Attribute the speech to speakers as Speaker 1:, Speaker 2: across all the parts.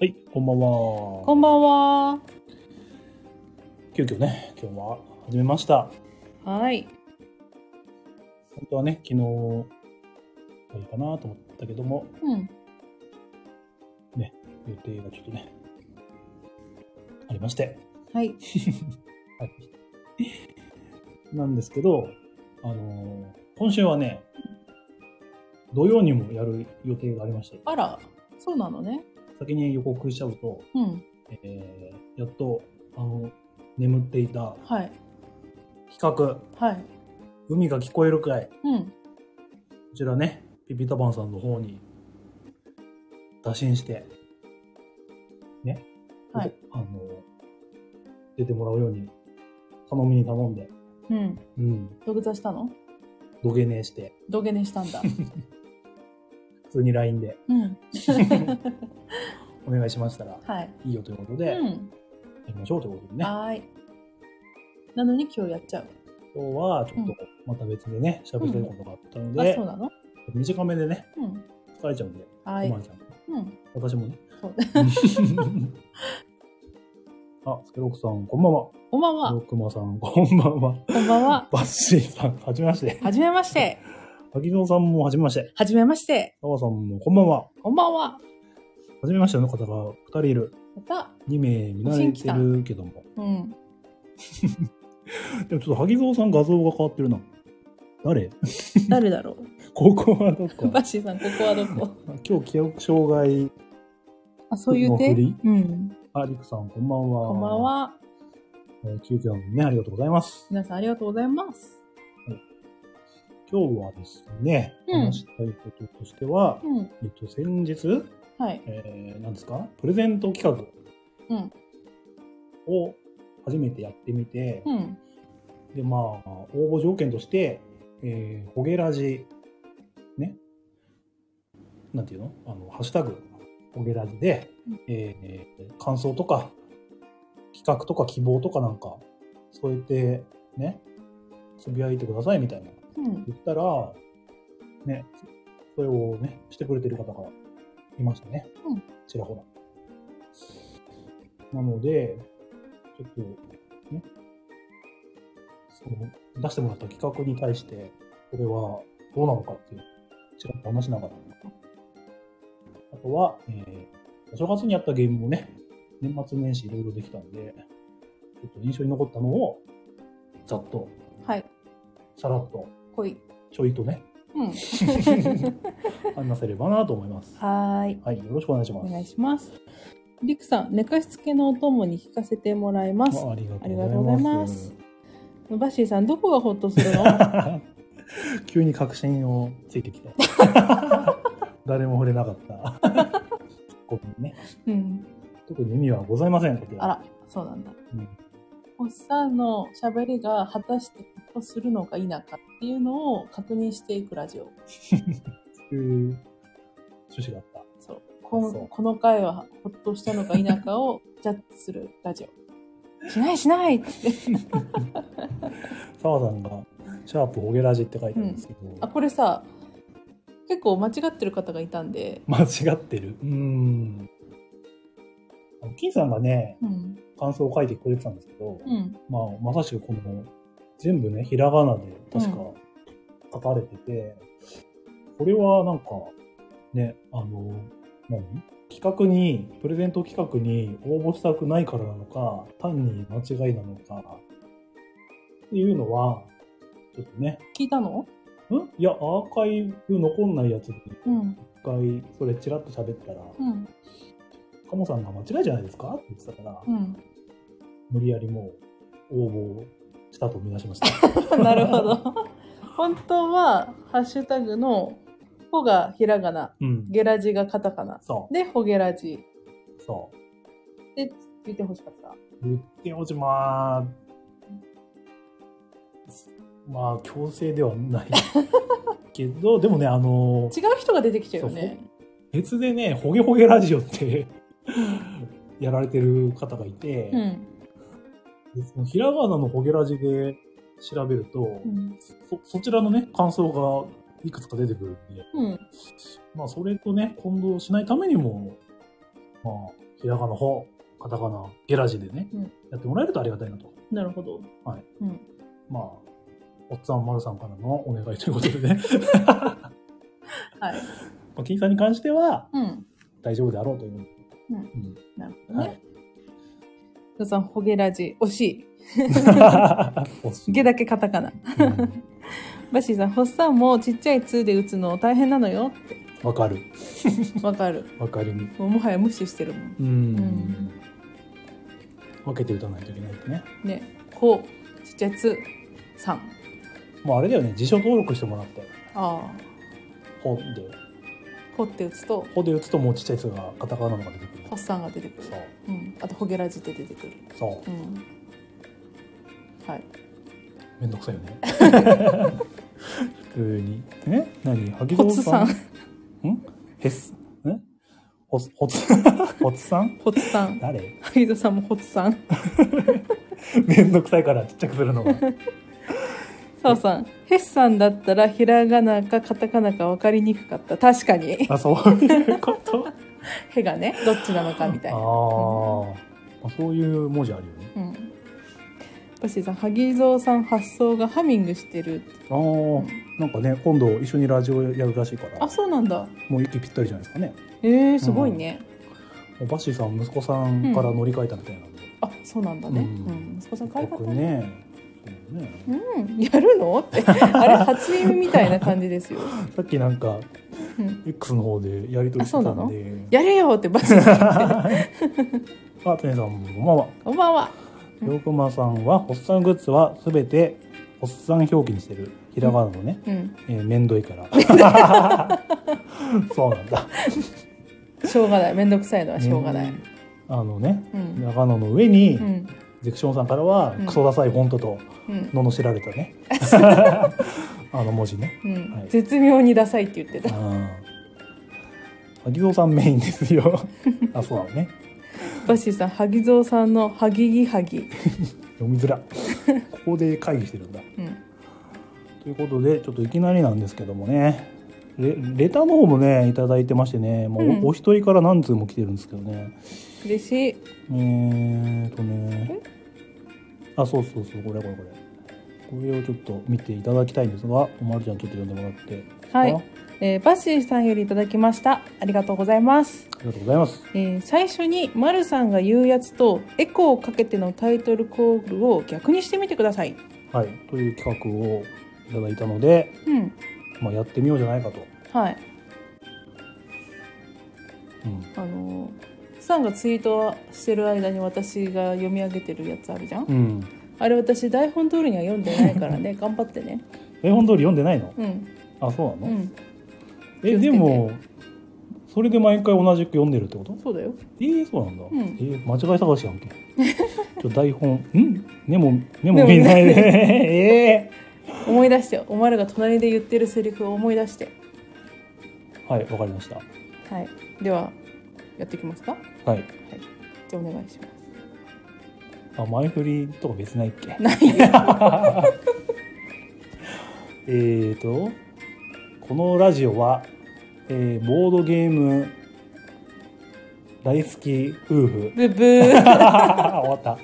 Speaker 1: はい、こんばんは。
Speaker 2: こんばんは。
Speaker 1: 急遽ね、今日は始めました。
Speaker 2: はい。
Speaker 1: 本当はね、昨日、どうかなと思ったけども、
Speaker 2: うん。
Speaker 1: 予定がちょっとね、ありまして。
Speaker 2: はい。
Speaker 1: はい。なんですけど、あのー今週はね、土曜にもやる予定がありまして、
Speaker 2: あら、そうなのね。
Speaker 1: 先に予告しちゃうと、
Speaker 2: うん。
Speaker 1: えーやっと、あの、眠っていた
Speaker 2: はい。
Speaker 1: 企画、
Speaker 2: はい。
Speaker 1: 海が聞こえるかい、
Speaker 2: うん。
Speaker 1: こちらね、ピピタパンさんの方に打診して、ね、
Speaker 2: はい
Speaker 1: あの、出てもらうように、頼みに頼んで、
Speaker 2: うん。
Speaker 1: うん、
Speaker 2: 土下座したの
Speaker 1: 土下寝して、
Speaker 2: 土下寝したんだ。
Speaker 1: 普通に LINE で
Speaker 2: うん。
Speaker 1: お願いしましたら、
Speaker 2: はい。
Speaker 1: いいよということ
Speaker 2: う
Speaker 1: で、や
Speaker 2: ん。
Speaker 1: りましょうということでね、
Speaker 2: はーい。なのに今日やっちゃう。
Speaker 1: 今日はちょっとまた別でね、喋りたいことがあったの
Speaker 2: あ、
Speaker 1: で
Speaker 2: そう、なの
Speaker 1: 短めでね、
Speaker 2: うん。
Speaker 1: 疲れちゃうんで、
Speaker 2: は
Speaker 1: お
Speaker 2: い
Speaker 1: ま。んちゃん、
Speaker 2: うん。
Speaker 1: 私もね。
Speaker 2: そう。
Speaker 1: あ、スケロクさん、こんばんは。
Speaker 2: こんばんは
Speaker 1: ロ。クマさん、こんばんは。
Speaker 2: こんばんは。
Speaker 1: バッシーさん、はじめまして。
Speaker 2: はじめまして。
Speaker 1: 滝蔵さんもはじめまして。
Speaker 2: はじめまして。
Speaker 1: 澤さんもこんばんは。は
Speaker 2: こんばんは。
Speaker 1: じめましての方が2人いる。
Speaker 2: また。
Speaker 1: 2名見慣れてるけども。
Speaker 2: うん。
Speaker 1: でもちょっと萩蔵さん画像が変わってるな。誰
Speaker 2: 誰だろ
Speaker 1: ここはど
Speaker 2: う。
Speaker 1: こ
Speaker 2: バッシーさん、 ここはどこ
Speaker 1: 今日記憶障害。
Speaker 2: あ、そういう手
Speaker 1: の振り
Speaker 2: うん。
Speaker 1: あ、りくさん、こんばんは。
Speaker 2: こんばん。は。
Speaker 1: えー、急遽ね、ありがとうございます。
Speaker 2: 皆さんありがとうございます。
Speaker 1: 今日はですね、
Speaker 2: うん
Speaker 1: 話したいこととしては、
Speaker 2: うん。
Speaker 1: えっと、先日、
Speaker 2: はい。
Speaker 1: えー、なんですかプレゼント企画。
Speaker 2: うん
Speaker 1: を初めてやってみて、
Speaker 2: うん。
Speaker 1: でまあ応募条件として、えー、ホゲラジねなんていうのあのハッシュタグホゲラジで
Speaker 2: うん、
Speaker 1: えー感想とか企画とか希望とかなんか添えてねつぶやいてくださいみたいな
Speaker 2: うん。
Speaker 1: 言ったらねそれをねしてくれてる方がいましたね、
Speaker 2: うん
Speaker 1: ちらほらなのでちょっとねその出してもらった企画に対してこれはどうなのかっていうちらっと話しながらあとは、えーお正月にやったゲームもね年末年始いろいろできたんでちょっと印象に残ったのをざっと
Speaker 2: はい。
Speaker 1: さらっと
Speaker 2: 来い。
Speaker 1: ちょいとね
Speaker 2: うん。は
Speaker 1: 話せればなと思います。
Speaker 2: ーい。
Speaker 1: はい、よろしくお願いしま
Speaker 2: お
Speaker 1: す。
Speaker 2: 願いします。りくさん、寝かしつけのお供に聞かせてもらいます。
Speaker 1: あありが
Speaker 2: ありがとうございます。バッシーさん、どこがホッとするの
Speaker 1: 急に確信をついてきて。誰も触れなかった。ごめんね。
Speaker 2: うん。
Speaker 1: 特に意味はございません。こち
Speaker 2: あら、そうなんだ。
Speaker 1: うん
Speaker 2: おっさんの喋りが果たしてホッとするのか否かっていうのを確認していくラジオ。
Speaker 1: という趣旨だった。
Speaker 2: そう。こ
Speaker 1: そう
Speaker 2: のこの回はホッとしたのか否かを ジャッジするラジオ。しないしないっつって。
Speaker 1: 澤さんが、シャープホゲラジって書いてあるんですけど、
Speaker 2: あ、これさ、結構間違ってる方がいたんで、
Speaker 1: 間違ってる。うーん。あの金さんがね、
Speaker 2: うん。
Speaker 1: 感想を書いてくれてたんですけど、
Speaker 2: うん。
Speaker 1: まあ、まさしくこの、全部ね、ひらがなで確か
Speaker 2: う
Speaker 1: 書かれてて、これはなんか、ね、あの、何企画に、プレゼント企画に応募したくないからなのか、単に間違いなのか、っていうのは、ちょっとね、
Speaker 2: 聞いたの
Speaker 1: んいや、アーカイブ残んないやつに
Speaker 2: うん。
Speaker 1: 一回、それチラッと喋ったら、
Speaker 2: うん。
Speaker 1: カモさんが間違いじゃないですかって言ってたから、
Speaker 2: うん。
Speaker 1: 無理やりもう応募したと見出しました。
Speaker 2: なるほど。本当は、ハッシュタグの、ほがひらがな、
Speaker 1: うん。
Speaker 2: ゲラジがカタカナ。
Speaker 1: そ
Speaker 2: で、ほげラジ。
Speaker 1: う、そう。
Speaker 2: で、言ってほしかった。
Speaker 1: 言っておじまーまあ、強制では ないけど、でもね、あの、
Speaker 2: 違う人が出てきちゃうよね。
Speaker 1: 別でね、ホゲホゲラジオって やられてる方がいて、
Speaker 2: うん。
Speaker 1: でそのひらがなのホゲラジで調べると、
Speaker 2: うん。
Speaker 1: そそちらのね、感想がいくつか出てくるんで、
Speaker 2: うん。
Speaker 1: まあ、それとね、混同しないためにも、まあ、ひらがなほ、カタカナ、ゲラジでね、
Speaker 2: うん
Speaker 1: やってもらえるとありがたいなと。
Speaker 2: なるほど。
Speaker 1: はい。
Speaker 2: うん。
Speaker 1: まあ、おっさん、まるさんからのお願いということでね。
Speaker 2: はい。
Speaker 1: まあ、金さんに関しては
Speaker 2: うん。
Speaker 1: 大丈夫であろうという。
Speaker 2: うん
Speaker 1: ん
Speaker 2: なるほど
Speaker 1: は
Speaker 2: ね。
Speaker 1: い。
Speaker 2: ふうさん、ほげラジ、惜し
Speaker 1: おす
Speaker 2: い。げだけカタカナ。
Speaker 1: うん
Speaker 2: バッシーさん、ホッサンもちっちゃい2で打つの大変なのよ。
Speaker 1: わかる。
Speaker 2: わかる。
Speaker 1: わかりみ。
Speaker 2: もうもはや無視してるもん。
Speaker 1: うん
Speaker 2: ん
Speaker 1: 分けて打たないといけないですね。
Speaker 2: ね。ほ、ちっちゃい2、3。
Speaker 1: もうあれだよね、辞書登録してもらって、
Speaker 2: ああ。
Speaker 1: ほで、
Speaker 2: ほって打つと、
Speaker 1: ほで打つともうちっちゃいやつがカタカナのが出てくる。
Speaker 2: ホッサンが出てくる。
Speaker 1: そう。
Speaker 2: うん。あと、ほげラジって出てくる。
Speaker 1: そう
Speaker 2: う。ん。はい。
Speaker 1: めんどくさいよね。普通に。え何萩
Speaker 2: ホ
Speaker 1: 蔵
Speaker 2: ツさん。
Speaker 1: ん。んへす。えほつ、ほつ、ほつさん
Speaker 2: ホツさん。
Speaker 1: 誰
Speaker 2: 萩戸さんもホツさん。
Speaker 1: めんどくさいからちっちゃくするのが。
Speaker 2: そうさん。ヘスさんだったら、ひらがなかカタカナか分かりにくかった。確かに。
Speaker 1: あ、そういうこと
Speaker 2: ヘがね、どっちなのかみたい
Speaker 1: あ
Speaker 2: な。
Speaker 1: ーあ。そういう文字あるよね。
Speaker 2: うん。バッシーさん、萩蔵さん発想がハミングしてる。
Speaker 1: ああ。なんかね、今度一緒にラジオやるらしいから
Speaker 2: あ、、そうなんだ。
Speaker 1: もう息ぴったりじゃないですかね。
Speaker 2: えー、すごいね。
Speaker 1: もうバッシーさん、息子さんから乗り換えたみたいなんで。
Speaker 2: あ、そうなんだね。
Speaker 1: う
Speaker 2: うんん。息子さん可愛かった
Speaker 1: 僕
Speaker 2: ね。
Speaker 1: ね。そうね。
Speaker 2: うん、やるのって。あれ、初耳みたいな感じですよ。
Speaker 1: さっきなんか、
Speaker 2: うん。
Speaker 1: X の方でやりとりしてたん
Speaker 2: あそうなの
Speaker 1: で。
Speaker 2: やれよってバッシーさん。
Speaker 1: あ、てねさん、こんばんは。
Speaker 2: こんばんは。うん
Speaker 1: よくまさんは、ホッサングッズはすべて、ホッサン表記にしてる。ひらがなのね、
Speaker 2: うん。
Speaker 1: えー、めんどい から。そうなんだ。
Speaker 2: しょうがない。めんどくさいのはしょうがない。
Speaker 1: ねあのね、
Speaker 2: うん。
Speaker 1: 長野の上に、
Speaker 2: うん。
Speaker 1: ゼクションさんからは、
Speaker 2: うん
Speaker 1: クソダサいフォントと、
Speaker 2: うん。
Speaker 1: 罵られた ね。あの文字ね。
Speaker 2: うん
Speaker 1: はい
Speaker 2: 絶妙にダサいって言って た。
Speaker 1: うん。萩蔵さんメインです よ。あ、そうなのね。
Speaker 2: バッシーさん、萩蔵さんのハギギハギ。
Speaker 1: 読みづら。ここで会議してるんだ。
Speaker 2: うん。
Speaker 1: ということで、ちょっといきなりなんですけどもね。レレターの方もね、いただいてましてね、もうお,、
Speaker 2: うん
Speaker 1: 一人から何通も来てるんですけどね。
Speaker 2: 嬉しい。
Speaker 1: えーっとね。あ、そうそうそう、これこれこれ。これをちょっと見ていただきたいんですが、まるちゃんちょっと読んでもらっていいですか。
Speaker 2: はい
Speaker 1: あ
Speaker 2: えーバッシーさんよりいただきました。ありがとうございます。
Speaker 1: りがとうございます。
Speaker 2: えー最初に、まるさんが言うやつと、エコーをかけてのタイトルコールを逆にしてみてください。
Speaker 1: はい。という企画をいただいたので、
Speaker 2: うん。
Speaker 1: まあ、やってみようじゃないかと。
Speaker 2: はい。
Speaker 1: うん。
Speaker 2: あのーさんがツイートしてる間に私が読み上げてるやつあるじゃん
Speaker 1: うん。
Speaker 2: あれ私台本通りには読んでないからね頑張ってね
Speaker 1: 絵本通り読んでないの
Speaker 2: うん
Speaker 1: あ、そう
Speaker 2: う
Speaker 1: なの、
Speaker 2: ん
Speaker 1: え、でも、それで毎回同じく読んでるってこと
Speaker 2: そうだよ
Speaker 1: えー、そうなんだ。
Speaker 2: うん
Speaker 1: えー間違い探し やんけ。ちょ台本、んメモ、メモ見ないで。 え
Speaker 2: 思い出してお前らが隣で言ってるセリフを思い出して
Speaker 1: えはい、わかりました。
Speaker 2: はいではやっていきますか
Speaker 1: はい。
Speaker 2: じゃあお願いします
Speaker 1: あ、前振りとか別ないっけ
Speaker 2: ないよ
Speaker 1: えーと、このラジオは、えーボードゲーム大好き夫婦。
Speaker 2: ブブー
Speaker 1: 終わった。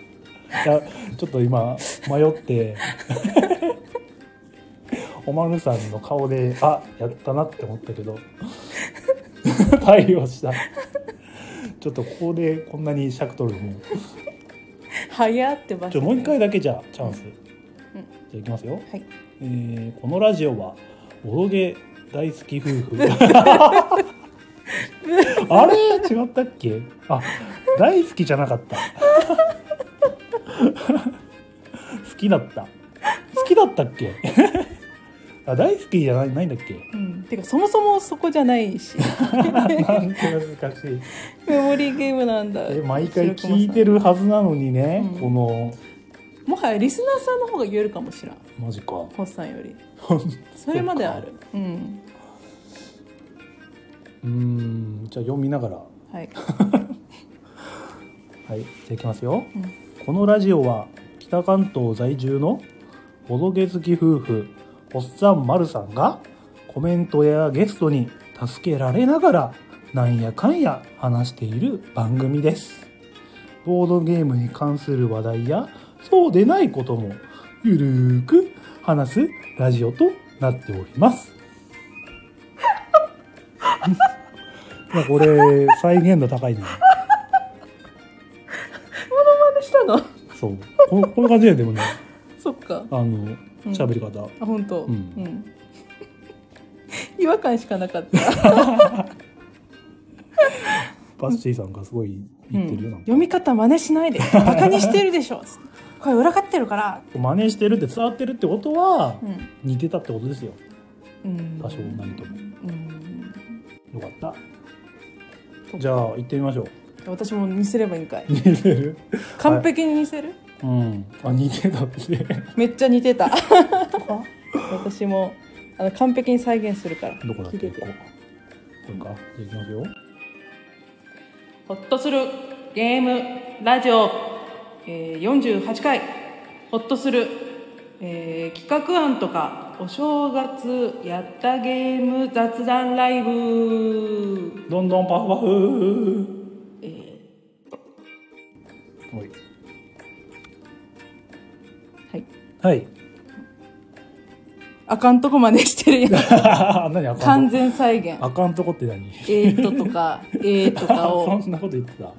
Speaker 1: いや、ちょっと今、迷って、おまるさんの顔で、あ、やったなって思ったけど、対応した。ちょっとここでこんなに尺取るのも。
Speaker 2: 早ってば
Speaker 1: ちょ、もう一回だけじゃあ、チャンス。
Speaker 2: う
Speaker 1: じ
Speaker 2: ん
Speaker 1: ゃあ、いきますよ。
Speaker 2: はい
Speaker 1: えーこのラジオは、おどげ大好き夫 婦。あれ違ったっけあ、大好きじゃなかった。 好きだった。好きだったっ けあ大好きじゃないないんだっけ
Speaker 2: うんてかそもそもそこじゃないし
Speaker 1: なんて難しい。
Speaker 2: メモリーゲームなんだ
Speaker 1: え、毎回聞いてるはずなのにね、
Speaker 2: うん
Speaker 1: この、
Speaker 2: もはやリスナーさんの方が言えるかもしらん
Speaker 1: マジか。
Speaker 2: ホッさんよりそれま であるうん
Speaker 1: うーん、じゃあ読みながら。 は
Speaker 2: はい、
Speaker 1: い、じゃあいきますよ。
Speaker 2: うん
Speaker 1: このラジオは北関東在住のボドゲ好き夫婦おっさんまるさんがコメントやゲストに助けられながらなんやかんや話している番組です。ボードゲームに関する話題や、そうでないことも、ゆるーく話すラジオとなっております。 まあこれ、再現度高いね。
Speaker 2: 真似したの
Speaker 1: そう。ここういう感じで、でもね、
Speaker 2: そっか
Speaker 1: あの、
Speaker 2: うん
Speaker 1: 喋り方。
Speaker 2: あ本当。
Speaker 1: うん
Speaker 2: ん 違和感しかなかった
Speaker 1: バッシーさんがすごい言ってるような。
Speaker 2: 読み方真似しな いでバカにしてるでしょこれ裏がってるから、
Speaker 1: 真似してるって伝わってるってことは、
Speaker 2: うん
Speaker 1: 似てたってことですよ。
Speaker 2: うん、
Speaker 1: 多少なりとも。
Speaker 2: う
Speaker 1: よ
Speaker 2: ん
Speaker 1: かった。じゃあ、行ってみましょう。
Speaker 2: 私も似せればいいんかい
Speaker 1: 似てる
Speaker 2: 完璧に似せる、
Speaker 1: うん。あ、似てたって。
Speaker 2: めっちゃ似てた 私もあの完璧に再現するから
Speaker 1: どこだっ
Speaker 2: 聞い
Speaker 1: け
Speaker 2: て
Speaker 1: こ
Speaker 2: て
Speaker 1: ここれか。じゃあ、行きますよ。
Speaker 2: ほっとするゲームラジオ、えー、48回ほっとする、えー企画案とかお正月やったゲーム雑談ライブ
Speaker 1: どんどんパフパフはい。
Speaker 2: はい
Speaker 1: はい。
Speaker 2: あかんとこまでしてるやん
Speaker 1: 何あかんとこ
Speaker 2: 完全再現
Speaker 1: あかんとこって何
Speaker 2: えーっとと かえーっとかを
Speaker 1: そんなこと言ってた。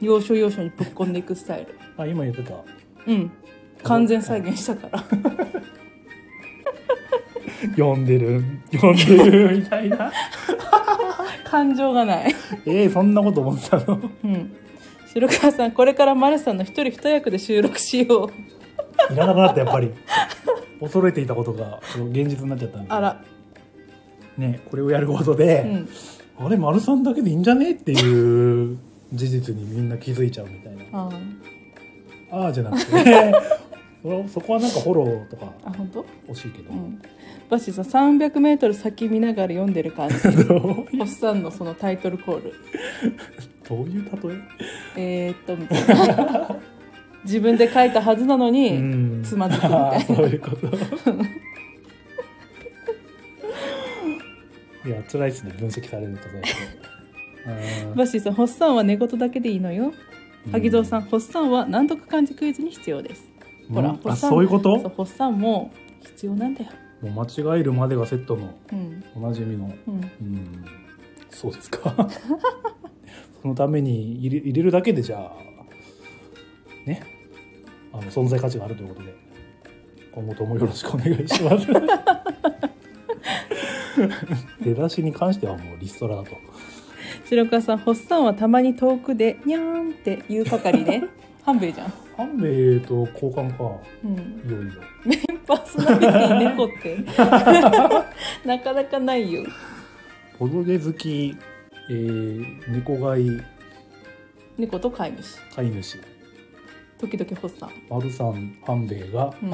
Speaker 2: 要所要所にぶっ込んでいくスタイル
Speaker 1: あ、今言ってた。
Speaker 2: うん完全再現したから
Speaker 1: 読んでる。読んでる。みたいな。
Speaker 2: 感情がない、
Speaker 1: えー、そんなこと思ってたの
Speaker 2: うん、白川さんこれからマルさんの一人二役で収録しよう
Speaker 1: いらなくなった、やっぱり。恐れていたことが、この現実になっちゃったんで
Speaker 2: あら、
Speaker 1: ね、これをやること
Speaker 2: う
Speaker 1: で、
Speaker 2: ん、
Speaker 1: あれ、丸さんだけでいいんじゃねっていう事実にみんな気づいちゃうみたいな。
Speaker 2: あー
Speaker 1: ああじゃなくて、 ね、それそこはなんかフォローとか
Speaker 2: あ本当？
Speaker 1: 惜しいけど
Speaker 2: う。んバッシーさん 300m 先見ながら読んでる感 じ
Speaker 1: ど
Speaker 2: おっさんのそのタイトルコール
Speaker 1: ういう例え
Speaker 2: えー、っとみたいな 自分で書いたはずなのに、
Speaker 1: ん
Speaker 2: つまずくみたいな
Speaker 1: そういう こと。いや、辛いですね、分析されるとそうやって。
Speaker 2: バッシーさん「ホッサンは寝言だけでいいのよ」萩蔵さん「ホッサンは難読漢字クイズに必要です」
Speaker 1: うん
Speaker 2: ほ
Speaker 1: う
Speaker 2: ら
Speaker 1: ん
Speaker 2: ホッ
Speaker 1: あ、
Speaker 2: サン
Speaker 1: そういうこと
Speaker 2: そうホッサンも必要なんだよ
Speaker 1: もう間違えるまでがセットの
Speaker 2: うん
Speaker 1: おなじみの。
Speaker 2: うん
Speaker 1: うん、そうです か。そのために入れ入れるだけでじゃあ、ね、あの存在価値があるということで、今後ともよろしくお願いします。 出だしに関してはもうリストラだと。
Speaker 2: 白川さん「ホッサンはたまに遠くでにゃーん」って言う 係ね半兵衛じゃん、
Speaker 1: 半兵衛と交換か、
Speaker 2: うん、
Speaker 1: いよいよ。
Speaker 2: パーソナリティ猫って なかなかないよ
Speaker 1: ボドゲ好き、えー、猫飼い
Speaker 2: 猫と飼い主
Speaker 1: 飼い主、
Speaker 2: 時々ホッサン、
Speaker 1: 丸さん半兵衛が
Speaker 2: うん、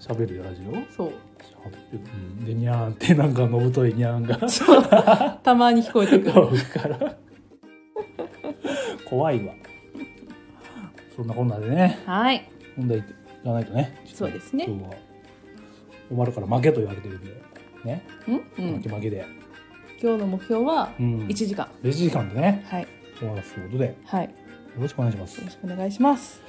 Speaker 1: 喋るラジオ
Speaker 2: そう
Speaker 1: 喋る、うん、でにゃーんってなんかのぶといにゃーんが。
Speaker 2: たまに聞こえてく る
Speaker 1: から怖いわそんなこんなでね
Speaker 2: はい
Speaker 1: 本題いかないとね
Speaker 2: そうですね
Speaker 1: 今日は終わるから負けと言われてるんでね、
Speaker 2: うん、う
Speaker 1: 負
Speaker 2: ん、
Speaker 1: け負けで、
Speaker 2: 今日の目標は
Speaker 1: うん、
Speaker 2: 1時間、
Speaker 1: 1時間でね
Speaker 2: はい
Speaker 1: 終わらすことでよ
Speaker 2: はい
Speaker 1: ろしくお願いします
Speaker 2: よろしくお願いします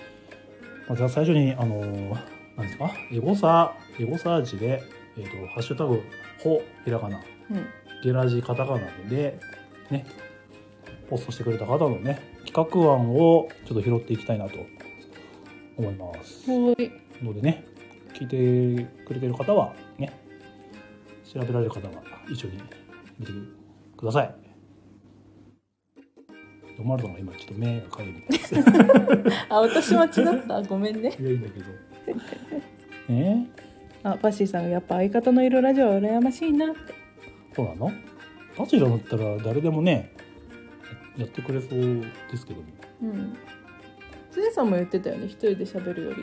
Speaker 1: まずは最初にあのー何ですかエゴサエゴサーチで、えー、とハッシュタグほひらがな
Speaker 2: うん
Speaker 1: ゲラジカタカナで、ね、ポストしてくれた方のね、企画案をちょっと拾っていきたいなと思います。
Speaker 2: ほい
Speaker 1: のでね、聞いてくれてる方は、ね、調べられる方は一緒に見てください。おまるさんが今ちょっと目がかゆいみたいです。い
Speaker 2: あ私間違った ごめんね
Speaker 1: や、いいんだけど。 え
Speaker 2: あパッシーさんがやっぱ相方のいるラジオは羨ましいなって
Speaker 1: そうなのバチェラーだったら誰でもね、やってくれそうですけども。
Speaker 2: うん辻さんも言ってたよね一人で喋るより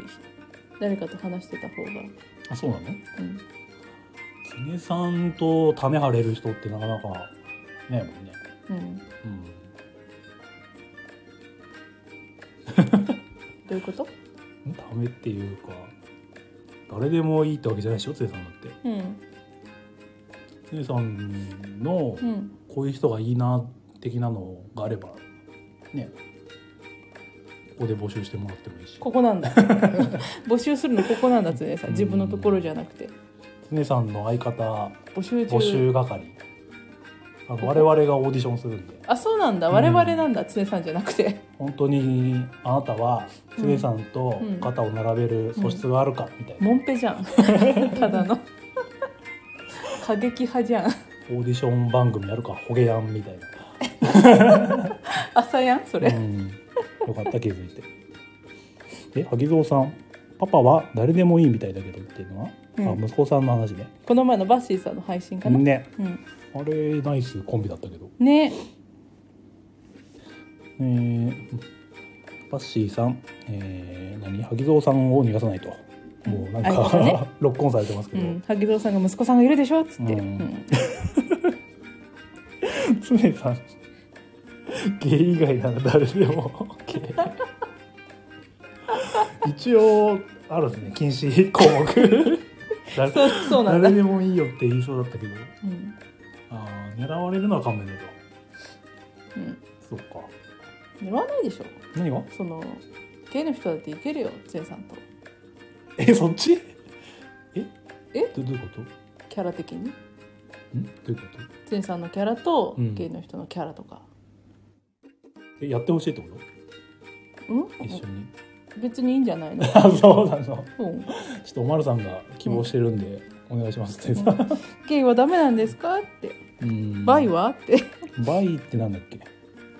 Speaker 2: 誰かと話してた方が
Speaker 1: あ、そうなの
Speaker 2: うん
Speaker 1: つねさんとため張れる人ってなかなかねえもんね、
Speaker 2: うん
Speaker 1: うん、
Speaker 2: どういうこと
Speaker 1: ためっていうか誰でもいいってわけじゃないでしょつねさんだって
Speaker 2: うん
Speaker 1: つスイさんの
Speaker 2: うん、
Speaker 1: こういう人がいいな的なのがあればねここで募集してもらってもいいし
Speaker 2: ここなんだ 募集するのここなんだ常さん自分のところじゃなくて
Speaker 1: 常さんの相方
Speaker 2: 募集中
Speaker 1: 募集係あの我々がオーディションするんで
Speaker 2: あそうなんだ我々なんだ、常さんじゃなくて
Speaker 1: 本当にあなたは常さんと
Speaker 2: うん
Speaker 1: 肩を並べる素質があるかみたいな
Speaker 2: モンペじゃん ただの過激派じゃん
Speaker 1: オーディション番組やるかホゲやんみたいな、
Speaker 2: 朝やんそれ、
Speaker 1: うん、よかった気づいてえ萩蔵さんパパは誰でもいいみたいだけどっていうのは、
Speaker 2: うん
Speaker 1: あ息子さんの話ね
Speaker 2: この前のバッシーさんの配信かな、
Speaker 1: ね
Speaker 2: うん、
Speaker 1: あれナイスコンビだったけど
Speaker 2: ね
Speaker 1: えー、パッシーさん、えー、何萩蔵さんを逃がさないともうなん
Speaker 2: 相方ね
Speaker 1: か ロックオンされてますけ
Speaker 2: う
Speaker 1: ど、
Speaker 2: ん、萩蔵さんが息子さんがいるでしょっつって、
Speaker 1: う
Speaker 2: うんん
Speaker 1: 常さんゲイ以外なら誰でも OK 一応あるんですね禁止項目誰
Speaker 2: そうそうなんだ、
Speaker 1: 誰
Speaker 2: うん
Speaker 1: でもいいよって言いそうだったけどあー狙われるのは勘弁だと
Speaker 2: うん、
Speaker 1: そっか
Speaker 2: 言わないでしょ
Speaker 1: 何が
Speaker 2: そのゲイの人だっていけるよ常さんと
Speaker 1: えそっちえ
Speaker 2: え
Speaker 1: どどういうことん
Speaker 2: キャラ的に
Speaker 1: どういうこと
Speaker 2: 常さんのキャラと、
Speaker 1: うん
Speaker 2: ゲイの人のキャラとか、
Speaker 1: えやってほしいってこと
Speaker 2: うん、
Speaker 1: 一緒に
Speaker 2: 別にいいんじゃないの、
Speaker 1: あそうなのちょ
Speaker 2: うん、
Speaker 1: っとおまるさんが希望してるんで、お願いしますってさ
Speaker 2: ゲイはダメなんですかって
Speaker 1: うん
Speaker 2: バイはって
Speaker 1: バイってなんだっけ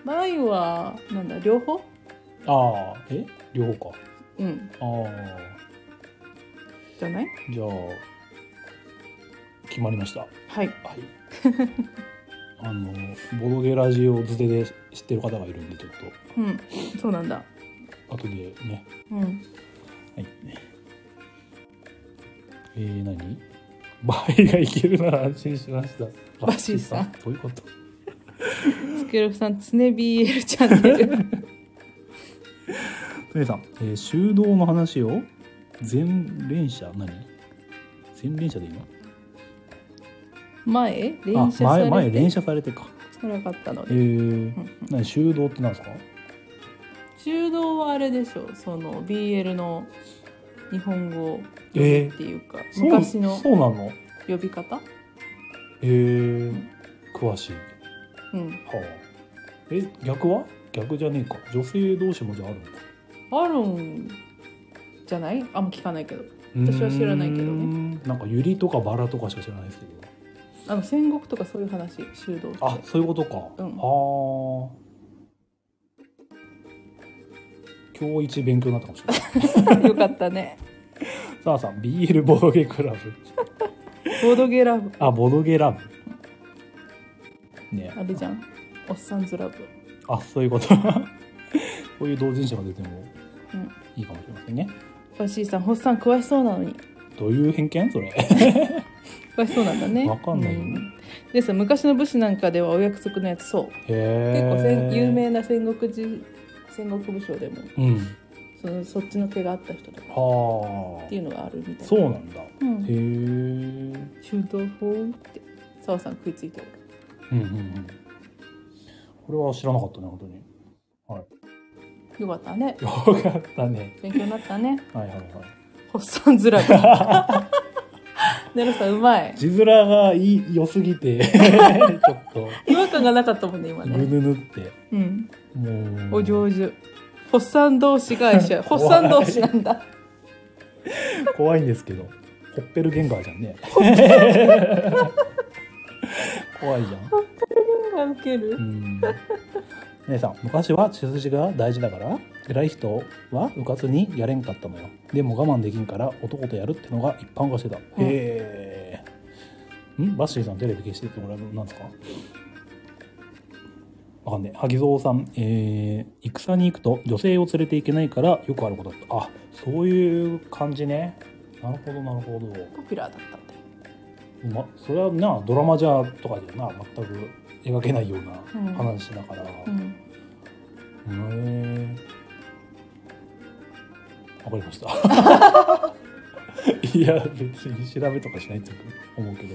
Speaker 2: バイはなんだ両方
Speaker 1: ああえ両方か
Speaker 2: うん
Speaker 1: ああ
Speaker 2: じゃない
Speaker 1: じゃあ決まりましたはい
Speaker 2: はい
Speaker 1: あのボドゲラジオズテで知ってる方がいるんでちょっ
Speaker 2: うんそうなんだ
Speaker 1: と後でね
Speaker 2: うん
Speaker 1: はいえー、何バイがいけるなら安心しました
Speaker 2: バシーさん
Speaker 1: バどういうこと
Speaker 2: スケロフさん常 BL チャンネ ル
Speaker 1: トネさん、えー修道の話を全連射何全連射でいいの
Speaker 2: 前
Speaker 1: あ
Speaker 2: 連射さ
Speaker 1: 前前
Speaker 2: れ
Speaker 1: 連
Speaker 2: て
Speaker 1: 射されてか
Speaker 2: 辛かったの
Speaker 1: え
Speaker 2: で
Speaker 1: ー
Speaker 2: う、んうん
Speaker 1: 何修道ってなんですか
Speaker 2: 修道はあれでしょその BL の日本語
Speaker 1: え
Speaker 2: っていうか
Speaker 1: そう
Speaker 2: 昔の
Speaker 1: そうなの
Speaker 2: 呼び方
Speaker 1: えー、詳しい
Speaker 2: うん
Speaker 1: はあえ逆は逆じゃねえか女性同士もじゃああるのか
Speaker 2: あるんじゃないあんま聞かないけど私は知らないけどね
Speaker 1: うーんなんかユリとかバラとかしか知らないですけど
Speaker 2: あの戦国とかそういう話修道って
Speaker 1: あ そういうことか、
Speaker 2: うん
Speaker 1: ああ今日一勉強になったかもし れない
Speaker 2: よかったね
Speaker 1: さあさん BL ボドゲクラブ
Speaker 2: ボードゲーラブ
Speaker 1: あボドゲラブね
Speaker 2: あれじゃんおっさんずラブ
Speaker 1: あそういうこと こういう同人誌が出ても
Speaker 2: うん
Speaker 1: いいかもしれませんね
Speaker 2: バシーさんホッサン詳しそうなのに
Speaker 1: どういう偏見それ
Speaker 2: 詳しそうなんだね
Speaker 1: わかんないよ
Speaker 2: うんでさ昔の武士なんかではお約束のやつそう
Speaker 1: へえ
Speaker 2: 結構せん有名な戦国時戦国武将でも
Speaker 1: うん
Speaker 2: そのそっちの毛があった人とか
Speaker 1: は
Speaker 2: っていうのがあるみた
Speaker 1: あ
Speaker 2: いな
Speaker 1: そうなんだへ
Speaker 2: うん
Speaker 1: えうん
Speaker 2: 修道法って澤さん食いついておる
Speaker 1: うんうんこれは知らなかったね本当に
Speaker 2: よかったね
Speaker 1: よかったね
Speaker 2: 勉強になったね
Speaker 1: はいはいはい
Speaker 2: ホッサンずラブ ネロさんうまい
Speaker 1: 字面がいい良すぎて ちょっと
Speaker 2: 違和感がなかったもんね今
Speaker 1: ぐ
Speaker 2: ね
Speaker 1: ぬぬって
Speaker 2: うん
Speaker 1: もう
Speaker 2: お上手。ホッサン同士が一 緒。ホッサン同士なんだ。
Speaker 1: 怖いんですけどホッペルゲンガーじゃんね 怖いじゃん
Speaker 2: 受ける
Speaker 1: う。ん姉さん昔は血筋が大事だから偉い人はうかつにやれんかったのよでも我慢できんから男とやるってのが一般化してた、
Speaker 2: うん
Speaker 1: へえんバッシーさんテレビ消してってもらえるなんですかわかんねえ萩蔵さん、えー、戦に行くと女性を連れていけないからよくあることだったあそういう感じねなるほどなるほど
Speaker 2: ポピュラーだったんだよ。
Speaker 1: ま、それはなドラマじゃとかではな全く描けないよう
Speaker 2: うん
Speaker 1: な話だから、
Speaker 2: うん。
Speaker 1: へえわかりました いや別に調べとかしないと思うけど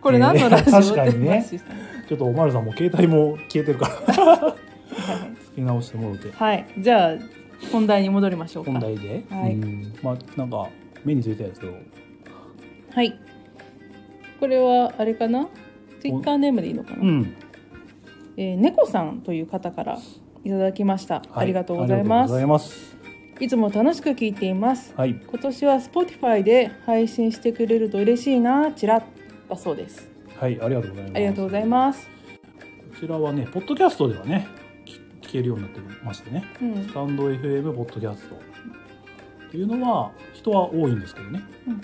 Speaker 2: これ何のラジオ、
Speaker 1: えー確かにね
Speaker 2: って話したの
Speaker 1: ちょっとおまるさんも携帯も消えてるから
Speaker 2: は
Speaker 1: 付け直してもろて
Speaker 2: い、はい、じゃあ本題に戻りましょうか
Speaker 1: 本題で、
Speaker 2: はい
Speaker 1: うんまあなんか目についたやつを
Speaker 2: はいこれはあれかなツイッターネームでいいのかな、
Speaker 1: ん
Speaker 2: えー猫さんという方からいただきました、
Speaker 1: はい
Speaker 2: ありがとうございま
Speaker 1: ありがとうござい
Speaker 2: す
Speaker 1: ます
Speaker 2: いつも楽しく聞いています
Speaker 1: はい
Speaker 2: 今年は Spotify で配信してくれると嬉しいなチラッだそうです
Speaker 1: はいありがとうございます
Speaker 2: ありがとうござい
Speaker 1: す
Speaker 2: ます
Speaker 1: こちらはねポッドキャストではねき聞けるようになってましてね
Speaker 2: うん、
Speaker 1: スタンド FM ポッドキャストっていうのは人は多いんですけどね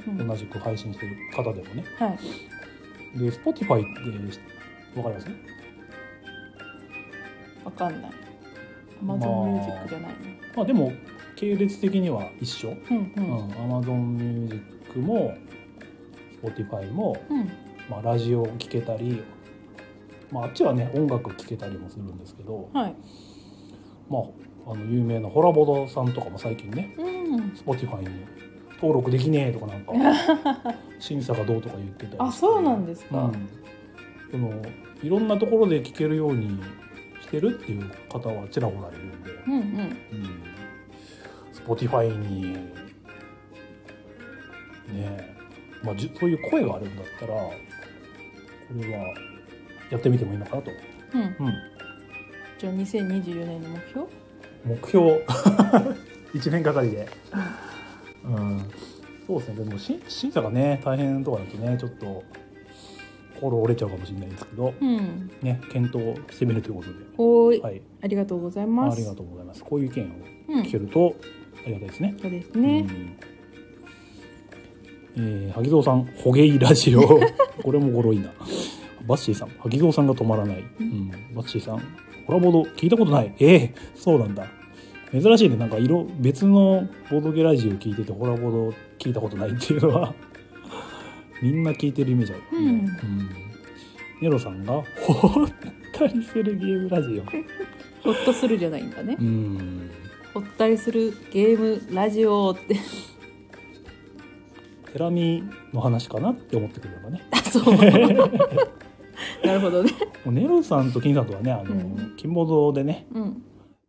Speaker 2: うんうん
Speaker 1: 同じく配信してる方でもね
Speaker 2: はい
Speaker 1: で Spotify ってわかります
Speaker 2: わかんない Amazon
Speaker 1: まあ
Speaker 2: Music じゃないの、
Speaker 1: まあでも系列的には一緒
Speaker 2: うんう
Speaker 1: うん
Speaker 2: ん、
Speaker 1: Amazon Music も Spotify も、
Speaker 2: うん
Speaker 1: まあ、ラジオ聴けたり、まあ、あっちはね音楽聴けたりもするんですけど、
Speaker 2: はい
Speaker 1: まあ、あの有名なホラボドさんとかも最近ね
Speaker 2: うん
Speaker 1: Spotify に登録できねえとかなんか 審査がどうとか言ってたり
Speaker 2: あそうなんですか、
Speaker 1: うんそのいろんなところで聴けるようにしてるっていう方はちらほらいるんで、
Speaker 2: うんうん
Speaker 1: うん、Spotify にねえ、まあ、じそういう声があるんだったらこれはやってみてもいいのかなと、
Speaker 2: うん
Speaker 1: うん、
Speaker 2: じゃあ2024年の目標
Speaker 1: 目標 1年がかりで、うん、そうですねでもし審査がね大変とかだとねちょっと心折れちゃうかもしれないですけど、
Speaker 2: うん
Speaker 1: ね、検討してみるということ
Speaker 2: おーい、
Speaker 1: で、はい、
Speaker 2: ありがとうございま
Speaker 1: あ
Speaker 2: す
Speaker 1: りがとうございますこういう意見
Speaker 2: う
Speaker 1: を
Speaker 2: ん
Speaker 1: 聞けるとありがたいですね、
Speaker 2: そうですね、
Speaker 1: うんえー、萩蔵さん、ホゲイラジ オ。これもゴロいな。バッシーさん、萩蔵さんが止まらない。うん、バッシーさん、コラボード聞いたことない。ええそうなんだ。珍しいね。なんか色、別のボードゲラジオ聞いてて、ホラボード聞いたことないっていうのは、 みんな聞いてるイメージある。
Speaker 2: うん
Speaker 1: ネロさんが、ほったりするゲームラジ オ。
Speaker 2: ほっとするじゃないんだね
Speaker 1: うん。
Speaker 2: ほったりするゲームラジオって
Speaker 1: テラミの話かなって思ってくれればね。
Speaker 2: あ そうなるほどね
Speaker 1: もうネロさんと金さんとはね、あの、
Speaker 2: うん
Speaker 1: 金ボドでね、
Speaker 2: うん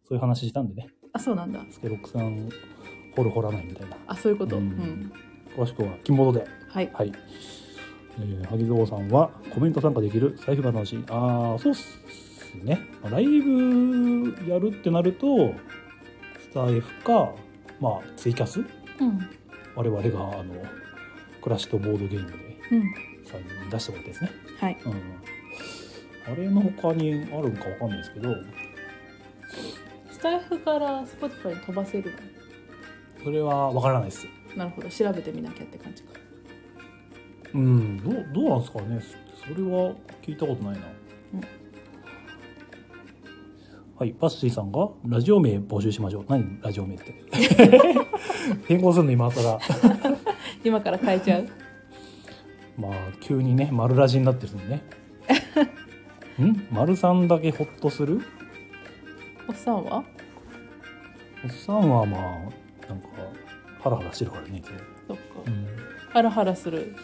Speaker 1: そういう話したんでね、
Speaker 2: あそうなんだ
Speaker 1: スケロックさん、掘る掘らないみたいな。
Speaker 2: あそういうこと、
Speaker 1: う
Speaker 2: うんん
Speaker 1: 詳しくは金ボドで。
Speaker 2: はい
Speaker 1: はい。えー、萩蔵さんは、コメント参加できる、財布が楽しい。ああ、そうっすね。まあライブやるってなると、スタイフか、まあ、ツイキャス
Speaker 2: うん
Speaker 1: 我々が、あの、クラシとボードゲームで、
Speaker 2: うん
Speaker 1: さ出してもらったですね。
Speaker 2: はい
Speaker 1: うん。あれの他にあるのかわかんないですけど、
Speaker 2: スタイフから Spotify に飛ばせる
Speaker 1: それはわからないです。
Speaker 2: のなるほど調べてみなきゃって感じか
Speaker 1: うん、どうどうなんですかね。そそれは聞いたことないな。
Speaker 2: うん
Speaker 1: はい、パッシーさんがラジオ名募集しましょう。何ラジオ名って。 変更するの今更。
Speaker 2: 今から変えちゃう
Speaker 1: まあ急にね丸ラジになってるんで ね。ん丸さんだけホッとする？
Speaker 2: おっさんは
Speaker 1: おっさんはまあなんかハラハラしてるからね。いつも
Speaker 2: そっか、
Speaker 1: うん、
Speaker 2: ハラハラする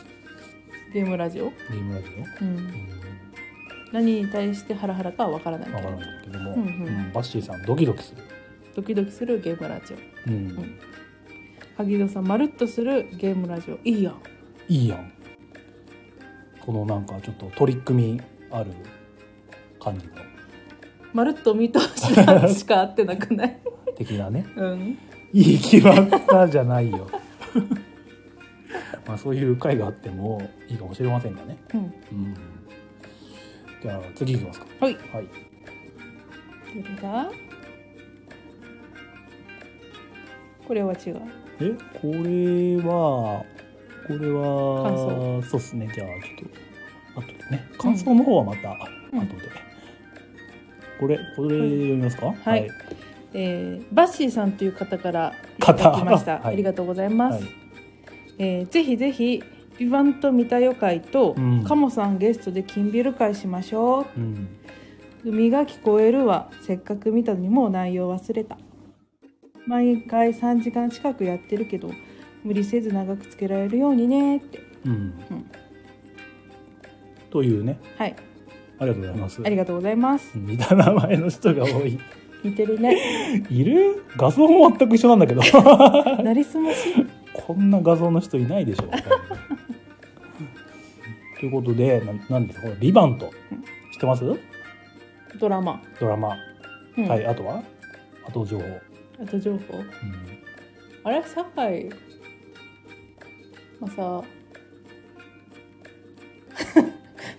Speaker 2: ゲームラジオ、
Speaker 1: ゲームラジオ。
Speaker 2: うん、
Speaker 1: う
Speaker 2: 何に対してハラハラかはわからない
Speaker 1: ん、
Speaker 2: みた
Speaker 1: わ
Speaker 2: い
Speaker 1: から
Speaker 2: な
Speaker 1: ないけども、
Speaker 2: うんうん
Speaker 1: うんバッシーさんドキドキする。
Speaker 2: ドキドキするゲームラジオ
Speaker 1: うん、
Speaker 2: ん萩戸さんまるっとするゲームラジオいいやん
Speaker 1: いいやんこのなんかちょっと取り組みある感じの
Speaker 2: まるっと見通しなんしか合ってなくない
Speaker 1: 的な ね
Speaker 2: うん
Speaker 1: いい決まったじゃないよ まあそういう回があってもいいかもしれませんがね
Speaker 2: うん
Speaker 1: うんじゃあ次いきますか
Speaker 2: はい
Speaker 1: はい
Speaker 2: どれだこれは違う
Speaker 1: えこれはこれは
Speaker 2: 感想
Speaker 1: そうですねじゃあちょっと後でね感想の方はまた、
Speaker 2: うん
Speaker 1: 後でこれこれ読みますか、
Speaker 2: はいえー、バッシーさんという方からいた
Speaker 1: 方
Speaker 2: だきました、
Speaker 1: はい
Speaker 2: ありがとうございます、
Speaker 1: はい
Speaker 2: えーぜひぜひ「ビバンと見たよ会と「
Speaker 1: うん
Speaker 2: カモさんゲストで金ビル会しましょう
Speaker 1: うん」
Speaker 2: 「海が聞こえるわ」「せっかく見たのにもう内容忘れた」毎回3時間近くやってるけど無理せず長くつけられるようにねって
Speaker 1: うん
Speaker 2: うん
Speaker 1: というね、
Speaker 2: はい、
Speaker 1: ありがとうございます
Speaker 2: あ。りがとうございます。
Speaker 1: 似た名前の人が多い。
Speaker 2: 似てるね。
Speaker 1: いる画像も全く一緒なんだけど。
Speaker 2: なりすまし。
Speaker 1: こんな画像の人いないでしょ。 ということで、ななんですか、これ、リバント。知ってます
Speaker 2: ドラマ。
Speaker 1: ドラマ。
Speaker 2: うん
Speaker 1: はい、あとはあと情報。うん
Speaker 2: あと情報。あれ、酒井。まさ。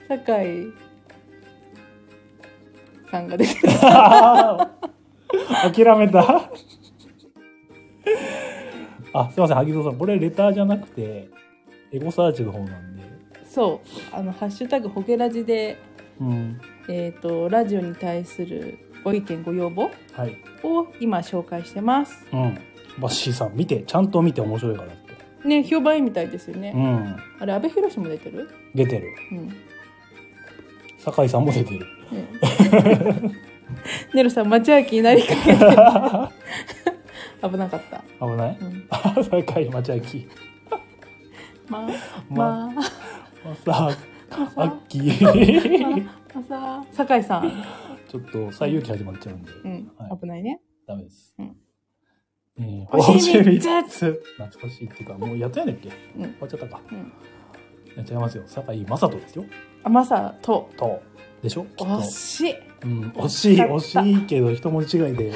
Speaker 2: 酒井。さんが出てる。
Speaker 1: 諦めた。あ、すいません、萩蔵さん。これ、レターじゃなくて、エゴサーチの方なんで。
Speaker 2: そう、あのハッシュタグホケラジで、
Speaker 1: うん。
Speaker 2: えっ、と、ラジオに対するご意見ご要望。
Speaker 1: はい。
Speaker 2: を今紹介してます。
Speaker 1: うん。バッシーさん、見て、ちゃんと見て面白いからって。
Speaker 2: ね、評判いいみたいですよ
Speaker 1: う
Speaker 2: ね。
Speaker 1: ん。
Speaker 2: あれ、阿部寛も出てる。
Speaker 1: 出てる。
Speaker 2: うん。
Speaker 1: 酒井さんも出てる。
Speaker 2: ねネロさん、待ち明になりかけて。危なかった。
Speaker 1: 危ない
Speaker 2: うん。
Speaker 1: あ、酒井町明。
Speaker 2: まあ、
Speaker 1: ま、
Speaker 2: ま
Speaker 1: まさ、
Speaker 2: あ、
Speaker 1: あ
Speaker 2: ま
Speaker 1: っきー。
Speaker 2: あ、まさ、酒井さん。
Speaker 1: ちょっと、最有機始まっちゃうんで、
Speaker 2: うん
Speaker 1: は、い
Speaker 2: 危ないね。
Speaker 1: ダメです。
Speaker 2: うん
Speaker 1: えー、
Speaker 2: 星三つ
Speaker 1: つ懐かしいっていうか、もうやったやんだっけ
Speaker 2: うん
Speaker 1: 終わっちゃったか。
Speaker 2: うん。
Speaker 1: やっちゃいますよ。酒井正人ですよ。
Speaker 2: あ、まさと。
Speaker 1: と。でしょきっと。
Speaker 2: 惜しい。
Speaker 1: うん、惜しい、
Speaker 2: やった
Speaker 1: 惜しいけど、一文字違いで、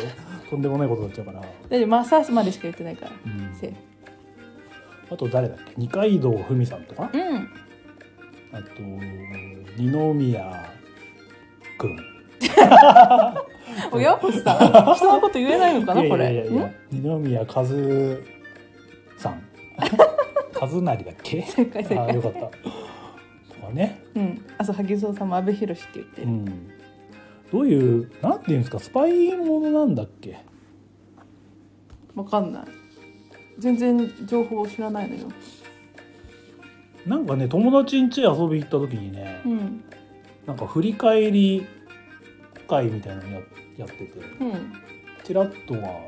Speaker 1: とんでもないことになっちゃうから。
Speaker 2: だって、まさまでしか言ってないから。
Speaker 1: うん
Speaker 2: せ。
Speaker 1: あと誰だっけ二階堂ふみさんとか、
Speaker 2: うん。
Speaker 1: あと、二宮くん。
Speaker 2: おや、星さん。人のこと言えないのかな、こ
Speaker 1: いや
Speaker 2: れ。
Speaker 1: いやいや
Speaker 2: ん。
Speaker 1: 二宮和さん 和成だっけ
Speaker 2: 正解、正
Speaker 1: ああよ
Speaker 2: 解。
Speaker 1: かったとかね、
Speaker 2: うん。あ、そう、萩蔵さんも阿部寛って言って
Speaker 1: う
Speaker 2: る。
Speaker 1: ん、どういうなんていうんですかスパイものなんだっけ
Speaker 2: わかんない。全然情報を知らないのよ。
Speaker 1: なんかね友達ん家遊び行った時にね、
Speaker 2: うん。
Speaker 1: なんか振り返り会みたいなのややってて
Speaker 2: うん。
Speaker 1: ちらっとは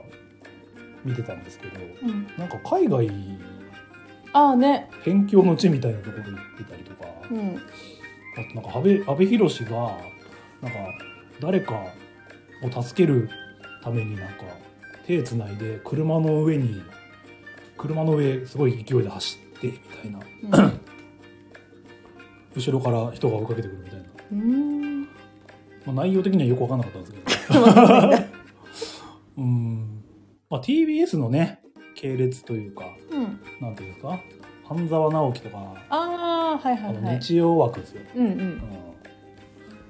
Speaker 1: 見てたんですけど
Speaker 2: うん。
Speaker 1: なんか海外
Speaker 2: ああね。
Speaker 1: 辺境の地みたいなところ行ってたりとか、
Speaker 2: うん。
Speaker 1: あとなんか安倍安倍博士がなんか誰かを助けるためになんか手つないで車の上に車の上すごい勢いで走ってみたいな後ろから人が追いかけてくるみたいな、
Speaker 2: うん。
Speaker 1: まあ、内容的にはよく分かんなかったんですけど うん、まあ、TBS のね系列というか
Speaker 2: うん。
Speaker 1: なんていうんですか半沢直樹とか
Speaker 2: ああ、はい
Speaker 1: あ
Speaker 2: はいは
Speaker 1: の
Speaker 2: い。
Speaker 1: 日曜枠ですよ、
Speaker 2: うんうん。
Speaker 1: う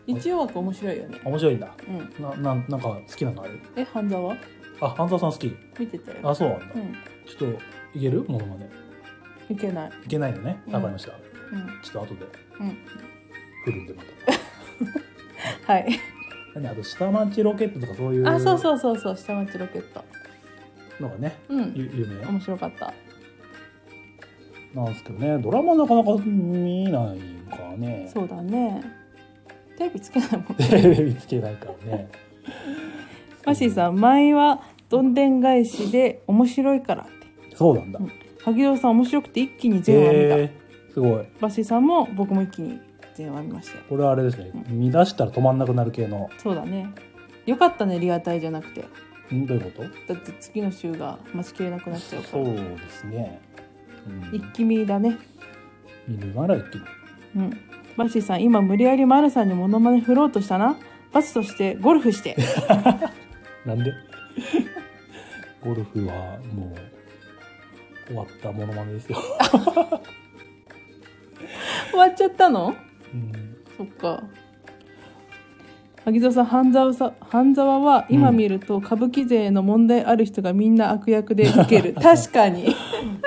Speaker 2: 一応枠面白いよね。
Speaker 1: ん、面白いんだ
Speaker 2: うん。
Speaker 1: ななんなんか好きなのある
Speaker 2: え、半沢
Speaker 1: あ、半沢さん好き。
Speaker 2: 見てたよ。
Speaker 1: あ、そうなんだ。
Speaker 2: うん。
Speaker 1: ちょっと、いけるものまで。
Speaker 2: いけない。
Speaker 1: いけないのね。
Speaker 2: うん
Speaker 1: わかりました。
Speaker 2: うん。
Speaker 1: ちょっと後で、
Speaker 2: うん。
Speaker 1: 振るんでまた。
Speaker 2: はい。
Speaker 1: 何あと、下町ロケットとかそういう
Speaker 2: あ、そうそうそうそう。下町ロケット。
Speaker 1: のがね、
Speaker 2: うん。
Speaker 1: ゆ有名
Speaker 2: 面白かった。
Speaker 1: なんですけどね、ドラマなかなか見ないからね。
Speaker 2: そうだね。テレビつけないもん。
Speaker 1: テレビつけないから ね。
Speaker 2: マシーさん、前はどんでん返しで面白いからって。
Speaker 1: そうなんだ
Speaker 2: うん。萩尾さん面白くて一気に全話見た。
Speaker 1: えー、すごい。
Speaker 2: バシーさんも僕も一気に全話見ましたよ
Speaker 1: これはあれですね。見出したら止まんなくなる系の。
Speaker 2: そうだねよかったねリアタイじゃなくて
Speaker 1: んどういうこと
Speaker 2: だって次の週が待ちきれなくなっちゃうか
Speaker 1: そ
Speaker 2: ら
Speaker 1: うですね。うん
Speaker 2: 一気見だね
Speaker 1: 見るなら一気に。
Speaker 2: うんバシーさん今無理やりマルさんにモノマネ振ろうとしたな罰としてゴルフして
Speaker 1: なんで ゴルフはもう終わったものまねですよ、
Speaker 2: 終わっちゃったの
Speaker 1: うん、
Speaker 2: そっか萩蔵さん半沢さん半沢は今見ると歌舞伎勢の問題ある人がみんな悪役で受け る確かに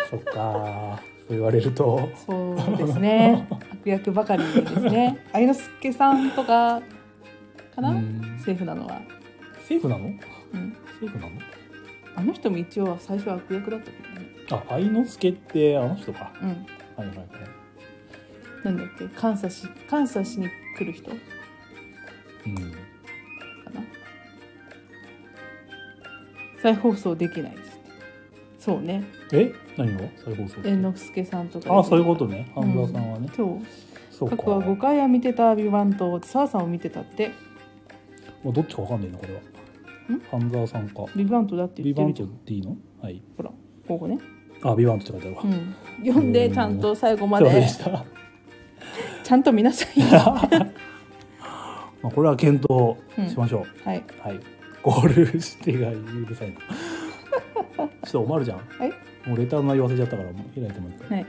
Speaker 1: そっかそう言われると
Speaker 2: そうですね。悪役ばかりですね。愛之助さんとかかな、
Speaker 1: うん
Speaker 2: セーフなのは、
Speaker 1: セーフなの
Speaker 2: うん。
Speaker 1: セーフなの
Speaker 2: あの人も一応は最初は悪役だったけどね。
Speaker 1: あ愛之助ってあの人か
Speaker 2: うん。
Speaker 1: はいはいはい
Speaker 2: なんだっけ監査し監査しに来る人か
Speaker 1: うん
Speaker 2: な。再放送できないです。そうね。
Speaker 1: え何を再放送って
Speaker 2: 猿之助さんとか。
Speaker 1: あそういうことね半沢さんはね、
Speaker 2: うんそう。
Speaker 1: そうか。
Speaker 2: 過去は5回は見てたビバンと澤さんを見てたって
Speaker 1: もうどっちかわかんないな、これは。半沢さんか。
Speaker 2: ビバントだって
Speaker 1: ビ
Speaker 2: 言っ
Speaker 1: バ
Speaker 2: てる
Speaker 1: ント
Speaker 2: じゃ
Speaker 1: っ
Speaker 2: ん
Speaker 1: ていいのはい。
Speaker 2: ほらここね、
Speaker 1: あ、ビバントって書いてあるわ
Speaker 2: う。ん、読んでちゃんと最後ま
Speaker 1: そうで
Speaker 2: で
Speaker 1: した。ま
Speaker 2: ちゃんと見なさ いよ
Speaker 1: あ、これは検討しましょう。
Speaker 2: はい
Speaker 1: はい。ゴールしてが許 さないな。ちょっとおまるじゃん。
Speaker 2: はい
Speaker 1: もうレターの内容忘れちゃったから、もう開いてもらって。
Speaker 2: はい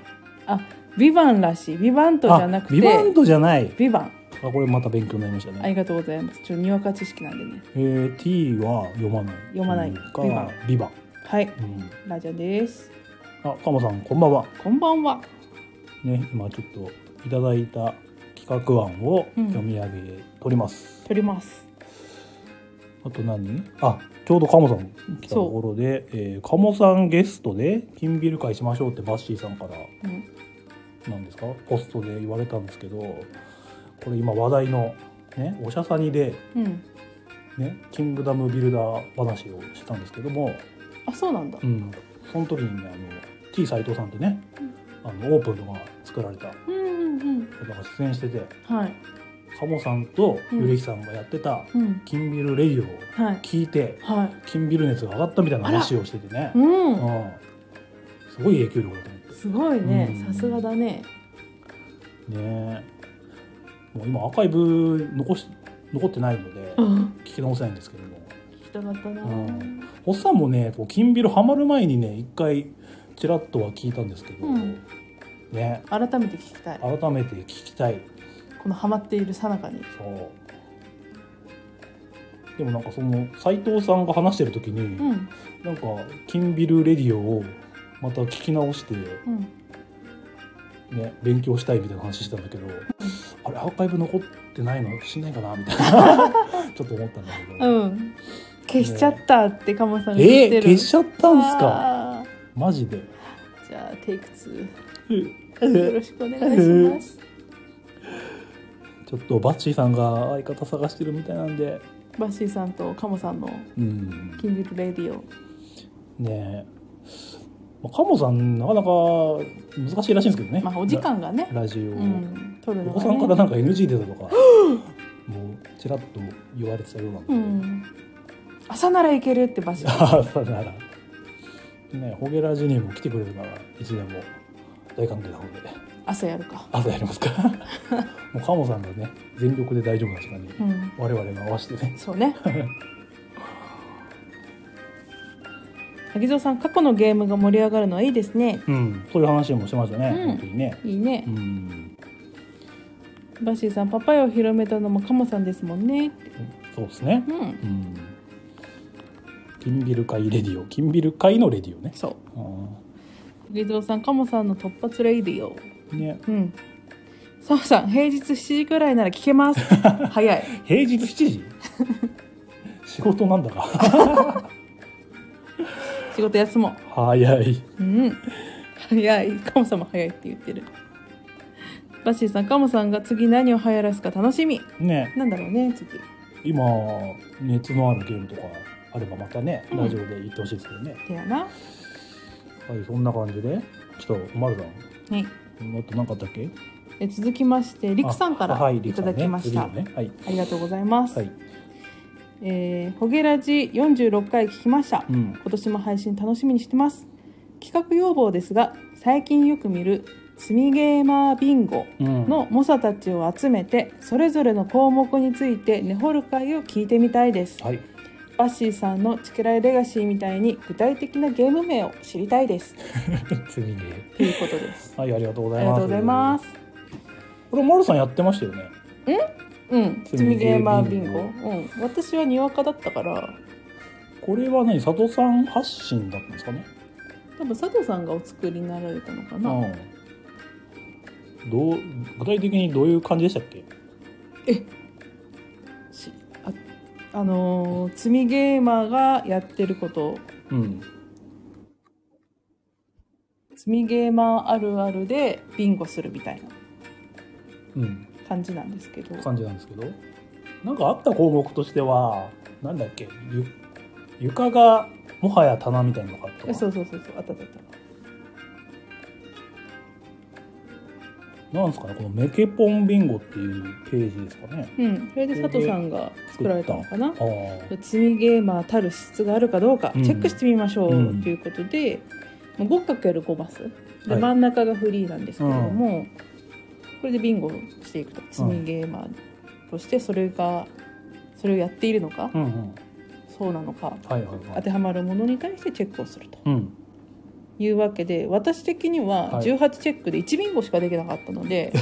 Speaker 2: あビバンらしいビバントじゃなくて
Speaker 1: ビバントじゃない。
Speaker 2: ビバン
Speaker 1: あ、これまた勉強になりましたね。
Speaker 2: ありがとうございますちょっとにわか知識なんでね
Speaker 1: えー、T は読まない。
Speaker 2: 読まない
Speaker 1: か
Speaker 2: ビバン。
Speaker 1: ビバン。
Speaker 2: はい
Speaker 1: うん。
Speaker 2: ラジャです
Speaker 1: あ、カモさん、こんばんは。
Speaker 2: こんばんは
Speaker 1: ね、今ちょっといただいた企画案を
Speaker 2: うん
Speaker 1: 読み上げとります。
Speaker 2: 撮ります
Speaker 1: あと何あ、ちょうどカモさん来たところで、えー、カモさんゲストで金ビール会しましょうってバッシーさんから
Speaker 2: うん
Speaker 1: なんですかポストで言われたんですけどこれ今話題の、ね、おしゃさにで、
Speaker 2: うん
Speaker 1: ね「キングダムビルダー」話をしたんですけども、
Speaker 2: あそうなんだ
Speaker 1: うん、その時に、ね、あの T 斎藤さんってねあのオープンとか作られた
Speaker 2: うんうんうん
Speaker 1: 方が出演してて
Speaker 2: はい
Speaker 1: カモさんと
Speaker 2: うん
Speaker 1: ゆりきさんがやってた
Speaker 2: うん
Speaker 1: 「キンビルレイディオ」を
Speaker 2: はい
Speaker 1: 聞いて
Speaker 2: はい
Speaker 1: 「キンビル熱」が上がったみたいな話をしててね、うん、
Speaker 2: うん
Speaker 1: すごい影響力だと思って。
Speaker 2: すごいね
Speaker 1: うん
Speaker 2: さすがだね
Speaker 1: ねえもう今アーカイブ残し残ってないので
Speaker 2: うん
Speaker 1: 聞き直せないんですけども
Speaker 2: 聞きたかったな
Speaker 1: うんおっさんもねこう金ビルハマる前にね一回ちらっとは聞いたんですけど、
Speaker 2: うん
Speaker 1: ね
Speaker 2: 改めて聞きたい
Speaker 1: 改めて聞きたい
Speaker 2: このハマっているさなかに
Speaker 1: そうでもなんかその斎藤さんが話してる時に、
Speaker 2: うん
Speaker 1: なんか「金ビルレディオ」をまた聞き直して、
Speaker 2: うん
Speaker 1: ね、勉強したいみたいな話してたんだけど、あれアーカイブ残ってないのしないかなみたいな ちょっと思ったんだけど、
Speaker 2: うん消しちゃったってカモさんが言っ
Speaker 1: え
Speaker 2: て
Speaker 1: ー、
Speaker 2: る
Speaker 1: 消しちゃったんすか
Speaker 2: あ
Speaker 1: マジで
Speaker 2: ーじゃあテイク2よろ
Speaker 1: ち
Speaker 2: しくお願いします
Speaker 1: ょっとバッチーさんが相方探してるみたいなんで
Speaker 2: バッシーさんとカモさんの
Speaker 1: うん
Speaker 2: 「キングレディオ
Speaker 1: ねえまあカモさんなかなか難しいらしいんですけどね」
Speaker 2: まあお時間がね
Speaker 1: ララジオ、
Speaker 2: うん撮る
Speaker 1: お
Speaker 2: の
Speaker 1: 子さんから
Speaker 2: がね
Speaker 1: なんか NG 出たとか もうちらっと言われてたようなんで、
Speaker 2: うん朝ならいけるってバッシーさん
Speaker 1: ああ そうならねホゲラジにも来てくれるならいつでも大歓迎なので
Speaker 2: 朝やるか
Speaker 1: 朝やり ますかもうカモさんがね全力で大丈夫な時間に
Speaker 2: うん
Speaker 1: 我々が合わせてね
Speaker 2: そうね。萩蔵さん、過去のゲームが盛り上がるのはいいですね。
Speaker 1: うん、そういう話もしてましたね、
Speaker 2: うん
Speaker 1: 本当にね。
Speaker 2: いいね
Speaker 1: う。ん、
Speaker 2: バッシーさん、パパイを広めたのもカモさんですもんね。
Speaker 1: そうですね
Speaker 2: う。ん。
Speaker 1: うん。金ビル会レディオ、金ビル会のレディオね。
Speaker 2: そう。
Speaker 1: あ
Speaker 2: 萩蔵さん、カモさんの突発レイディオ。
Speaker 1: ーね、
Speaker 2: うん。サムさん、平日7時くらいなら聞け ます。早い。
Speaker 1: 平日7時 仕事なんだか
Speaker 2: 仕事休もう。
Speaker 1: 早い
Speaker 2: うん。早い。カモさんも早いって言ってる。バッシーさん、カモさんが次何を流行らすか楽しみ。
Speaker 1: ね
Speaker 2: なんだろうね、次。
Speaker 1: 今熱のあるゲームとかあればまたね、
Speaker 2: うん
Speaker 1: ラジオで言ってほしいですけどね
Speaker 2: でやな。は
Speaker 1: はいそんな感じでちょっと丸さん
Speaker 2: い。
Speaker 1: あと何かあったっけ
Speaker 2: え続きましてりくさんから
Speaker 1: あはい
Speaker 2: ただきました、
Speaker 1: りくさんねはい
Speaker 2: ありがとうございます、
Speaker 1: はい
Speaker 2: えー、ホゲラジ46回聞きました、
Speaker 1: うん
Speaker 2: 今年も配信楽しみにしてます企画要望ですが最近よく見る積みゲーマービンゴ
Speaker 1: うん
Speaker 2: の猛者たちを集めてそれぞれの項目について根掘る会を聞いてみたいです、
Speaker 1: はい
Speaker 2: バッシーさんの「チケライレガシー」みたいに具体的なゲーム名を知りたいです
Speaker 1: 積みゲ
Speaker 2: ということです
Speaker 1: ーはいありがとうご
Speaker 2: あ
Speaker 1: ざい
Speaker 2: りが
Speaker 1: ます
Speaker 2: とうございます
Speaker 1: これ丸さんやってましたよね
Speaker 2: うん
Speaker 1: 積
Speaker 2: 積
Speaker 1: み
Speaker 2: み
Speaker 1: ゲ
Speaker 2: ゲ
Speaker 1: ー
Speaker 2: ー
Speaker 1: マ
Speaker 2: マ
Speaker 1: ー
Speaker 2: ー
Speaker 1: ビ
Speaker 2: ビ
Speaker 1: ン
Speaker 2: ン
Speaker 1: ゴ
Speaker 2: ゴうん私はにわかだったから
Speaker 1: これは何佐藤さん発信だったんですかね
Speaker 2: 多分佐藤さんがお作りになられたのかな、
Speaker 1: うんどう具体的にどういう感じでしたっけ
Speaker 2: しああのー積みゲーマーがやってること
Speaker 1: うん
Speaker 2: 積みゲーマーあるあるでビンゴするみたいな
Speaker 1: うん
Speaker 2: 感じなんですけど
Speaker 1: 感じなんですけどなんかあった項目としてはなんだっけゆ床がもはや棚みたいなのがあった
Speaker 2: えそううそうそうそうあったあったあっ
Speaker 1: なんですかねこの「メケポンビンゴ」っていうページですかね
Speaker 2: うん、それで佐藤さんが作られたのかな
Speaker 1: ああ
Speaker 2: 積みゲーマーたる資質があるかどうか
Speaker 1: うん
Speaker 2: チェックしてみましょう、
Speaker 1: うん
Speaker 2: ということで 5×5 マスで、
Speaker 1: はい
Speaker 2: 真ん中がフリーなんですけれども、これでビンゴしていくと積みゲーマーとしてそれがそれをやっているのか、
Speaker 1: うんうん
Speaker 2: そうなのか
Speaker 1: はいはいは
Speaker 2: 当
Speaker 1: い
Speaker 2: てはまるものに対してチェックをすると
Speaker 1: うん
Speaker 2: いうわけで私的には
Speaker 1: はい
Speaker 2: 18チェックで1ビンゴしかできなかった ので、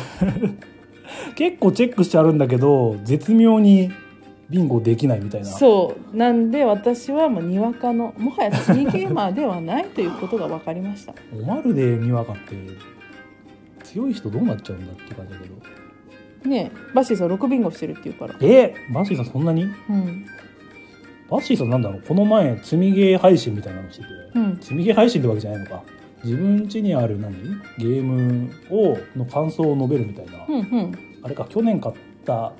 Speaker 1: 結構チェックしてあるんだけど絶妙にビンゴできないみたいな
Speaker 2: そうなんで私はもうにわかのもはや積みゲーマーではないということが分かりました。
Speaker 1: おまるでにわかって強い人どうなっちゃうんだって感じだけど
Speaker 2: ねえバッシーさん6ビンゴしてるって言うから
Speaker 1: えバッシーさんそんなに
Speaker 2: うん
Speaker 1: バッシーさんなんだろうこの前積みゲー配信みたいなのしてて、
Speaker 2: うん
Speaker 1: 積みゲー配信ってわけじゃないのか自分家にある何ゲームをの感想を述べるみたいな、
Speaker 2: うんうん
Speaker 1: あれか去年買った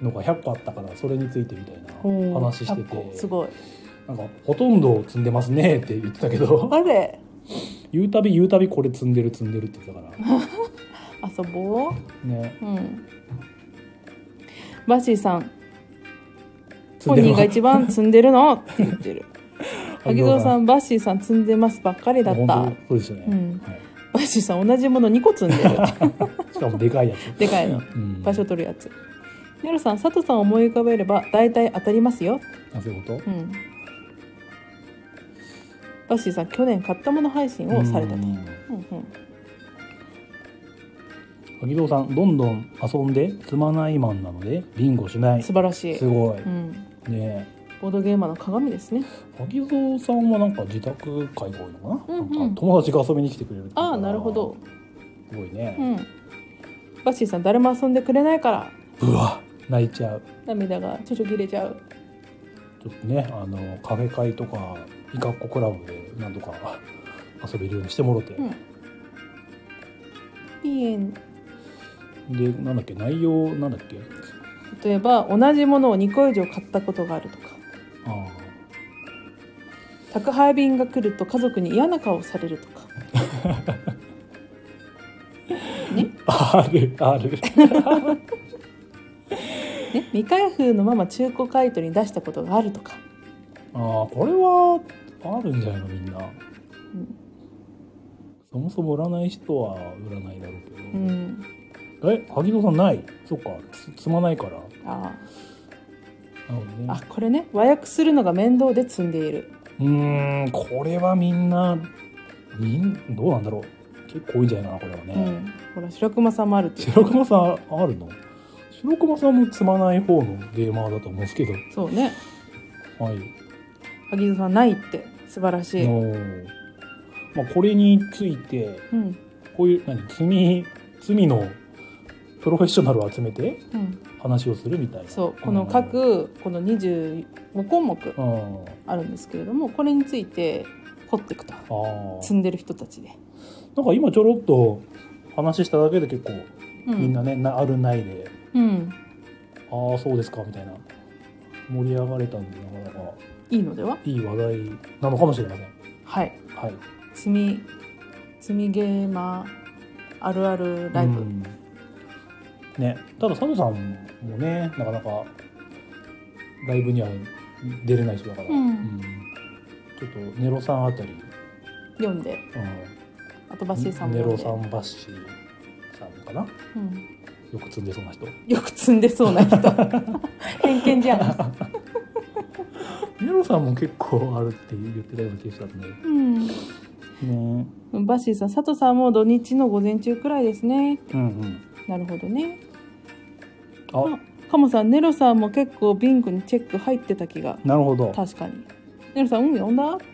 Speaker 1: のが100個あったからそれについてみたいな話して
Speaker 2: 100個
Speaker 1: て
Speaker 2: すごい
Speaker 1: なんかほとんど積んでますねって言ってたけど
Speaker 2: あれ
Speaker 1: 言うたび言うたびこれ積んでる積んでるって言ってたか
Speaker 2: 遊ぼ
Speaker 1: らね
Speaker 2: ううんバッシーさん
Speaker 1: 積ん
Speaker 2: 本
Speaker 1: で
Speaker 2: 人
Speaker 1: ま
Speaker 2: が
Speaker 1: す
Speaker 2: 一番積んでるのって言 ってる萩蔵さんバッシーさん積んでますばっかりだった
Speaker 1: 本当そうですよね、
Speaker 2: うん
Speaker 1: はい
Speaker 2: バッシーさん同じもの2個積ん でる
Speaker 1: しかもでかいや
Speaker 2: でかいの
Speaker 1: つ、うん、
Speaker 2: 場所取るやつニョロさん佐藤さんを思い浮かべれば大体当たりますよ
Speaker 1: あそういうこと
Speaker 2: うんバッシーさん去年買ったもの配信をされたと
Speaker 1: うん
Speaker 2: うんうん
Speaker 1: 萩堂さんどんどん遊んでつまないマンなのでビンゴしない
Speaker 2: 素
Speaker 1: す
Speaker 2: 晴らしい、
Speaker 1: ごい、
Speaker 2: うん、
Speaker 1: ね
Speaker 2: ボードゲーマーの鏡ですね
Speaker 1: え萩蔵さんはなんか自宅会が多いのかな,、
Speaker 2: うんうん
Speaker 1: なんか友達が遊びに来てくれるっていう
Speaker 2: あ
Speaker 1: か
Speaker 2: あなるほど
Speaker 1: すごいね
Speaker 2: う、んバッシーさん誰も遊んでくれないから
Speaker 1: うわ泣いちゃう
Speaker 2: 涙がちょちょ切れちゃう
Speaker 1: ちょっとねあのカフェ会とかいかっこクラブで何度か遊べるようにしてもろて、
Speaker 2: うんピエン
Speaker 1: でなんだっけ内容なんだっけ
Speaker 2: 例えば同じものを2個以上買ったことがあるとか
Speaker 1: あ
Speaker 2: 宅配便が来ると家族に嫌な顔をされるとか
Speaker 1: ああるある
Speaker 2: ね未開封のまま中古買取に出したことがあるとか
Speaker 1: ああこれはあるんじゃないのみんな、
Speaker 2: ん
Speaker 1: そもそも売らない人は売らないだろうけど、
Speaker 2: うん
Speaker 1: え萩戸さんないそっかつ積まないから
Speaker 2: あ
Speaker 1: なのでね
Speaker 2: ああこれね和訳するのが面倒で積んでいる
Speaker 1: うーんこれはみんなみんどうなんだろう結構多いんじゃないかなこれは
Speaker 2: う
Speaker 1: ね、
Speaker 2: んほら白熊さんもあるっていう
Speaker 1: 白熊さんあるの白熊さんも積まない方のゲーマーだと思うんですけど
Speaker 2: そうね
Speaker 1: はい
Speaker 2: 萩蔵さんないって素晴らしい、
Speaker 1: おーまあ、これについて
Speaker 2: うん
Speaker 1: こういう何罪罪のプロフェッショナルを集めて
Speaker 2: うん、
Speaker 1: 話をするみたいな
Speaker 2: そうこの各この25項目
Speaker 1: うんうん
Speaker 2: あるんですけれどもこれについて掘っていくと
Speaker 1: あー
Speaker 2: 積んでる人たちで、
Speaker 1: なんか今ちょろっと話しただけで結構
Speaker 2: うん、
Speaker 1: みんなね、なあるないで
Speaker 2: うん
Speaker 1: ああそうですかみたいな盛り上がれたんでなかなか
Speaker 2: いいのではい
Speaker 1: い話題なのかもしれません
Speaker 2: はい
Speaker 1: はい
Speaker 2: 積み積みゲーマーあるあるライブ、
Speaker 1: うんねただ佐藤さんもねなかなかライブには出れない人だから、
Speaker 2: うん
Speaker 1: ちょっとネロさんあたり、
Speaker 2: 読んで
Speaker 1: う
Speaker 2: あとバッシーさん
Speaker 1: ん、
Speaker 2: も
Speaker 1: ネ
Speaker 2: 読ん
Speaker 1: ロ
Speaker 2: で
Speaker 1: さんバッシーさんかな
Speaker 2: うん、
Speaker 1: よく積んでそうな人
Speaker 2: よく積んでそうな人偏見じゃん、
Speaker 1: ネロさんも結構あるって言ってたような気がしたんで
Speaker 2: うん、
Speaker 1: ね
Speaker 2: バッシーさん佐藤さんも土日の午前中くらいですね
Speaker 1: うんうん
Speaker 2: なるほどね
Speaker 1: あ
Speaker 2: カモさんネロさんも結構ビンゴにチェック入ってた気が
Speaker 1: なるほど
Speaker 2: 確かにネロさん運呼んだって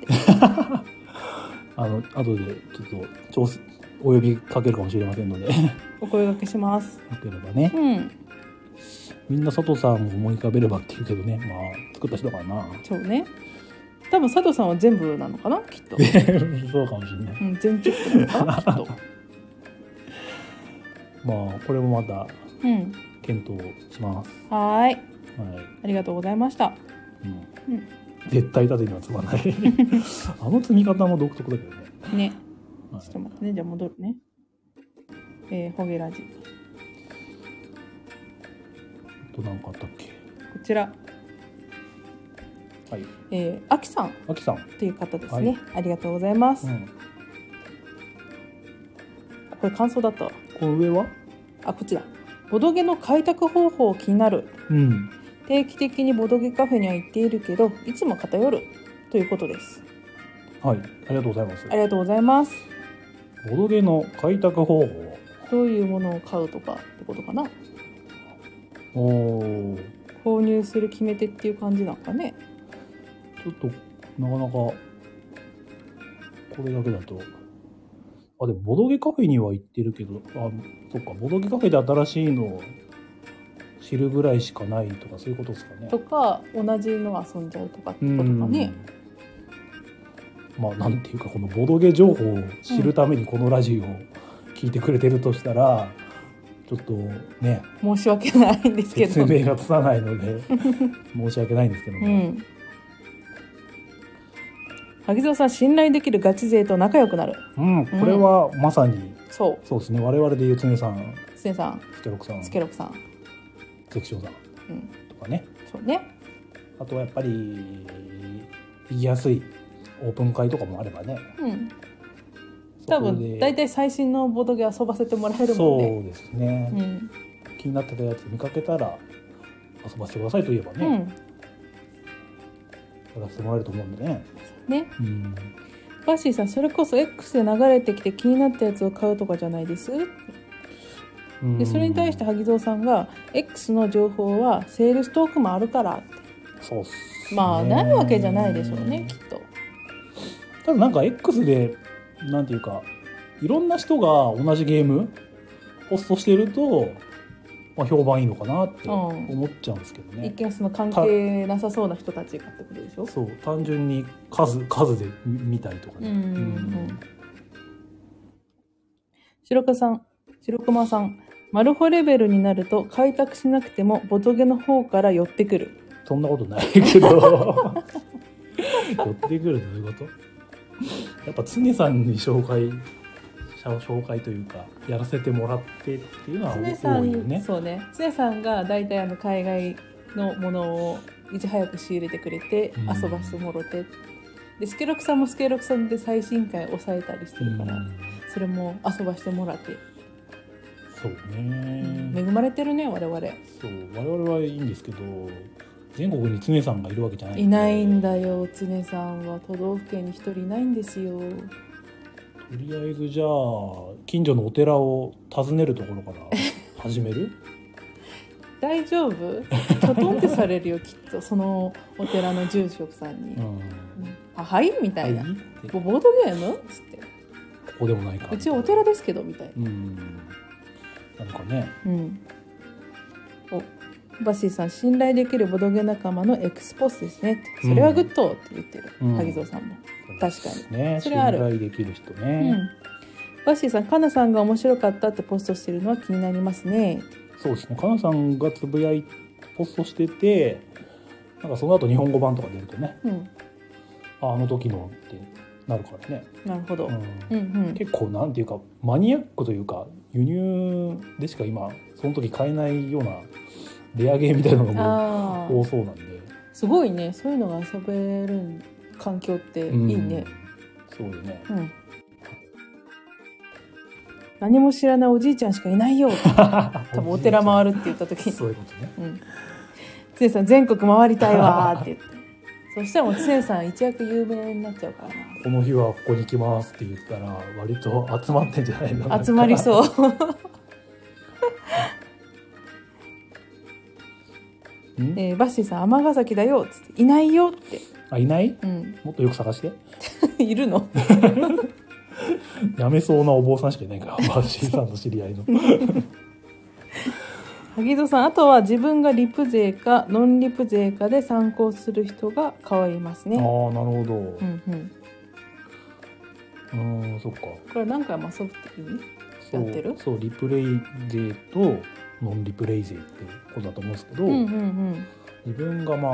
Speaker 1: あの後でちょっと調整お呼びかけるかもしれませんのでよ
Speaker 2: お声掛けします
Speaker 1: ければね
Speaker 2: うん
Speaker 1: みんな佐藤さんを思い浮かべればって言うけどねまあ作った人だからな
Speaker 2: そうね多分佐藤さんは全部なのかなきっと、
Speaker 1: そうかもしれない
Speaker 2: うん、全チェックな のかなきっと
Speaker 1: まあこれもまた
Speaker 2: うん
Speaker 1: 検討します
Speaker 2: はーい
Speaker 1: はい、
Speaker 2: ありがとうございました
Speaker 1: うん
Speaker 2: うん
Speaker 1: 絶対縦には積まない あの積み方も独特だけどね、
Speaker 2: ね
Speaker 1: はい
Speaker 2: ちょっと待ってねじゃあ戻るねえー、ホゲラジ
Speaker 1: あと何かあったっけ
Speaker 2: こちら、
Speaker 1: はい。
Speaker 2: えー、あきさん
Speaker 1: あきさん。
Speaker 2: という方ですね、ありがとうございます、
Speaker 1: うん。
Speaker 2: これ感想だったわ
Speaker 1: この上は
Speaker 2: あこちらボドゲの開拓方法気になる
Speaker 1: うん。
Speaker 2: 定期的にボドゲカフェには行っているけどいつも偏るということです
Speaker 1: はい。ありがとうございます
Speaker 2: あ。りがとうございます
Speaker 1: ボドゲの開拓方
Speaker 2: どういうものを買うとかってことかな
Speaker 1: 法。おー。
Speaker 2: 購入する決め手っていう感じなんかね
Speaker 1: ちょっと、なかなか、これだけだと。あ、でも、ボドゲカフェには行ってるけど、あ、そっか、ボドゲカフェで新しいのを知るぐらいしかないとか、そういうことですかね。
Speaker 2: とか同じの遊んじゃうとかって
Speaker 1: う
Speaker 2: ことか
Speaker 1: ん
Speaker 2: ね。
Speaker 1: まあ、なんていうか、このボドゲ情報を知るためにこのラジオを聞いてくれてるとしたら、ちょっとね、
Speaker 2: 申し訳ないんですけど
Speaker 1: 説明がつかないので、 申し訳ないんですけど
Speaker 2: う
Speaker 1: も。
Speaker 2: ん萩澤さん信頼できるガチ勢と仲良くなる
Speaker 1: うん、これはまさに、
Speaker 2: そ
Speaker 1: そうですね、我々で言う常さん、
Speaker 2: うつねさん
Speaker 1: スケロクさん、
Speaker 2: つけろくさん
Speaker 1: 関翔さん
Speaker 2: うん
Speaker 1: とかね
Speaker 2: そうね
Speaker 1: あとはやっぱり行きやすいオープン会とかもあればね
Speaker 2: うん多分大
Speaker 1: 体
Speaker 2: 体最新のボードゲ遊ばせてもらえるもんね
Speaker 1: そうですね、
Speaker 2: うん
Speaker 1: 気になってたやつ見かけたら遊ばせてくださいといえば
Speaker 2: う
Speaker 1: ね、
Speaker 2: ん
Speaker 1: やらせてもらえると思うんでね、
Speaker 2: ね
Speaker 1: うん、
Speaker 2: バッシーさんそれこそ X で流れてきて気になったやつを買うとかじゃないです
Speaker 1: うん
Speaker 2: でそれに対して萩蔵さんが X の情報はセールストークもあるからって
Speaker 1: そうっすね
Speaker 2: まあないわけじゃないでしょうねきっと
Speaker 1: ただなんか X でなんていうかいろんな人が同じゲームホストしてると、まあ、評判いいのかなって思っちゃうんですけどね、
Speaker 2: 一見その関係なさそうな人たちがってことでしょ
Speaker 1: そう単純に数数で見たりとかね、
Speaker 2: うんうんうん白熊さん白熊さんマルホレベルになると開拓しなくてもボトゲの方から寄ってくる
Speaker 1: そんなことないけど 寄ってくるのどういうことやっぱ常さんに紹介紹介というかやらせてもらってっていうのは
Speaker 2: 常さ
Speaker 1: 多いよ
Speaker 2: ん、
Speaker 1: ね
Speaker 2: そうね常さんが大体あの海外のものをいち早く仕入れてくれて
Speaker 1: うん
Speaker 2: 遊ばしてもろて、でスケロクさんもスケロクさんで最新回抑えたりして
Speaker 1: う
Speaker 2: るから、
Speaker 1: ん
Speaker 2: それも遊ばしてもらって、
Speaker 1: そうね、
Speaker 2: 恵まれてるね我々
Speaker 1: そう我々はいいんですけど全国に常さんがいるわけじゃない
Speaker 2: いないん
Speaker 1: だ
Speaker 2: だよ常さんは都道府県に一人いないんですよ
Speaker 1: とりあえずじゃあ近所のお寺を訪ねるところから始め る
Speaker 2: 大 丈夫ちょとんってされるよきっとそのお寺の住職さんに「
Speaker 1: うん
Speaker 2: うんあはい?」みたいな
Speaker 1: はい
Speaker 2: 「ボボードゲーム?」っつって
Speaker 1: ここでもないか
Speaker 2: 「うちはお寺ですけど」みたいな。
Speaker 1: うんなんかね
Speaker 2: うん。お、バッシーさん信頼できるボドゲ仲間のエクスポスですね。それはグッドって言ってる、
Speaker 1: うん
Speaker 2: 萩蔵さんも。確かに
Speaker 1: ね
Speaker 2: それある
Speaker 1: 信頼できる人
Speaker 2: う
Speaker 1: ね、
Speaker 2: ん。バッシーさん、カナさんが面白かったってポストしてるのは気になりますね。
Speaker 1: そうですねかなさんがつぶやいポストしててなんかその後日本語版とか出るとね
Speaker 2: うん。
Speaker 1: ああの時のってなるからね、
Speaker 2: なるほど。
Speaker 1: う
Speaker 2: うん
Speaker 1: ん
Speaker 2: うん。
Speaker 1: 結構なんていうかマニアックというか輸入でしか今その時買えないようなレアゲーみたいなのが
Speaker 2: あ
Speaker 1: もう多
Speaker 2: あ、
Speaker 1: そうなんです
Speaker 2: ごいね。そういうのが遊べる環境っていい
Speaker 1: うん
Speaker 2: ね。
Speaker 1: そうよね
Speaker 2: うん。何も知らないおじいちゃんしかいないよ。多分お寺回
Speaker 1: る
Speaker 2: るって言った時に。
Speaker 1: そういうことね
Speaker 2: うん「つねさん全国回りたいわ」って言ってそしたらもうつねさん一躍有名になっちゃうから
Speaker 1: この日はここに来ますって言ったら割と集まってんじゃないの
Speaker 2: な集まり
Speaker 1: う
Speaker 2: そう
Speaker 1: ん
Speaker 2: えーバッシーさん尼崎だよ」っつって「いないよ」って
Speaker 1: あいない
Speaker 2: 「うん、
Speaker 1: もっとよく探して
Speaker 2: いるの?
Speaker 1: やめそうなお坊さんしかいない からバッシーさんの知り合いの」
Speaker 2: 萩戸さんあとは自分がリプ勢かノンリプ勢かで参考する人が変わります
Speaker 1: ああなる
Speaker 2: ね。
Speaker 1: ほど
Speaker 2: うんうん、
Speaker 1: うーんそっか
Speaker 2: これ何回も遊ぶって意味
Speaker 1: そ
Speaker 2: やってる
Speaker 1: うそうリプレイ勢とノンリプレイ勢ってことだと思うんですけど、
Speaker 2: うんうんうん
Speaker 1: 自分がまあ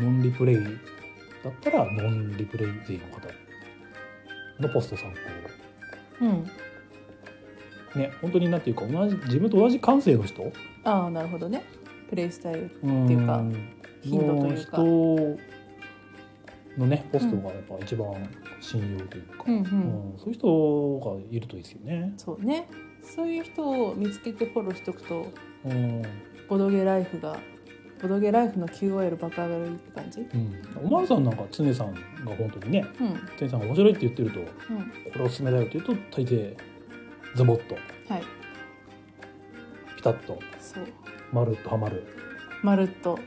Speaker 1: 何ノンリプレイだったらノンリプレイ勢の方のポスト参考
Speaker 2: うん
Speaker 1: ね、本当になんていうか同じ自分と同じ感性の人
Speaker 2: ああなるほどねプレイスタイル
Speaker 1: って
Speaker 2: いうか頻度というか
Speaker 1: の人のねポストがやっぱ一番信用というか、
Speaker 2: うんうん
Speaker 1: うんそういう人がいるといいですよね。
Speaker 2: そうねそういう人を見つけてフォローしておくと
Speaker 1: うん
Speaker 2: ボドゲライフがボドゲライフの QOL 爆上がりって感じう
Speaker 1: うん、おまるさんなんか常さんが本当にね
Speaker 2: んうん
Speaker 1: 常さんが面白いって言ってるとこれおすすめだよって言うと大抵ズボッと
Speaker 2: はい
Speaker 1: ピタッと
Speaker 2: そう
Speaker 1: まるっとはまる、
Speaker 2: まるっと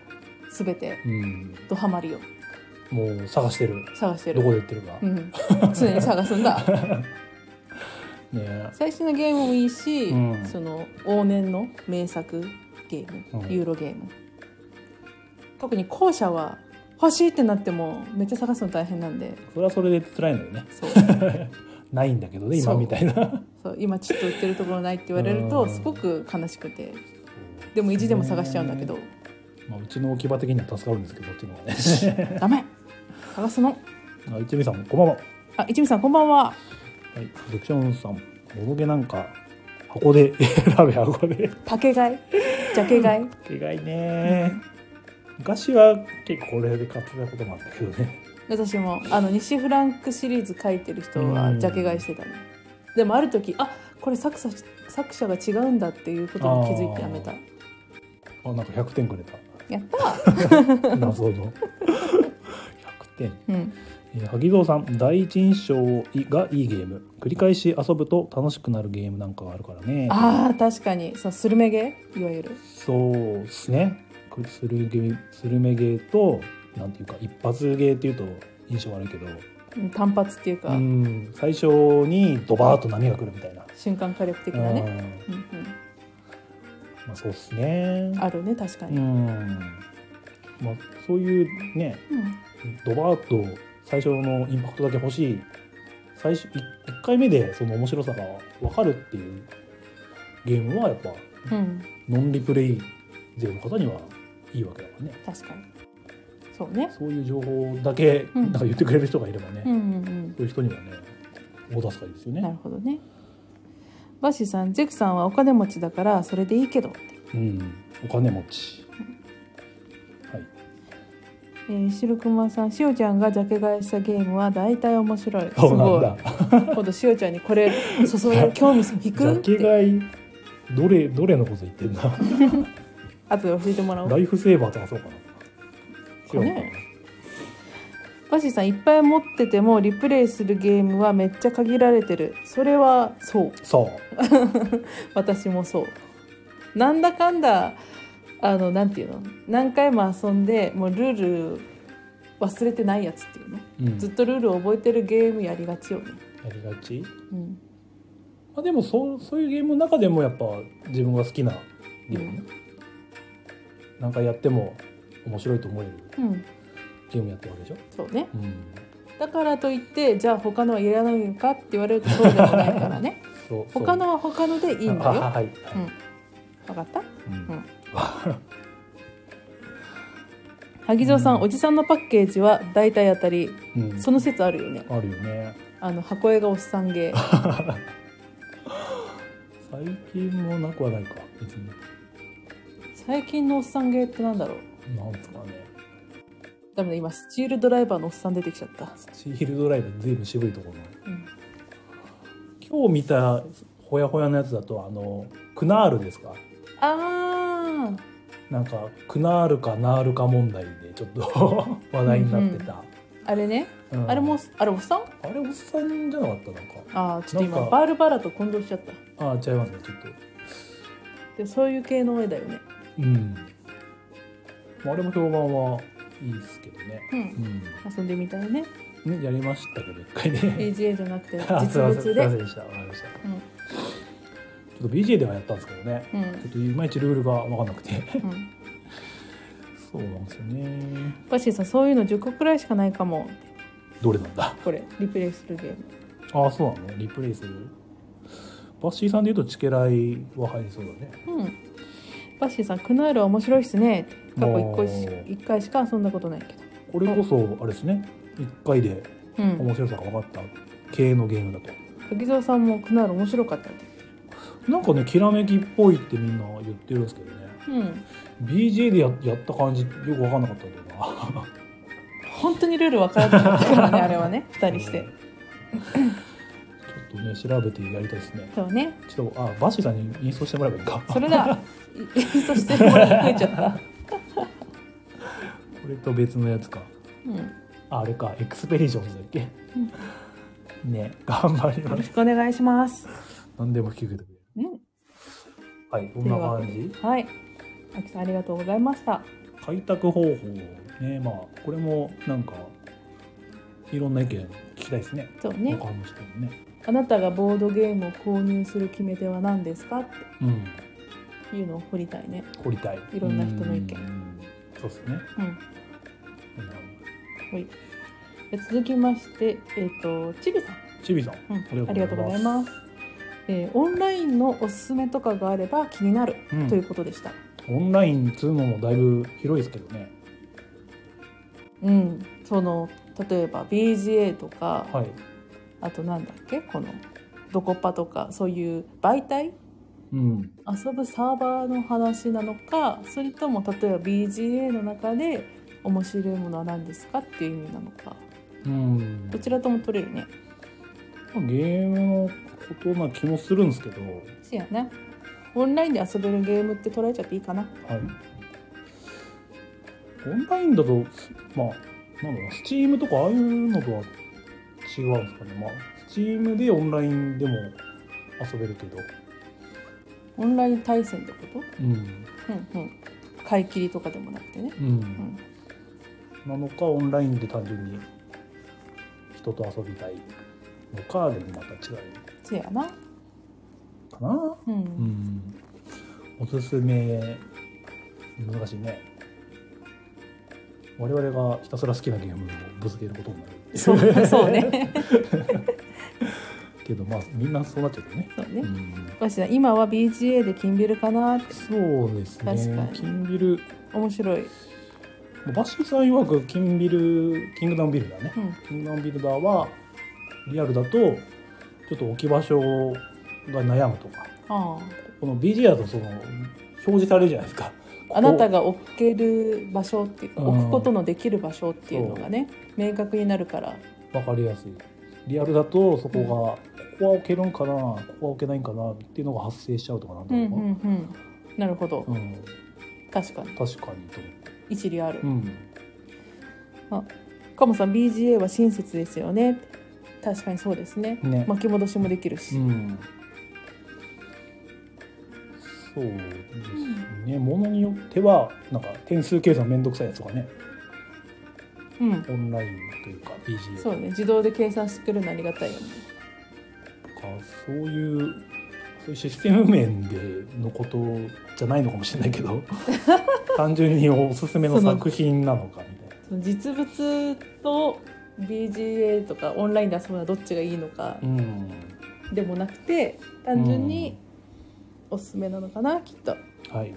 Speaker 2: 全て
Speaker 1: うん、
Speaker 2: ドハマりを
Speaker 1: もう探してる
Speaker 2: 探して
Speaker 1: ど
Speaker 2: る
Speaker 1: こで売ってるか、
Speaker 2: う
Speaker 1: ね
Speaker 2: ん、常に探す んだ
Speaker 1: え
Speaker 2: 最新のゲームもいいし、
Speaker 1: うん
Speaker 2: その往年の名作ゲーム、
Speaker 1: うん
Speaker 2: ユーロゲーム特に後者は欲しいってなってもめっちゃ探すの大変なんで
Speaker 1: それはそれで辛いのよね
Speaker 2: そう
Speaker 1: ないんだけどね今
Speaker 2: そう
Speaker 1: みたいな
Speaker 2: そう今ちょっと売ってるところないって言われると
Speaker 1: うん
Speaker 2: すごく悲しくてでも意地でも探しちゃうんだけど、
Speaker 1: まあ、うちの置き場的には助かるんですけど、っていうのはね。
Speaker 2: ダメ探すの
Speaker 1: あ、一味さん、こんばんは。
Speaker 2: あ一味さんこんばんは
Speaker 1: はい、セクションさん、ボロゲなんか、箱で、 ラベ箱で。
Speaker 2: パケ買いジャケ買い
Speaker 1: けがいね。昔は結構これで買ってたこともあったけどね。
Speaker 2: 私もあの西フランクシリーズ書いてる人
Speaker 1: う
Speaker 2: は
Speaker 1: ん
Speaker 2: ジャケ買いしてたねでもある時あこれ作者作者が違うんだっていうことに気づいてやめた
Speaker 1: ああ、なんか100点くれ
Speaker 2: やった、
Speaker 1: た。謎の。100点。
Speaker 2: うん、
Speaker 1: えー萩蔵さん第一印象がいいゲーム繰り返し遊ぶと楽しくなるゲームなんかがあるからね
Speaker 2: あー確かにそうスルメゲいわゆる
Speaker 1: そうですね。くスルゲスルメゲーと、なんていうか、一発ゲーっていうと印象悪いけど、
Speaker 2: うん単発っていうか、
Speaker 1: うん、最初にドバーッと波が来るみたいな。
Speaker 2: 瞬間火力的
Speaker 1: う
Speaker 2: なね、
Speaker 1: ん
Speaker 2: うん
Speaker 1: まあ、そうですね
Speaker 2: うん、。あるね確か
Speaker 1: う
Speaker 2: に、
Speaker 1: ん。まあ、そういうね、
Speaker 2: うん
Speaker 1: ドバーッと最初のインパクトだけ欲しい、最初、い一回目でその面白さがわかるっていうゲームは、やっぱ、
Speaker 2: うん、
Speaker 1: ノンリプレイ勢の方にはいいわけだからね。
Speaker 2: 確かにそうね
Speaker 1: そういう情報だけ
Speaker 2: うん
Speaker 1: なんか言ってくれる人がいればね、
Speaker 2: うん
Speaker 1: そ
Speaker 2: うん
Speaker 1: ういう人にはね大助かりですよ
Speaker 2: うんなる
Speaker 1: ね。
Speaker 2: ほどねバッシーさんジェクさんはお金持ちだからそれでいいけど
Speaker 1: うん、お金持ち。はい。
Speaker 2: えー、しるくまさん、しおちゃんがジャケ買いしたゲームは大体面白い。す
Speaker 1: そうなん
Speaker 2: ご
Speaker 1: だ
Speaker 2: い。。今度しおちゃんにこ れ、そそる興味引
Speaker 1: ジ
Speaker 2: くっ
Speaker 1: ャケ
Speaker 2: て。
Speaker 1: 買いどれどれのこと言ってんだ。
Speaker 2: あとで教えてもらお
Speaker 1: ラ
Speaker 2: う。
Speaker 1: イフセーバーとかそうかな。違うのかな
Speaker 2: ねバシーさん、いっぱい持っててもリプレイするゲームはめっちゃ限られてる。それはそう。
Speaker 1: そう。
Speaker 2: 私もそう。なんだかんだ、あの、なんていうの何回も遊んで、もうルール忘れてないやつっていうの。
Speaker 1: うん、
Speaker 2: ずっとルールを覚えてるゲームやりがちよね。
Speaker 1: やりがち。
Speaker 2: うん。
Speaker 1: まあでもそうそういうゲームの中でもやっぱ自分が好きなゲームね。何回やっても面白いと思える
Speaker 2: うん。
Speaker 1: ゲームやってるわけでしょ。
Speaker 2: そうね。
Speaker 1: うん。
Speaker 2: だからといってじゃあ他のはいらないのかって言われるとそうでもないからね
Speaker 1: そう。 そう
Speaker 2: 他のは他のでいいんだ
Speaker 1: あ
Speaker 2: よ
Speaker 1: はい。はい
Speaker 2: 分かった
Speaker 1: うん
Speaker 2: うん萩蔵さん、
Speaker 1: うん
Speaker 2: おじさんのパッケージは大体当たり
Speaker 1: うん
Speaker 2: その説あるよね
Speaker 1: あるよね
Speaker 2: あの箱絵がおっさ ん芸
Speaker 1: 最近もなくはないか別に
Speaker 2: 最近のおっさん芸ってなんだろう
Speaker 1: なんですかね
Speaker 2: ダメだ今スチールドライバーのおっさん出てきちゃった、
Speaker 1: スチールドライブずいぶん渋いところ
Speaker 2: うん、
Speaker 1: 今日見たほやほやのやつだとあのクナールですか
Speaker 2: あー
Speaker 1: なんかクナールかナールか問題でちょっと 話題になってた、
Speaker 2: あれね、
Speaker 1: うん
Speaker 2: あれもあれおっさん
Speaker 1: あれおっさんじゃなかったなんか
Speaker 2: あーちょっと
Speaker 1: なん
Speaker 2: 今
Speaker 1: か
Speaker 2: バールバラと混同しちゃった
Speaker 1: ああ違いますねちょっと
Speaker 2: でそういう系の絵だよね
Speaker 1: うんあれも評判はいいですけどね
Speaker 2: うん
Speaker 1: う
Speaker 2: 遊んでみたいね
Speaker 1: ん、ねやりましたけど一回ね
Speaker 2: PGA じゃなくて
Speaker 1: あすい
Speaker 2: 実
Speaker 1: ませんす
Speaker 2: 物
Speaker 1: い
Speaker 2: で
Speaker 1: ませんでしたわかりました
Speaker 2: うん
Speaker 1: ちょっと BJ ではやったんですけどね、
Speaker 2: う
Speaker 1: ちょ
Speaker 2: ん
Speaker 1: っといまいちルールが分かんなくて
Speaker 2: うん
Speaker 1: そうなんですよね
Speaker 2: バッシーさんそういうの10個くらいしかないかも
Speaker 1: どれなんだ
Speaker 2: これリプレイするゲーム
Speaker 1: ああそうなのリプレイするバッシーさんで言うとチケライは入りそうだね
Speaker 2: うんバッシーさん「クナールは面白いっすね」って過去1
Speaker 1: お
Speaker 2: 個し
Speaker 1: ー
Speaker 2: 一回しか遊んだことないけど
Speaker 1: これこそあれですね1回で
Speaker 2: うん
Speaker 1: 面白さが分かった系のゲームだと
Speaker 2: 滝沢さんも「クナール面白かった」って
Speaker 1: なんかねきらめきっぽいってみんな言ってるんですけどね
Speaker 2: うん、
Speaker 1: BJ でややった感じよく分かんなかったんだよな
Speaker 2: 本当にルール分からずにやったから ねあれはね2人して
Speaker 1: ちょっとね調べてやりたいですね
Speaker 2: そうね
Speaker 1: ちょっとあバシさんにインストしてもらえばいいか
Speaker 2: それ だいそしてもら増えちゃった、
Speaker 1: これと別のやつか
Speaker 2: うん、
Speaker 1: ああれかエクスペリションズだっけ
Speaker 2: うん
Speaker 1: ね頑張り
Speaker 2: よ
Speaker 1: ま
Speaker 2: ろ
Speaker 1: す
Speaker 2: しくお願いします、
Speaker 1: 何でも引き受けてくれる
Speaker 2: うん、
Speaker 1: はいこんな感じ
Speaker 2: はいあきさんありがとうございました
Speaker 1: 開拓方法ねまあこれもなんかいろんな意見聞きたいですね
Speaker 2: そうね
Speaker 1: 他の人もね
Speaker 2: あなたがボードゲームを購入する決め手は何ですかっ
Speaker 1: うん
Speaker 2: ていうのを掘りたいね
Speaker 1: 掘りたい
Speaker 2: いろんな人の意見
Speaker 1: うんそうですね
Speaker 2: うん
Speaker 1: うん
Speaker 2: はいで続きましてえっ、とちびさん
Speaker 1: チビさん
Speaker 2: うん、
Speaker 1: あ
Speaker 2: あ
Speaker 1: り
Speaker 2: り
Speaker 1: が
Speaker 2: が
Speaker 1: とう
Speaker 2: とう
Speaker 1: ござ
Speaker 2: ござ
Speaker 1: い
Speaker 2: い
Speaker 1: ま
Speaker 2: ます、えーオンラインのおすすめとかがあれば気になる
Speaker 1: うん
Speaker 2: ということでした
Speaker 1: オンラインっつうのもだいぶ広いですけどね
Speaker 2: うん、その例えば BGA とか、
Speaker 1: はい
Speaker 2: あとなんだっけこのドコパとかそういう媒体
Speaker 1: うん
Speaker 2: 遊ぶサーバーの話なのかそれとも例えば BGA の中で面白いものは何ですかっていう意味なのか
Speaker 1: うん
Speaker 2: どちらとも取れるね
Speaker 1: ゲームのことな気もするんですけど
Speaker 2: そうやねオンラインで遊べるゲームって捉えちゃっていいかな
Speaker 1: はい。オンラインだと、まあ、なんだろうな、スチームとかああいうのとは違うんですかね。まあ、スチームでオンラインでも遊べるけど、
Speaker 2: オンライン対戦ってこと
Speaker 1: うん、
Speaker 2: うんうん買い切りとかでもなくてね、
Speaker 1: うん、
Speaker 2: うん、
Speaker 1: なのか、オンラインで単純に人と遊びたいのかでもまた違う
Speaker 2: そうやな
Speaker 1: かな。
Speaker 2: うん、
Speaker 1: うん、おすすめ、難しいね。我々がひたすら好きなゲームをぶつけることになる。
Speaker 2: そうそうね
Speaker 1: けどまあみんなそうなっちゃうよね。
Speaker 2: そうねわしさん今は BGA で金ビルかなって
Speaker 1: そうです
Speaker 2: 確か
Speaker 1: ね
Speaker 2: に。
Speaker 1: 金ビル、
Speaker 2: 面白い、うん、
Speaker 1: バシーさん曰く金ビル、キングダムビルダーね。キングダムビルダーはリアルだとちょっと置き場所が悩むとか、
Speaker 2: あ
Speaker 1: この BG だとその表示されるじゃないですか。ここ
Speaker 2: ああなたが置ける場所っていうか
Speaker 1: うん
Speaker 2: 置くことのできる場所っていうのがね明確になるから
Speaker 1: わかりやすい。リアルだとそこが、ここは置けるんかな、ここは置けないんかなっていうのが発生しちゃうとかなんだ
Speaker 2: うん
Speaker 1: ろ
Speaker 2: う
Speaker 1: うか。
Speaker 2: んうんなるほど、
Speaker 1: うん、
Speaker 2: 確かに
Speaker 1: 確かにと思って。
Speaker 2: 一理ある、
Speaker 1: うん。
Speaker 2: カモさん BGA は親切ですよね確かにそうですね
Speaker 1: ね
Speaker 2: 巻き戻しもできる
Speaker 1: う
Speaker 2: し、
Speaker 1: ん、そうですね、ものによってはなんか点数計算めんどくさいやつとかね
Speaker 2: うん
Speaker 1: オンラインというか BGA
Speaker 2: そ
Speaker 1: と
Speaker 2: う
Speaker 1: か
Speaker 2: ね自動で計算してくれるのありがたいよね
Speaker 1: そういうそういうシステム面でのことじゃないのかもしれないけ ど単純におすすめの
Speaker 2: その
Speaker 1: 作品なのかみたいな。
Speaker 2: その実物と BGA とかオンラインで遊ぶのはどっちがいいのか
Speaker 1: うん
Speaker 2: でもなくて単純におすすめなのかなきっと
Speaker 1: はい、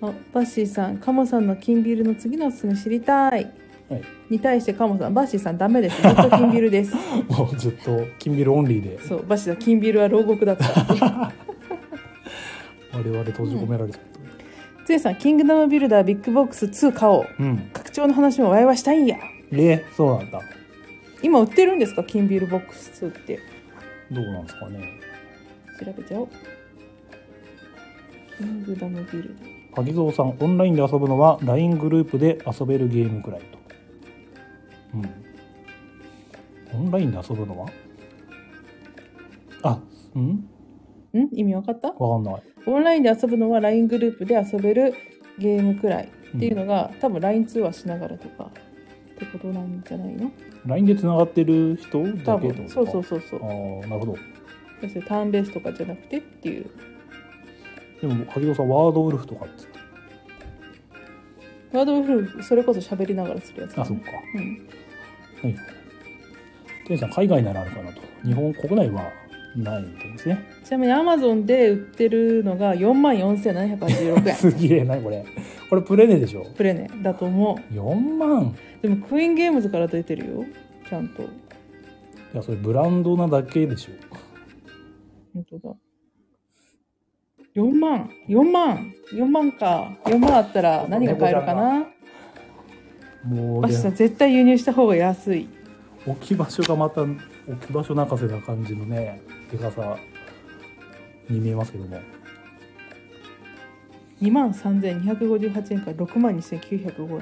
Speaker 2: あバッシーさんカモさんの金ビールの次のおすすめ知りたい
Speaker 1: はい、
Speaker 2: に対してカモさんバッシーさんダメですずっと金ビー ルです
Speaker 1: もうずっと金ビルオンリーで
Speaker 2: そうバッシーさん金ビールは牢獄だった
Speaker 1: 我々閉じ込められちゃった、
Speaker 2: つえさんキングダムビルダービッグボックス2買おう
Speaker 1: うん
Speaker 2: 拡張の話もワイワイしたいんや
Speaker 1: えそうなんだ
Speaker 2: 今売ってるんですか金ビールボックス2って
Speaker 1: どうなんですかね
Speaker 2: 調べちゃおうキングダムビルダー
Speaker 1: 鍵蔵さんオンラインで遊ぶのは LINE グループで遊べるゲームくらいと、うん、オンラインで遊ぶのはあうん
Speaker 2: ん意味わかった
Speaker 1: わかんない
Speaker 2: オンラインで遊ぶのは LINE グループで遊べるゲームくらいっていうのが、多分 LINE 通話しながらとかってことなんじゃないの
Speaker 1: LINE でつながってる人
Speaker 2: 多
Speaker 1: だけって
Speaker 2: 分
Speaker 1: こと
Speaker 2: そうそう
Speaker 1: そ
Speaker 2: そう
Speaker 1: あ
Speaker 2: そう
Speaker 1: ーなるほど
Speaker 2: 要するにターンベースとかじゃなくてっていう
Speaker 1: でも萩蔵さんワードウルフとかっつって
Speaker 2: ワードウルフそれこそ喋りながらするやつだ
Speaker 1: あそ
Speaker 2: ね
Speaker 1: っかは
Speaker 2: うん、
Speaker 1: い天さん海外ならあるかなと日本国内はないみたいですね
Speaker 2: ちなみに Amazon で売ってるのが4万4786 円
Speaker 1: すげえなこれこれプレネでしょ
Speaker 2: プレネだと思
Speaker 1: 4万
Speaker 2: うでもクイーンゲームズから出てるよちゃんと
Speaker 1: いやそれブランドなだけでしょ
Speaker 2: 本当だ。4万、4万、4万か。4万あったら何が買えるかな
Speaker 1: もう
Speaker 2: バシさ
Speaker 1: ね
Speaker 2: ん、絶対輸入した方が安い。
Speaker 1: 置き場所がまた置き場所泣かせな感じのねでかさに見えますけども
Speaker 2: 2万3258円から6万2905円。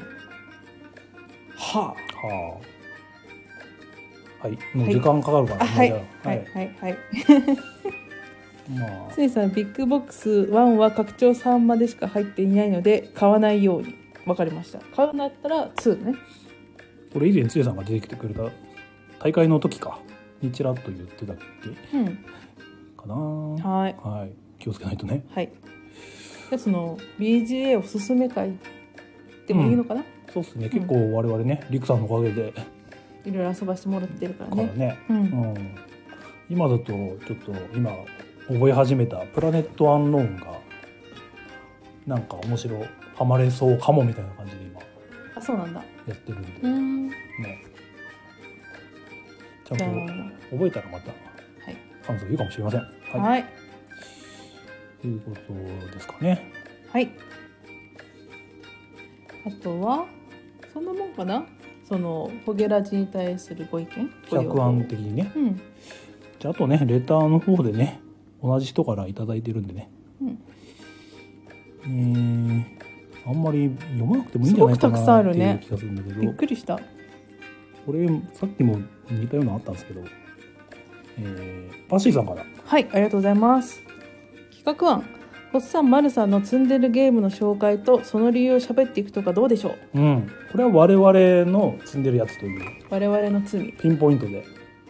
Speaker 2: は
Speaker 1: はあはいもう時間かかるか
Speaker 2: あ。
Speaker 1: ら、
Speaker 2: あ、はい。
Speaker 1: もうじゃ
Speaker 2: は
Speaker 1: あ
Speaker 2: い、はい、はい。
Speaker 1: はいまあ
Speaker 2: ついさん、ビッグボックス1は拡張3までしか入っていないので、買わないように。わかりました。買うんだったら2ね。
Speaker 1: これ以前つゆさんが出てきてくれた大会の時かにちらっと言ってたっけ
Speaker 2: うん。
Speaker 1: かなは
Speaker 2: はい。
Speaker 1: い気をつけないとね
Speaker 2: はい。じゃあその BGA おすすめ会でもいいのかな、
Speaker 1: そうっすね結構我々ね、りくさんのおかげでか
Speaker 2: いろいろ遊ばしてもらってるから
Speaker 1: ら
Speaker 2: ね。
Speaker 1: ね、
Speaker 2: うん。
Speaker 1: うん、今だとちょっと今覚え始めた「プラネット・アンローン」がなんか面白ハマれそうかもみたいな感じで今
Speaker 2: あ、そうなんだ。
Speaker 1: やってるんで、
Speaker 2: うん。
Speaker 1: ねちゃん
Speaker 2: じゃあ、
Speaker 1: と覚えたらまた
Speaker 2: い
Speaker 1: 感想言うかもしれません。い、
Speaker 2: はい。
Speaker 1: ということですかね。
Speaker 2: はい。あとは、そんなもんかなその、ホゲラジに対するご意見
Speaker 1: 企画案的にね。
Speaker 2: うん。
Speaker 1: じゃああとねレターの方でね同じ人から頂いただいてるんでね。
Speaker 2: うん
Speaker 1: えーあんまり読まなくてもいいんじゃないか
Speaker 2: すごくたくさんあ
Speaker 1: なっ
Speaker 2: る
Speaker 1: てい
Speaker 2: ね
Speaker 1: う気がするんだけど、
Speaker 2: びっくりした。
Speaker 1: これさっきも似たようなのあったんですけど、えー、パシーさんから
Speaker 2: はい、ありがとうございます。企画案。ホッサン・マルさんの積んでるゲームの紹介とその理由を喋っていくとかどうでしょう
Speaker 1: うんこれは我々の積んでるやつという
Speaker 2: 我々の罪
Speaker 1: ピンポイントで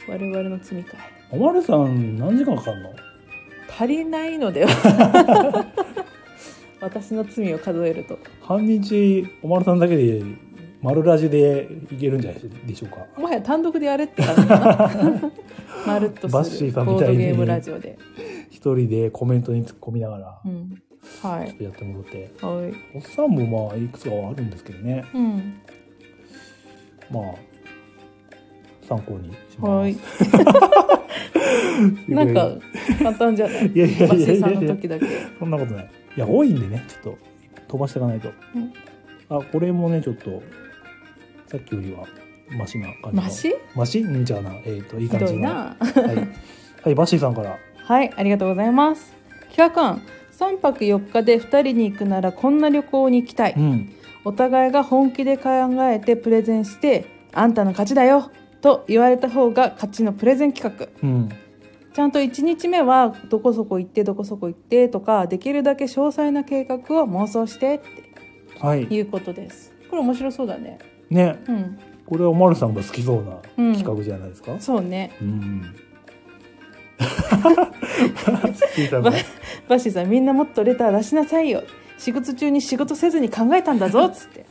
Speaker 2: 我々の罪かい
Speaker 1: おまるさん何時間かかるの
Speaker 2: 足りないのでは 私の罪を数えると
Speaker 1: 半日おまるさんだけで丸ラジでいけるんじゃないでしょうか
Speaker 2: もはや単独でやれって感じかな まるっと
Speaker 1: バッ
Speaker 2: す
Speaker 1: シ
Speaker 2: る
Speaker 1: ー
Speaker 2: ボ
Speaker 1: さんみた
Speaker 2: ード
Speaker 1: いに
Speaker 2: ゲームラジオで、
Speaker 1: 一人でコメントに突っ込みながら
Speaker 2: うん、は
Speaker 1: ちょっ
Speaker 2: い
Speaker 1: とやってもらって
Speaker 2: はい
Speaker 1: おっさんもまあいくつかはあるんですけどね
Speaker 2: うん
Speaker 1: まあ参考にしま
Speaker 2: は
Speaker 1: す
Speaker 2: いなんか簡単じゃない
Speaker 1: いやいやいや
Speaker 2: バッ
Speaker 1: い
Speaker 2: シ
Speaker 1: や
Speaker 2: ー
Speaker 1: い
Speaker 2: さ
Speaker 1: や
Speaker 2: んの時だけ
Speaker 1: そんなことない。いや、多いんでね、ちょっと飛ばしていかないと。
Speaker 2: うん
Speaker 1: あ、これもね、ちょっと、さっきよりは、マシな感じの。
Speaker 2: マシ
Speaker 1: マシうんじゃあな。えっ、と、いい
Speaker 2: ひ
Speaker 1: 感
Speaker 2: ど
Speaker 1: じ
Speaker 2: い
Speaker 1: の。
Speaker 2: な
Speaker 1: はい。はい、バッシーさん から。
Speaker 2: はい、ありがとうございます。企画案、3泊4日で2人に行くならこんな旅行に行きたい。
Speaker 1: うん。
Speaker 2: お互いが本気で考えてプレゼンして、あんたの勝ちだよと言われた方が勝ちのプレゼン企画。
Speaker 1: うん。
Speaker 2: ちゃんと1日目はどこそこ行ってどこそこ行ってとか、できるだけ詳細な計画を妄想してっ
Speaker 1: はい
Speaker 2: て。いうことです。これ面白そうだね。
Speaker 1: ね、
Speaker 2: うん。
Speaker 1: これはおまるさんが好きそうな
Speaker 2: うん
Speaker 1: 企画じゃないですか。
Speaker 2: そうね。
Speaker 1: うん。 バッシーさんが
Speaker 2: バ。バッシーさん、みんなもっとレター出しなさいよ。仕事中に仕事せずに考えたんだ ぞっつって。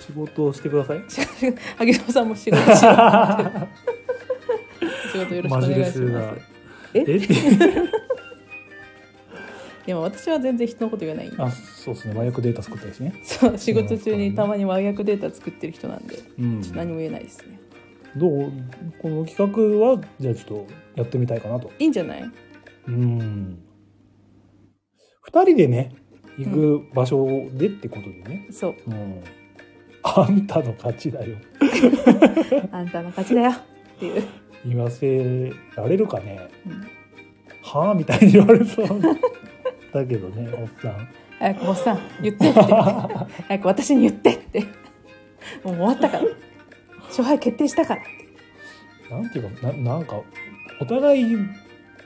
Speaker 1: 仕事をしてください。
Speaker 2: 萩野さんも仕事しろ って仕事よろしくお願い
Speaker 1: マジ
Speaker 2: し
Speaker 1: レス
Speaker 2: ま
Speaker 1: が
Speaker 2: すえ
Speaker 1: え って。
Speaker 2: でも私は全然人のこと言わない
Speaker 1: あ、そうですね。和訳データ作ったりしね。
Speaker 2: そう仕事中にたまに和訳データ作ってる人なんで
Speaker 1: うん
Speaker 2: ちょっと何も言えないですね
Speaker 1: どうこの企画はじゃあちょっとやってみたいかなと
Speaker 2: いいんじゃない
Speaker 1: うん2人でね行く場所でってことでね、
Speaker 2: そう
Speaker 1: うんあんたの勝ちだよ
Speaker 2: あんたの勝ちだよっていう、
Speaker 1: 言わせられるかね
Speaker 2: うん
Speaker 1: はあみたいに言われそうだけど ねおっさん
Speaker 2: 早くおっさん言ってって早く私に言ってってもう終わったから勝敗決定したから
Speaker 1: なんていうかななんかお互い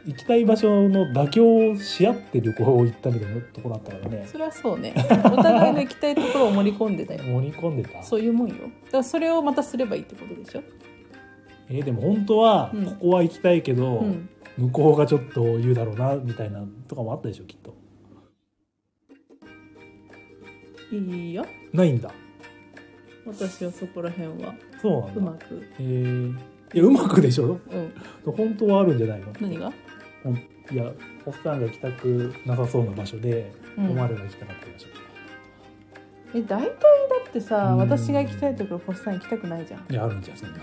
Speaker 1: 行きたい場所の妥協し合って旅行行ったみたいなところあったからね
Speaker 2: それはそうねお互いの行きたいところを盛り込んでたよ
Speaker 1: 盛り込んでた
Speaker 2: そういうもんよだからそれをまたすればいいってことでしょ
Speaker 1: えーでも本当は
Speaker 2: うん
Speaker 1: ここは行きたいけど、
Speaker 2: うん
Speaker 1: 向こうがちょっと言うだろうなみたいなとかもあったでしょきっと
Speaker 2: いいよ
Speaker 1: ないんだ
Speaker 2: 私はそこら辺は
Speaker 1: そうなんだ
Speaker 2: うまく
Speaker 1: えーいやうまくでしょ
Speaker 2: うん
Speaker 1: 本当はあるんじゃないの
Speaker 2: 何が、
Speaker 1: いやおっさんが行きたくなさそうな場所で、お
Speaker 2: う
Speaker 1: ま
Speaker 2: ん、
Speaker 1: るが行きたかった場所
Speaker 2: え大体だってさ
Speaker 1: うん
Speaker 2: 私が行きたいところフォッサン行きたくないじゃん
Speaker 1: いやあるんじゃんそんな
Speaker 2: い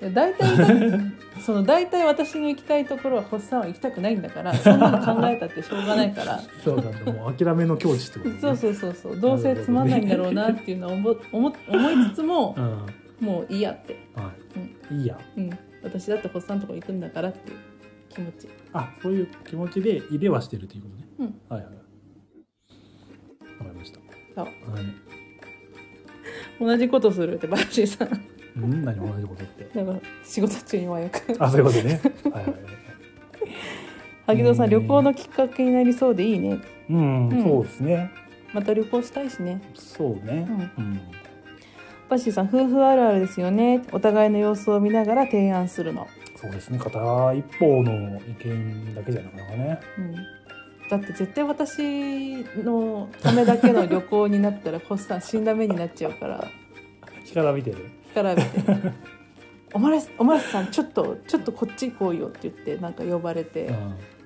Speaker 2: や大体だその大体私の行きたいところはホッサンは行きたくないんだからそんなの考えたってしょうがないから
Speaker 1: そうなんだ もう諦めの境地ってことね
Speaker 2: そうそうそうそうどうせつまんないんだろうなっていうのは思思思いつつも
Speaker 1: うんは
Speaker 2: もういいやって、
Speaker 1: い、いいや
Speaker 2: うん、私だってホッサンのとこ行くんだからっていう気持ち
Speaker 1: あそういう気持ちで入れはしてるということね、
Speaker 2: うん
Speaker 1: はいはいわかりました
Speaker 2: そう
Speaker 1: はい
Speaker 2: 同じことするってバッシーさん
Speaker 1: うん何同じことって
Speaker 2: なんか仕事中に和訳
Speaker 1: あそういうことねはいは いはい
Speaker 2: 萩野さん
Speaker 1: ね
Speaker 2: 旅行のきっかけになりそうでいいね
Speaker 1: うん、
Speaker 2: うん
Speaker 1: そうですね
Speaker 2: また旅行したいしね
Speaker 1: そうねうん、
Speaker 2: バッシーさん夫婦あるあるですよねお互いの様子を見ながら提案するの、
Speaker 1: そうですね片一方の意見だけじゃなかなかね
Speaker 2: うん、だって絶対私のためだけの旅行になったらコスさん死んだ目になっちゃうから
Speaker 1: 力見てる
Speaker 2: から見て「おまらおまらさんちょっとちょっとこっち来いよ」って言ってなんか呼ばれて
Speaker 1: う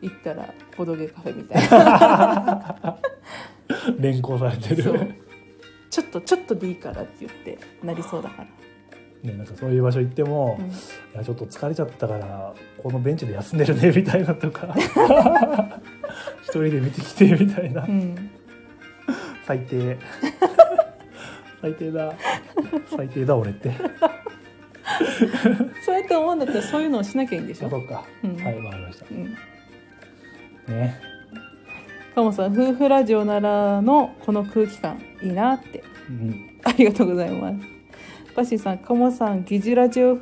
Speaker 2: 行ったらボドゲカフェみた いな
Speaker 1: ん連行されて
Speaker 2: そう
Speaker 1: る、
Speaker 2: ちょっとちょっとでいいからって言ってなりそうだから。
Speaker 1: ね、なんかそういう場所行っても、
Speaker 2: うん
Speaker 1: いやちょっと疲れちゃったからこのベンチで休んでるね みたいなとか一人で見てきてみたいな、
Speaker 2: うん
Speaker 1: 最 低最低だ最低だ俺って
Speaker 2: そうやって思うんだったらそういうのをしなきゃいいんでし
Speaker 1: あそ
Speaker 2: ょ。
Speaker 1: うか、
Speaker 2: うん
Speaker 1: はいわかりまし
Speaker 2: うん、
Speaker 1: たね
Speaker 2: カモさん夫婦ラジオならのこの空気感いいなって
Speaker 1: うん
Speaker 2: ありがとうございます。バッシーさん、カモさん、疑似ラジオ、ん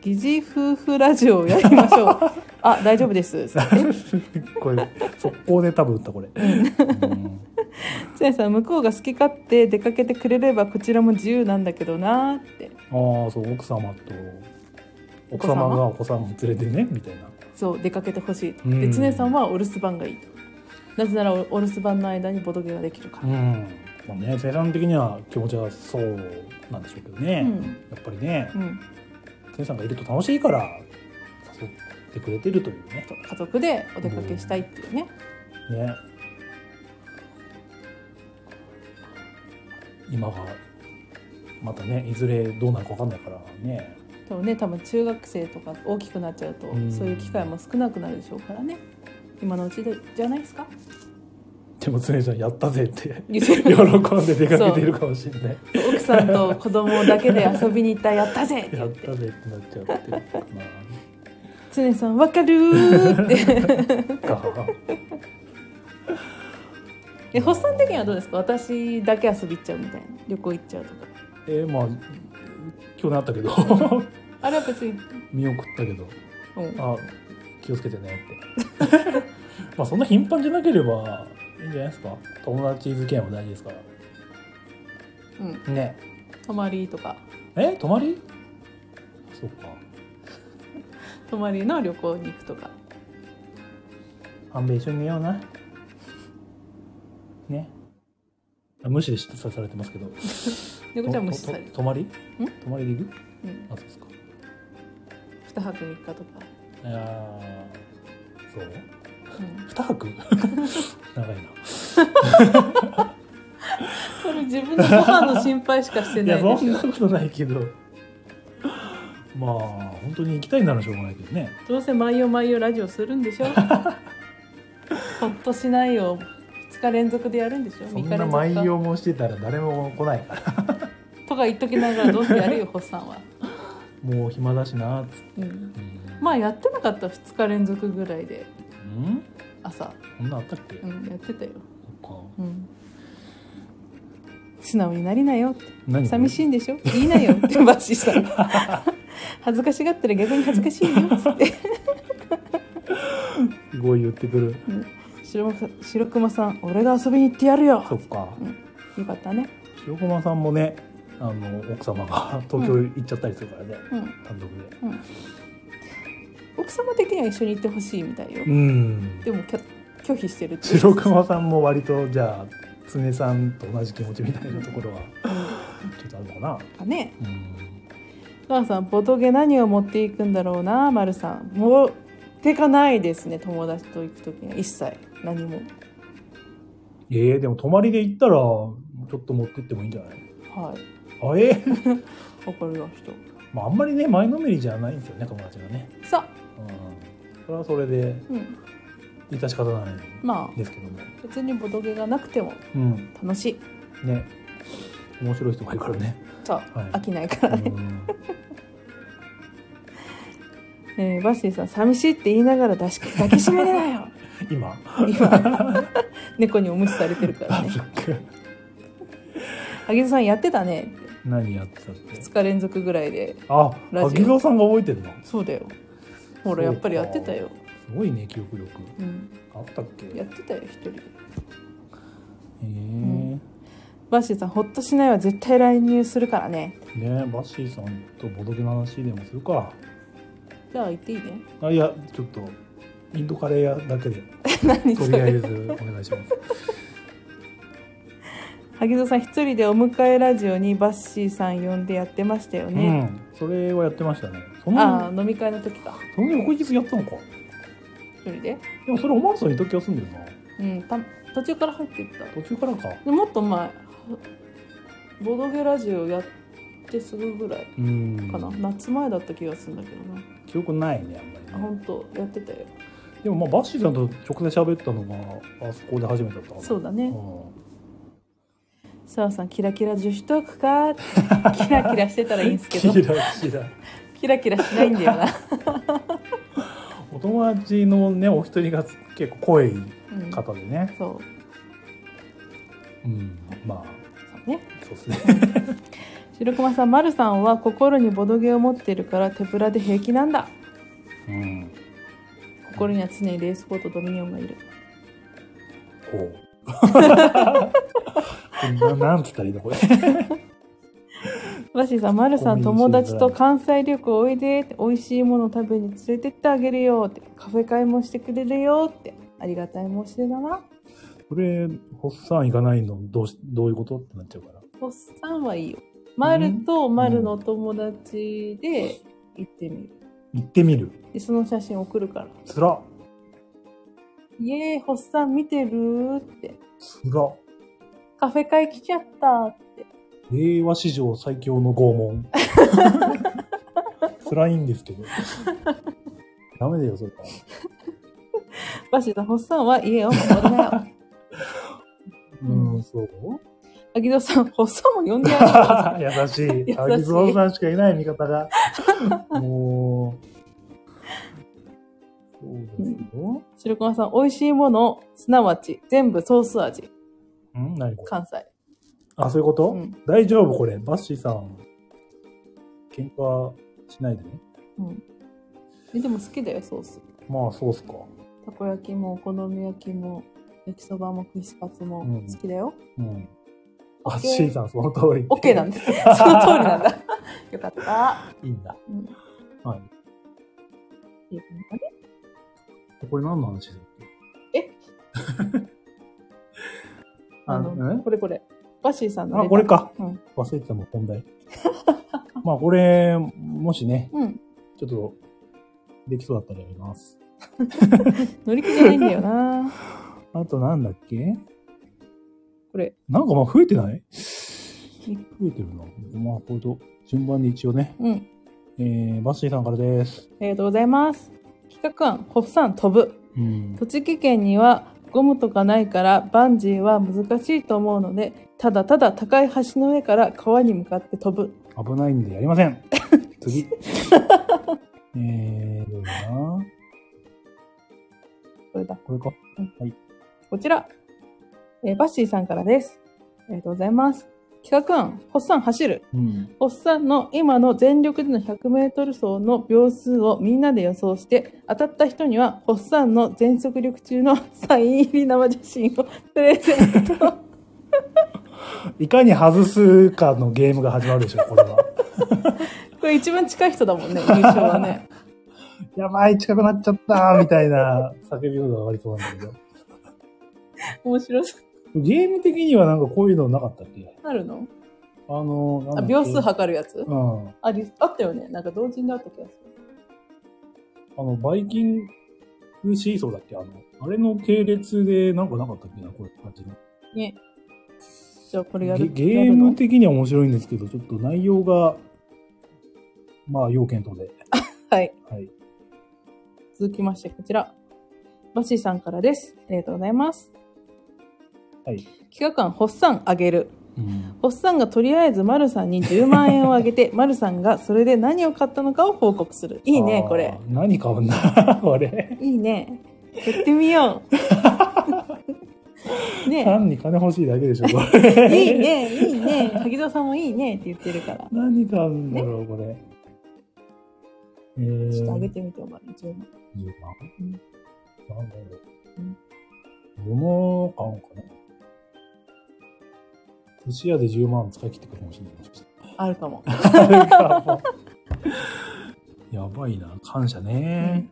Speaker 2: 疑似夫婦ラジオをやりまし ょう。あ、大丈夫です。
Speaker 1: これ速攻で多分打ったこれ、うん
Speaker 2: つやさん、向こうが好き勝手出かけてくれれば、こちらも自由なんだけどなーって。
Speaker 1: ああそう奥様と奥様がお子さんを連れてねみたいな
Speaker 2: そう、出かけてほしいと。
Speaker 1: うん
Speaker 2: で、つねさんはお留守番がいいと。なぜならお、お留守番の間にボドゲができるか
Speaker 1: う
Speaker 2: ら。
Speaker 1: んまあね生産的には気持ちはそうなんでしょうけどね、
Speaker 2: うん
Speaker 1: やっぱりね
Speaker 2: うん、
Speaker 1: 生さんがいると楽しいから誘ってくれてるというね
Speaker 2: そう家族でお出かけしたいっていうね。
Speaker 1: ね今がまたねいずれどうなるか分かんないからね
Speaker 2: でもね、多分中学生とか大きくなっちゃうと、
Speaker 1: うん
Speaker 2: そういう機会も少なくなるでしょうからね。今のうちでじゃないですか。
Speaker 1: でも常さんやったぜって
Speaker 2: 言っ
Speaker 1: 喜
Speaker 2: て
Speaker 1: んで出かけてるかもしれない
Speaker 2: 奥さんと子供だけで遊びに行ったやったぜって
Speaker 1: や
Speaker 2: 言っ
Speaker 1: ってたぜってなっちゃうっていうま
Speaker 2: 「常さんわかる!」 って
Speaker 1: あか
Speaker 2: で発散的にはどうですか私だけ遊び行っちゃうみたいな旅行行っちゃうとか
Speaker 1: えーまあ去年あった けど
Speaker 2: あれは別に、
Speaker 1: 見送ったけど
Speaker 2: うん、
Speaker 1: あ気をつけてねって まあそんな頻繁じゃなければいいんじゃないですか友達付き合いも大事ですから
Speaker 2: うん、
Speaker 1: ね
Speaker 2: 泊まりとか
Speaker 1: え泊まりそっか
Speaker 2: 泊まりの旅行に行くとか
Speaker 1: 半べ一緒に寝ようなねあ無視でさされてますけど
Speaker 2: 猫ちゃん無視され
Speaker 1: と
Speaker 2: る、
Speaker 1: と泊まり泊まりで行く
Speaker 2: うん、
Speaker 1: あそうですか
Speaker 2: 2泊3日とか、
Speaker 1: いやーそう
Speaker 2: うん、
Speaker 1: 2泊 長いな
Speaker 2: それ自分のご飯の心配しかして
Speaker 1: い
Speaker 2: な
Speaker 1: や
Speaker 2: いで
Speaker 1: そ
Speaker 2: し
Speaker 1: ん
Speaker 2: ょ
Speaker 1: なことないけどまあ本当に行きたいならしょうがないけどね
Speaker 2: どうせ毎夜毎夜ラジオするんで しょほっとしないよ2日連続でやるんでしょ
Speaker 1: そ
Speaker 2: 三
Speaker 1: ん
Speaker 2: 日連
Speaker 1: な
Speaker 2: 続
Speaker 1: 毎
Speaker 2: か
Speaker 1: 夜もしてたら誰も来ないから
Speaker 2: とか言っときながらどうせやるよホッサンは、
Speaker 1: もう暇だしなっつって
Speaker 2: うん、
Speaker 1: うん
Speaker 2: まあやってなかった2日連続ぐらいで
Speaker 1: うん
Speaker 2: 朝、
Speaker 1: そんなんあったっけ、
Speaker 2: うん、やってたよ、
Speaker 1: そっか
Speaker 2: うん、素直になりなよって
Speaker 1: 何
Speaker 2: 寂しいんでしょ言いなよ ってバッシーさん恥ずかしがったら逆に恥ずかしいよっつって
Speaker 1: すごい言ってくる
Speaker 2: 白熊白熊さん俺が遊びに行ってやるよ
Speaker 1: そっか
Speaker 2: よかったね
Speaker 1: 塩駒さんもねあの奥様が 東京行っちゃったりするからね、
Speaker 2: うん
Speaker 1: 単独で
Speaker 2: 奥様的には一緒に行ってほしいみたいよ、
Speaker 1: うん
Speaker 2: でもきゃ拒否してるって
Speaker 1: 白熊さんも割とじゃあ常さんと同じ気持ちみたいなところはちょっとあるのかな
Speaker 2: かね
Speaker 1: うん
Speaker 2: 母さんボトゲ何を持っていくんだろうな丸さん持ってかないですね友達と行く時には一切何も
Speaker 1: えー、でも泊まりで行ったらちょっと持ってってもいいんじゃない
Speaker 2: はい
Speaker 1: あえー
Speaker 2: 怒るよ人
Speaker 1: まあ、あんまりね前のめりじゃないんですよね友達がね、
Speaker 2: そう、
Speaker 1: うん、それはそれで
Speaker 2: うん、
Speaker 1: 致し方ないん
Speaker 2: まあ
Speaker 1: ですけども
Speaker 2: 別にボドゲがなくても
Speaker 1: うん
Speaker 2: 楽しい
Speaker 1: ね面白い人がいるからね、
Speaker 2: そう、
Speaker 1: はい
Speaker 2: 飽きないから
Speaker 1: う
Speaker 2: ね、
Speaker 1: ん、
Speaker 2: ねえバッシーさん寂しいって言いながら抱き抱きしめれな いよ
Speaker 1: 今
Speaker 2: 今猫におむつされてるからね萩野さんやってたね
Speaker 1: 何やってたって
Speaker 2: 2日連続ぐらいで
Speaker 1: あ
Speaker 2: ラジオ
Speaker 1: 秋川さんが覚えてるの
Speaker 2: そうだよほらやっぱりやってたよ、
Speaker 1: すごいね記憶力
Speaker 2: うん、
Speaker 1: あったっけ
Speaker 2: やっ
Speaker 1: へ
Speaker 2: てたよ一人で
Speaker 1: えね
Speaker 2: んバッシーさんほっとしないは絶対乱入するからね
Speaker 1: バッシーさんとボドゲの話でもするか
Speaker 2: じゃあ行っていいね
Speaker 1: あいやちょっとインドカレー屋だけで
Speaker 2: 何
Speaker 1: と
Speaker 2: そ
Speaker 1: りあえ
Speaker 2: れ
Speaker 1: ずお願いします
Speaker 2: 萩野さん一人でお迎えラジオにバッシーさん呼んでやってましたよ
Speaker 1: う
Speaker 2: ね、
Speaker 1: んそれはやってましたねそ
Speaker 2: あ
Speaker 1: の
Speaker 2: あ飲み会の時か
Speaker 1: その翌日やったのか
Speaker 2: 一人で
Speaker 1: でもそれおまるさんいた気がするんだよ
Speaker 2: うんた途中から入ってった
Speaker 1: な途中からか
Speaker 2: でもっと前ボドゲラジオやってすぐぐらい
Speaker 1: うん
Speaker 2: かな、夏前だった気がするんだけどな
Speaker 1: 記憶ないねあ
Speaker 2: あ
Speaker 1: んまりね
Speaker 2: 本当やってたよ
Speaker 1: でもまあバッシーさんと直接喋ったのがあそこで初めてだったから
Speaker 2: そうだ
Speaker 1: う
Speaker 2: ね
Speaker 1: ん
Speaker 2: 澤さんキラキラ女子トークかキラキラしてたらいいんで すけど
Speaker 1: キラキラ
Speaker 2: キラキラしないんだよな、
Speaker 1: お友達のねお一人が結構濃い
Speaker 2: うん、そう
Speaker 1: 方でね、
Speaker 2: そ
Speaker 1: うん、まあ
Speaker 2: うね
Speaker 1: そうです ね
Speaker 2: 白駒さん、まるさんは心にボドゲを持っているから手ぶらで平気なんだ。
Speaker 1: うん
Speaker 2: 心には常にレースポートドミニオンがいる。
Speaker 1: こう ななんつったらいいのこれ
Speaker 2: バシーさん、まるさん、
Speaker 1: コンビニ
Speaker 2: 友
Speaker 1: に
Speaker 2: 達と関西旅行おいでって、美味しいもの食べに連れてってあげるよって、カフェ会もしてくれるよって、ありがたい申し出だな。
Speaker 1: これホッサン行かないのどうしどういうことってなっちゃうから
Speaker 2: おっさんはいいよ。まるとまるのお友達で行ってみる。
Speaker 1: 行ってみる
Speaker 2: で、その写真送るから。
Speaker 1: つら
Speaker 2: イエーイ、ほっさん見てるって。
Speaker 1: つら
Speaker 2: カフェ会来ちゃったって。
Speaker 1: 令和史上最強の拷問 辛いんですけどダメだよそれから
Speaker 2: バシーさん、ほっさんは家を守るなよ。
Speaker 1: うんそう
Speaker 2: 萩野さん、ホッサンも呼んでや
Speaker 1: 優しい。
Speaker 2: 優しい
Speaker 1: 萩蔵さんしかいない味方 が。もう。そうですよ。
Speaker 2: 白駒さん、美味しいもの、すなわち、全部ソース味、
Speaker 1: うん何これ
Speaker 2: 関西。
Speaker 1: あ、そういうこと、
Speaker 2: うん
Speaker 1: 大丈夫これ。バッシーさん。喧嘩しないでね。
Speaker 2: うん。えでも好きだよ、ソース。
Speaker 1: まあ、そうっすか。
Speaker 2: たこ焼きも、お好み焼きも、焼きそばも、串カツも
Speaker 1: うん
Speaker 2: 好きだよ。
Speaker 1: うん。
Speaker 2: オ
Speaker 1: バ
Speaker 2: ッ
Speaker 1: ッ
Speaker 2: ケ
Speaker 1: シ
Speaker 2: ー
Speaker 1: ーさん、その通り。
Speaker 2: オッケー なんだ。その通りなんだ。よかった。
Speaker 1: いいんだ。
Speaker 2: うん。
Speaker 1: はい
Speaker 2: い感じだね
Speaker 1: い。これ何の話だっけ
Speaker 2: え
Speaker 1: あ
Speaker 2: あ
Speaker 1: の、え
Speaker 2: の、これこれ。バッシーさんの
Speaker 1: あ、
Speaker 2: ネタ
Speaker 1: これ。か。
Speaker 2: うん
Speaker 1: 忘れてたもん、本題。 まあ、これ、もしね、
Speaker 2: うん。
Speaker 1: ちょっと、できそうだったらやります。
Speaker 2: 乗り気じゃないんだよな。
Speaker 1: あと、なんだっけ
Speaker 2: これ。
Speaker 1: なんかまあ、増えて ない増えてるな。まあ、これと、順番に一応ね、
Speaker 2: うん。
Speaker 1: えー、バッシーさんからです。
Speaker 2: ありがとうございます。企画案、ホッサン飛ぶ。
Speaker 1: うん。
Speaker 2: 栃木県にはゴムとかないからバンジーは難しいと思うのでただただ高い橋の上から川に向かって飛ぶ
Speaker 1: 危ないんでやりませ ん。次。えー、どうだな
Speaker 2: これだ
Speaker 1: これか。
Speaker 2: こちら、えーバッシーさんからですありがとうございます企画案ホッサン走る
Speaker 1: うん。
Speaker 2: ホッサンの今の全力での 100m 走の秒数をみんなで予想して当たった人にはホッサンの全速力中のサイン入り生写真をプレゼント
Speaker 1: いかに外すかのゲームが始まるでしょ、これは。
Speaker 2: これ一番近い人だもんね優勝はね
Speaker 1: やばい、近くなっちゃった、みたいな叫び声が上がりそうなんだけど。
Speaker 2: 面白そう
Speaker 1: ゲーム的にはなんかこういうのなかったっけ
Speaker 2: あるの
Speaker 1: あの、なんだ
Speaker 2: あ
Speaker 1: っけ
Speaker 2: 秒数測るやつ、
Speaker 1: うん。あ
Speaker 2: ありあったよねなんか同時にあった気がする
Speaker 1: の、バイキングシーソーだっけあの、あれの系列でなんかなかったっけなこれ感じの。
Speaker 2: ねじゃあこれやる
Speaker 1: ゲゲーム的には面白いんですけど、ちょっと内容がまあ、要検討で。
Speaker 2: はい。
Speaker 1: はい。
Speaker 2: 続きまして、こちら。バシーさんからです。ありがとうございます。
Speaker 1: はい。
Speaker 2: 企画案、ホッサンあげる。
Speaker 1: うん。
Speaker 2: ホッサンがとりあえずマルさんに10万円をあ げて、マルさんがそれで何を買ったのかを報告する。いい
Speaker 1: あ
Speaker 2: ね
Speaker 1: ー、
Speaker 2: これ。。
Speaker 1: 何買うんだ これ。
Speaker 2: いいね。やってみよ う。ね
Speaker 1: 単に金欲しいだけでしょ、これ。
Speaker 2: え。いい。ね、いいね。萩澤さんもいいねって言ってるから。
Speaker 1: 何買うんだろう、これ。えー、
Speaker 2: ちょっとあげてみてお前、10万。
Speaker 1: 10
Speaker 2: うん
Speaker 1: 万、なんだろ
Speaker 2: うん
Speaker 1: う。物買うんかな寿司屋で10万使い切ってくるかもしれない。もしかして
Speaker 2: あるかも。
Speaker 1: やばいな、感謝ね。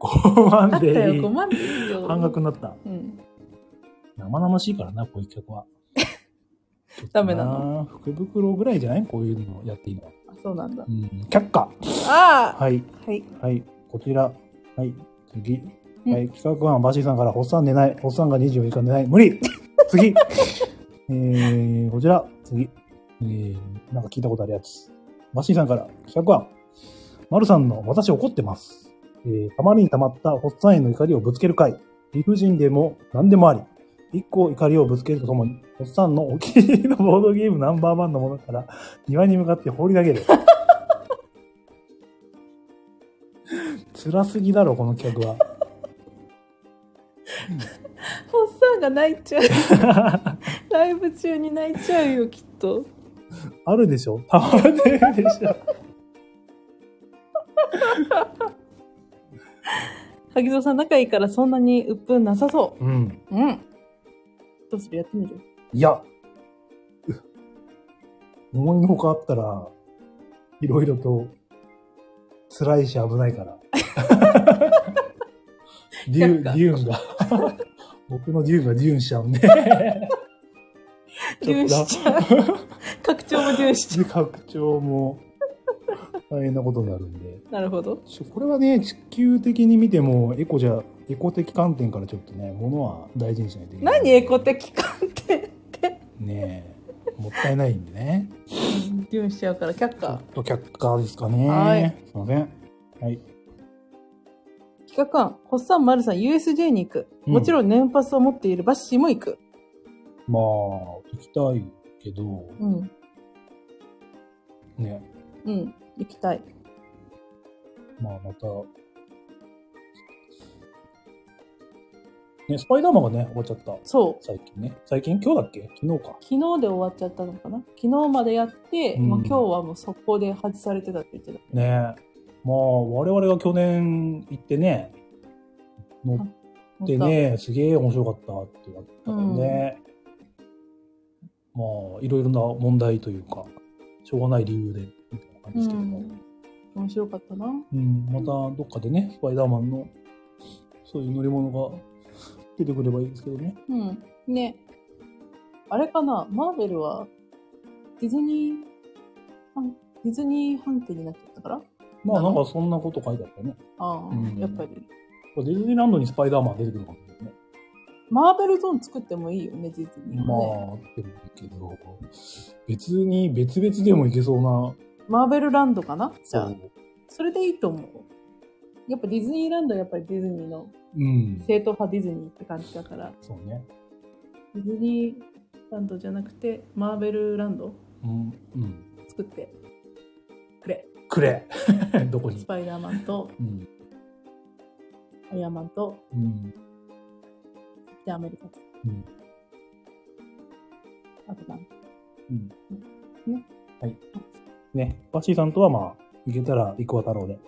Speaker 1: 5
Speaker 2: あ
Speaker 1: 万
Speaker 2: ったよ、
Speaker 1: でいい
Speaker 2: 5万でいいよ。
Speaker 1: 半額になった。
Speaker 2: うん。
Speaker 1: 生々しいからな、こういう企画は。
Speaker 2: ダメな
Speaker 1: の福袋ぐらいじゃないこういうのやっていいのは。
Speaker 2: あそうなんだ
Speaker 1: う。ん、却下
Speaker 2: あ
Speaker 1: はい、
Speaker 2: あはい。
Speaker 1: はい、こちら。はい、次。
Speaker 2: うん
Speaker 1: はい、企画案、バシーさんから、ホッサン寝ない。ホッサンが24時間寝ない。無理 次えー、こちら。次。えー、なんか聞いたことあるやつ。バシーさんから、企画案。マルさんの、私怒ってます。えー、たまりに溜まったホッサンへの怒りをぶつける会。理不尽でも何でもあり。一個怒りをぶつけるとともに、ホッサンのお気に入りのボードゲームナンバーワンのものから、庭に向かって放り投げる。辛すぎだろ、この企画は。
Speaker 2: ホッサンが泣いちゃう。 ライブ中に泣いちゃうよ、きっと。
Speaker 1: あるでしょたまってるでしょ
Speaker 2: 萩蔵さん仲いいからそんなに鬱憤なさそ
Speaker 1: うん。
Speaker 2: う。うん。どうするやってみる
Speaker 1: いや。思いのほかあったら、いろいろと、辛いし危ない から。デューン、デュ
Speaker 2: 却下
Speaker 1: ーンが。 僕のデューンがデューンしちゃうんで。
Speaker 2: デューしちゃう。拡張もデューしちゃ
Speaker 1: 自覚長も、大変なことになるんで。
Speaker 2: う。なるほど。
Speaker 1: ちょこれはね、地球的に見ても、エコじゃ、エコ的観点からちょっとね、ものは大事にしないといけない。
Speaker 2: 何エコ的観点って。
Speaker 1: ねえ、もったいないんでね。
Speaker 2: デューしちゃうから却下。
Speaker 1: ちょっと却下ですかね。
Speaker 2: はい。
Speaker 1: すいません。はい。
Speaker 2: 企画案、ホッサン、マルさん、USJ に行く。
Speaker 1: うん
Speaker 2: もちろん年パスを持っているバッシーも行く。
Speaker 1: まあ、行きたいけど、
Speaker 2: うん。
Speaker 1: ね、
Speaker 2: うん。行きたい。
Speaker 1: まあまた、ね、スパイダーマンがね、終わっちゃった。
Speaker 2: そう。
Speaker 1: 最近ね。最近今日だっけ昨日か。
Speaker 2: 昨日で終わっちゃったのかな昨日までやって、
Speaker 1: うん
Speaker 2: まあ、今日はもう速攻で外されてたって言ってた。
Speaker 1: ねえ。まあ、我々が去年行ってね、乗ってね、すげえ面白かったってなったからね。まあ、いろいろな問題というか、しょうがない理由で、みたいな感じです
Speaker 2: 本当。う
Speaker 1: けども。
Speaker 2: ん。面白かったな。
Speaker 1: うん、またどっかでね、スパイダーマンの、そういう乗り物が出てくればいいですけどね。
Speaker 2: うん。ね。あれかなマーベルは、ディズニー半、ディズニー半径になっちゃったから
Speaker 1: まあなんかそんなこと書いてあったね。
Speaker 2: ああ、
Speaker 1: うん
Speaker 2: やっぱり。
Speaker 1: ディズニーランドにスパイダーマン出てくるかもしれないね。
Speaker 2: マーベルゾーン作ってもいいよね、ディズニー
Speaker 1: ま
Speaker 2: はね。
Speaker 1: あ、出てくるけど、別に別々でもいけそうな、
Speaker 2: マーベルランドかなじ
Speaker 1: そ
Speaker 2: ゃあ
Speaker 1: う、。
Speaker 2: それでいいと思う。やっぱディズニーランドはやっぱりディズニーの
Speaker 1: うん。
Speaker 2: 正統派ディズニーって感じだから、
Speaker 1: そうね。
Speaker 2: ディズニーランドじゃなくて、マーベルランド
Speaker 1: うん。うん。
Speaker 2: 作ってくれ。
Speaker 1: くれ どこ
Speaker 2: ス
Speaker 1: に
Speaker 2: パイダーマン と、
Speaker 1: うん。
Speaker 2: アイアンマンと、
Speaker 1: うん。
Speaker 2: で、アメリカと。
Speaker 1: うん
Speaker 2: あとなんか
Speaker 1: うん。
Speaker 2: ね。
Speaker 1: はい。ね。バッシーさんとはまあ、行けたら行くわ太郎で。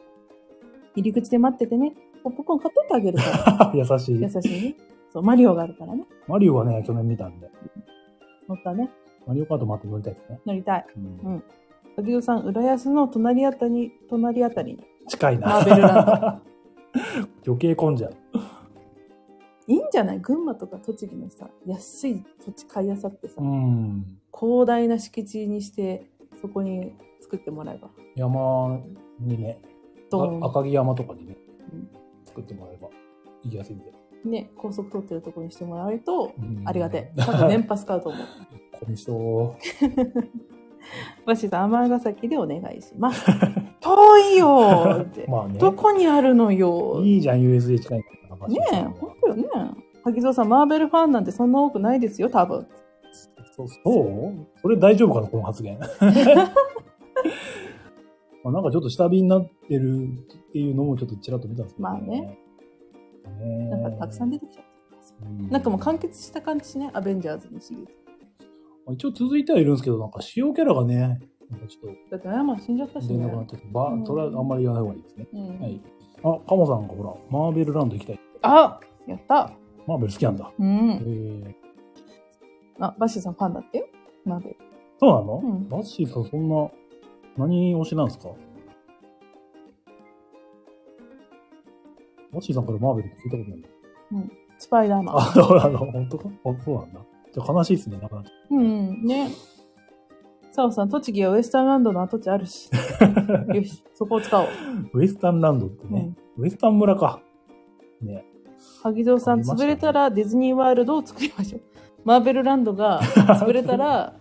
Speaker 2: 入り口で待っててね、ポップコーン買っといてあげるから、
Speaker 1: 優しい
Speaker 2: 優。しいね。そう、マリオがあるからね。
Speaker 1: マリオはね、去年見たんで。
Speaker 2: 乗ったね。
Speaker 1: マリオカート待って乗りたいですね。
Speaker 2: 乗りたい。
Speaker 1: うん
Speaker 2: うん萩尾さん、浦安の隣あたりに、隣あたりに。
Speaker 1: 近いな。
Speaker 2: マーベルラン ド
Speaker 1: 余計混んじゃう。
Speaker 2: いいんじゃない群馬とか栃木のさ、安い土地買いあさってさ、
Speaker 1: ん。
Speaker 2: 広大な敷地にして、そこに作ってもらえば。
Speaker 1: 山にね、
Speaker 2: ド
Speaker 1: あ
Speaker 2: ー
Speaker 1: 赤城山とかにね
Speaker 2: うん、
Speaker 1: 作ってもらえば行きやすいんで。
Speaker 2: ン。ね、高速通ってるとこにしてもらえると、
Speaker 1: うん
Speaker 2: ありがてえ。多分年パス買うと思う。
Speaker 1: 混みそう。
Speaker 2: バシさん、尼崎でお願いし ます。遠いよって。
Speaker 1: まあね。
Speaker 2: どこにあるのよ。ね
Speaker 1: いいじゃん、USJ 近いから
Speaker 2: え、本当よね。萩蔵さん、マーベルファンなんてそんな多くないですよ、多分。
Speaker 1: そうそうそれ大丈夫かな、この発 言。まあなんかちょっと下火になってるっていうのもちょっとちらっと見たんですけど、
Speaker 2: まあね。
Speaker 1: ね
Speaker 2: なんかたくさん出てきちゃっ
Speaker 1: うん
Speaker 2: た。なんかもう完結した感じしね、アベンジャーズのシリーズ。
Speaker 1: まあ一応続いてはいるんですけど、なんか主要キャラがね、なんかちょっ
Speaker 2: だって、あやま死んじゃった
Speaker 1: と
Speaker 2: し
Speaker 1: 出なくなっ
Speaker 2: ね。
Speaker 1: ちゃって、ば、それはあんまりやらない方がいいですね。
Speaker 2: うん
Speaker 1: はい。あ、カモさんがほら、マーベルランド行きたい。
Speaker 2: あやった
Speaker 1: マーベル好きなんだ。
Speaker 2: う
Speaker 1: へ
Speaker 2: ん。
Speaker 1: え。
Speaker 2: あ、バッシーさんファンだってよ。マーベル。
Speaker 1: そうなの、
Speaker 2: うん
Speaker 1: バッシーさん、そんな、何推しなんですかバッシーさんからマーベルって聞いたことない。
Speaker 2: スパイダーマン。
Speaker 1: あ、そうなの本当かあそうなんだ。じゃあ悲しいですね、なかなか。
Speaker 2: うん、ね。サオさん、栃木はウエスタンランドの跡地あ るし。よし、そこを使おう。
Speaker 1: ウエスタンランドってね、ウエスタン村か。ね。
Speaker 2: 萩蔵さ
Speaker 1: あ
Speaker 2: ん、
Speaker 1: りました
Speaker 2: 潰
Speaker 1: ね
Speaker 2: れたらディズニーワールドを作りましょう。マーベルランド が潰れたら、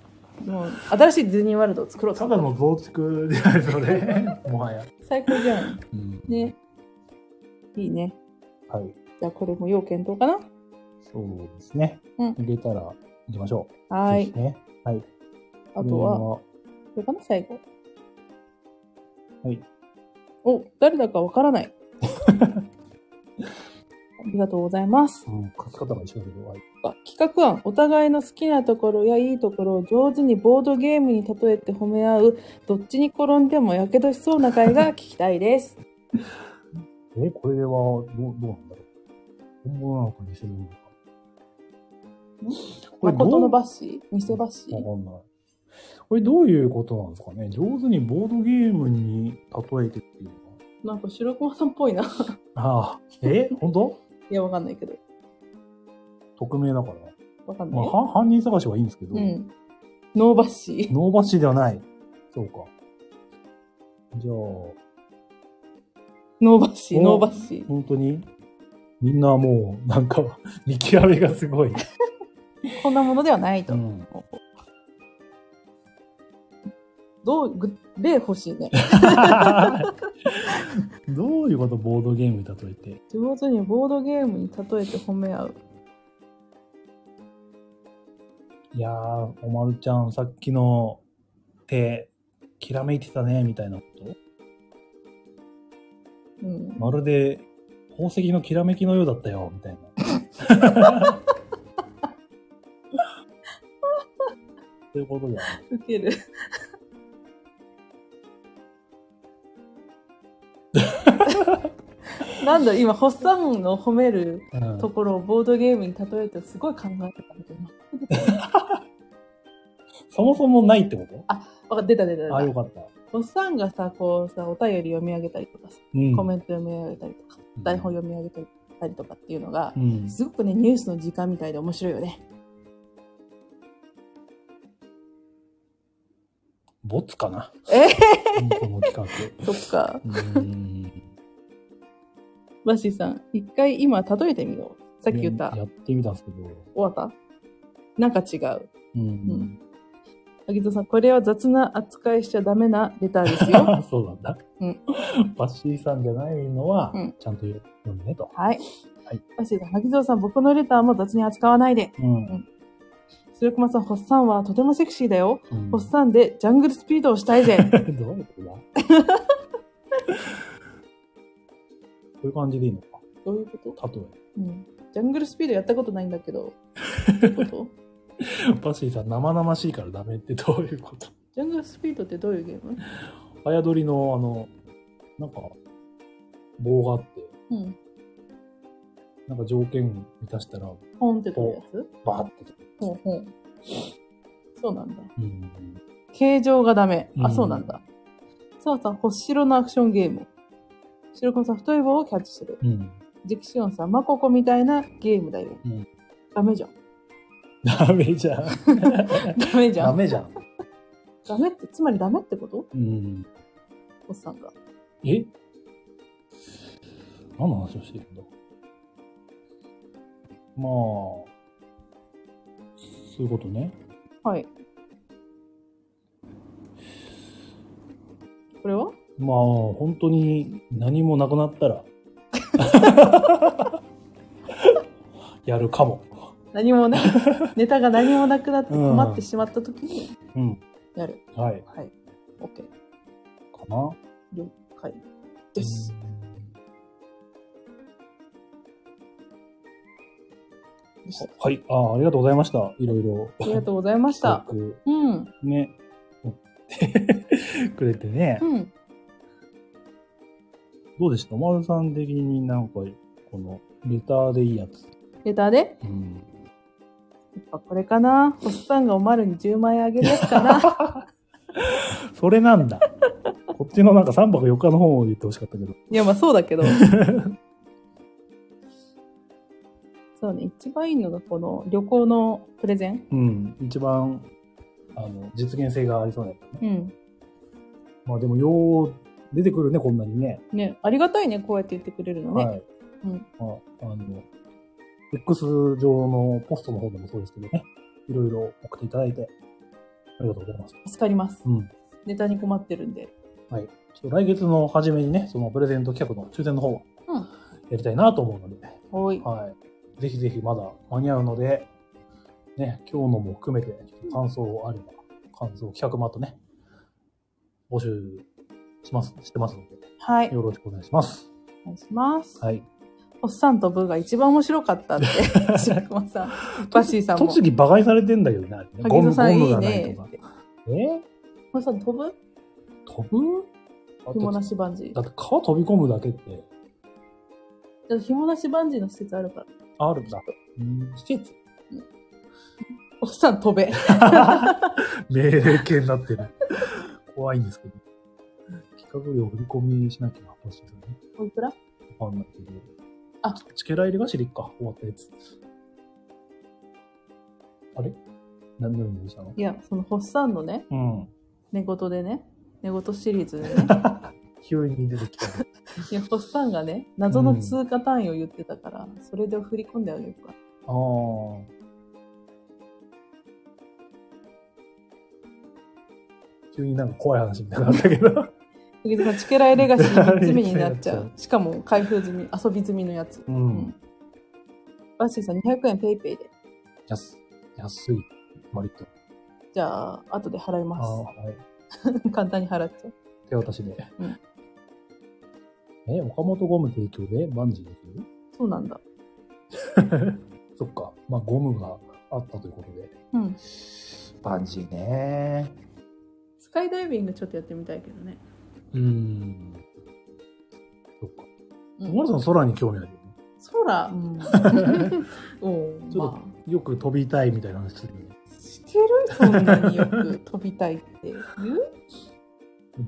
Speaker 2: もう新しいディズニーワールドを作ろう
Speaker 1: た
Speaker 2: と。
Speaker 1: だの増築であるそれ。 もはや。
Speaker 2: 最高じゃん。
Speaker 1: うん
Speaker 2: ね。いいね。
Speaker 1: はい。
Speaker 2: じゃあ、これも要検討かな。
Speaker 1: そうですね。
Speaker 2: うん
Speaker 1: 入れたら行きましょう。
Speaker 2: は
Speaker 1: ぜ
Speaker 2: い
Speaker 1: ひ。ね。はい。
Speaker 2: あとは、これかな、最後。
Speaker 1: はい。
Speaker 2: お、誰だかわか らない。ありがとうございます。
Speaker 1: これは、うん、書き方が一緒だけど、はい。
Speaker 2: 企画案お互いの好きなところやいいところを上手にボードゲームに例えて褒め合うどっちに転んでもやけどしそうな回が聞きたいです
Speaker 1: え、これはどう、どうなんだろう。本物なのか偽物なのか。 これど
Speaker 2: 誠
Speaker 1: う、
Speaker 2: の
Speaker 1: わ
Speaker 2: バッシー偽バッシー
Speaker 1: かんない。これどういうことなんですかね。上手にボードゲームに例えてっていうの
Speaker 2: なんか白熊さんっぽいな い
Speaker 1: は。ああ。え本当
Speaker 2: やわかんないけど
Speaker 1: 匿名だから。
Speaker 2: わかんな
Speaker 1: ま
Speaker 2: い
Speaker 1: あ、
Speaker 2: よ、
Speaker 1: は犯人探しはいいんですけど、
Speaker 2: うんノーバッシ
Speaker 1: ノーバッシーではない。そうか。じゃあ、
Speaker 2: ーノーバッシー
Speaker 1: お
Speaker 2: ノーバッシー
Speaker 1: 本当にみんなもうなんか 見極めがすごい、
Speaker 2: こんなものではないと、
Speaker 1: ん、
Speaker 2: どうぐ例欲しいね
Speaker 1: どういうことボードゲームに例えて
Speaker 2: 上手にボードゲームに例えて褒め合う
Speaker 1: いやーおまるちゃんさっきの手きらめいてたねみたいなこと
Speaker 2: うん
Speaker 1: まるで宝石のきらめきのようだったよみたいな ということだ
Speaker 2: ウ ケるなんだ今ホッサンの褒める
Speaker 1: うん
Speaker 2: ところをボードゲームに例えてすごい考えてたみたいな
Speaker 1: そもそもないってこと
Speaker 2: あ出た出た出
Speaker 1: ああよ
Speaker 2: た
Speaker 1: かった、
Speaker 2: ホッサンがさこうさお便り読み上げたりとかさ
Speaker 1: うん、
Speaker 2: コメント読み上げたりと
Speaker 1: う
Speaker 2: か、
Speaker 1: ん
Speaker 2: 台本読み上げたりとかっていうのが、
Speaker 1: うん
Speaker 2: すごくねニュースの時間みたいで面白いよね
Speaker 1: ボツかな
Speaker 2: え
Speaker 1: うんこの企画
Speaker 2: そっか
Speaker 1: う ーん
Speaker 2: バッシーさん一回今例えてみようさっき言った
Speaker 1: やってみたんですけど。
Speaker 2: 終わったなんか違う
Speaker 1: うん。
Speaker 2: 萩戸さん、これは雑な扱いしちゃダメなレターです よ。
Speaker 1: あ そうなんだ。
Speaker 2: うん
Speaker 1: バッシーさんじゃないのは
Speaker 2: うん、
Speaker 1: ちゃんと読むねと。
Speaker 2: はい。
Speaker 1: はい
Speaker 2: バッシーさん、萩蔵さん、僕のレターも雑に扱わないで。
Speaker 1: うん。
Speaker 2: 白熊さん、ホッサンはとてもセクシーだよ。
Speaker 1: うん
Speaker 2: ホッサンでジャングルスピードをした いぜ。
Speaker 1: どういうことだこういう感じでいいのか。
Speaker 2: どういうこと
Speaker 1: 例
Speaker 2: うん。ジャングルスピードやったことないんだけど。どういう こと
Speaker 1: え。バッシーさん、生々しいからダメってどういうこと
Speaker 2: ジャングルスピードってどういうゲーム
Speaker 1: 早撮りの、あの、なんか、棒があって、
Speaker 2: うん。
Speaker 1: なんか条件満たしたら、
Speaker 2: ポンって取るやつ
Speaker 1: バーって。
Speaker 2: ほうほう。そうなんだ。
Speaker 1: うん。
Speaker 2: 形状がダメ。
Speaker 1: う
Speaker 2: あ、
Speaker 1: ん
Speaker 2: そうなんだ。さあさん、星色のアクションゲーム。白熊さん、太い棒をキャッチする。
Speaker 1: うん。
Speaker 2: ジェキシオンさん、マココみたいなゲームだよ。
Speaker 1: うん
Speaker 2: ダメじゃん。
Speaker 1: ダメじゃん。
Speaker 2: ダメじゃ
Speaker 1: ダ
Speaker 2: ん。
Speaker 1: メじゃん。
Speaker 2: ダメって、つまりダメってこと
Speaker 1: うん。
Speaker 2: おっさんが。
Speaker 1: え何の話をしてるんだまあ、そういうことね。
Speaker 2: はい。
Speaker 1: まあ本当に何もなくなったら やるかも。
Speaker 2: 何 もなネタが何もなくなって困ってしまった時に
Speaker 1: うん。
Speaker 2: やる、
Speaker 1: はい。
Speaker 2: はい OK
Speaker 1: かな。
Speaker 2: 了解です、でした
Speaker 1: はい。ああ、ありがとうございました。いろいろ。
Speaker 2: ありがとうございました
Speaker 1: トーク
Speaker 2: うん
Speaker 1: ね。 くれてね
Speaker 2: う。ん
Speaker 1: どうでした丸さん的になんか、この、レターでいいやつ。
Speaker 2: ネタで
Speaker 1: うん。
Speaker 2: やっぱこれかな星さんがおまるに10万円あげるやつかな
Speaker 1: それなん だ。こっちのなんか3泊4日の方を言ってほしかったけど。
Speaker 2: いやまあそう だけどそうね一番いいのがこの旅行のプレゼン
Speaker 1: うん。一番、あの、実現性がありそうなやつね。
Speaker 2: うん
Speaker 1: まあでも、よう出てくるね、こんなにね。
Speaker 2: ねありがたいねこうやって言ってくれるのね、
Speaker 1: はい。
Speaker 2: うん
Speaker 1: まあ、あの、X 上のポストの方でもそうですけどね。いろいろ送っていただいて、ありがとうございます。
Speaker 2: 助かります、
Speaker 1: うん。
Speaker 2: ネタに困ってるんで
Speaker 1: ちょっと来月の初めにね、そのプレゼント企画の抽選の方、
Speaker 2: うん
Speaker 1: やりたいなと思うので、
Speaker 2: おい
Speaker 1: はい。ぜひぜひまだ間に合うので、ね、今日のも含めて、感想あれば、感想、企画もあとね、募集します、してますの
Speaker 2: はい
Speaker 1: で、よろしくお願いします。
Speaker 2: お願いします、
Speaker 1: はい。
Speaker 2: おっさんとブーが一番面白 かったって白熊さんバッシーさんも
Speaker 1: 栃木馬鹿にされてんだけどね、あれね
Speaker 2: 萩野さ
Speaker 1: ゴ
Speaker 2: んい
Speaker 1: ム
Speaker 2: い
Speaker 1: がない
Speaker 2: ね
Speaker 1: とか
Speaker 2: って。
Speaker 1: え
Speaker 2: 星さん飛ぶ
Speaker 1: 飛ぶだ
Speaker 2: 紐な
Speaker 1: って
Speaker 2: しバンジー
Speaker 1: だって川飛び込むだけって、
Speaker 2: じゃあ紐なしバンジーの施設あるから
Speaker 1: あるんだ。うん施設
Speaker 2: おっさん飛べ
Speaker 1: 命令系になってる。怖いんですけど。企画料振り込みしなきゃ欲しいですよね。
Speaker 2: おいくら
Speaker 1: わかんないけど。
Speaker 2: あ
Speaker 1: チケラ入れが知りっか、終わったやつ。あれ何でどうしたの
Speaker 2: いやその星さんのね
Speaker 1: うん。
Speaker 2: 寝言でね寝言シリーズでね
Speaker 1: 急に出て きた。
Speaker 2: いや星さんがね謎の通貨単位を言ってたから、それで振り込んであげようか
Speaker 1: あー急になんか怖い話みたいになったけど。
Speaker 2: 藤田さんチケライレ ガシー3つ目になっちゃうしかも開封済み遊び済みのやつ
Speaker 1: う
Speaker 2: うん。バッシーさん200円ペイペイで
Speaker 1: 安、安い。割と。
Speaker 2: じゃあ後で払い
Speaker 1: あ
Speaker 2: ま
Speaker 1: ー
Speaker 2: す
Speaker 1: はい。
Speaker 2: 簡単に払っちゃう。
Speaker 1: 手渡しで。
Speaker 2: うん
Speaker 1: え、岡本ゴム提供でバンジーできる
Speaker 2: そうなんだ。
Speaker 1: そっか。まあ、ゴムがあったということで。
Speaker 2: うん。
Speaker 1: バンジーね。
Speaker 2: スカイダイビングちょっとやってみたいけどね。
Speaker 1: うん。そっか。
Speaker 2: うん
Speaker 1: マルさん空に興味あるよね。
Speaker 2: 空、うん。 おー
Speaker 1: ちょっと
Speaker 2: ま
Speaker 1: よく飛びたいみたいな話するよね。
Speaker 2: あ、してるそんなによく飛びたいって言う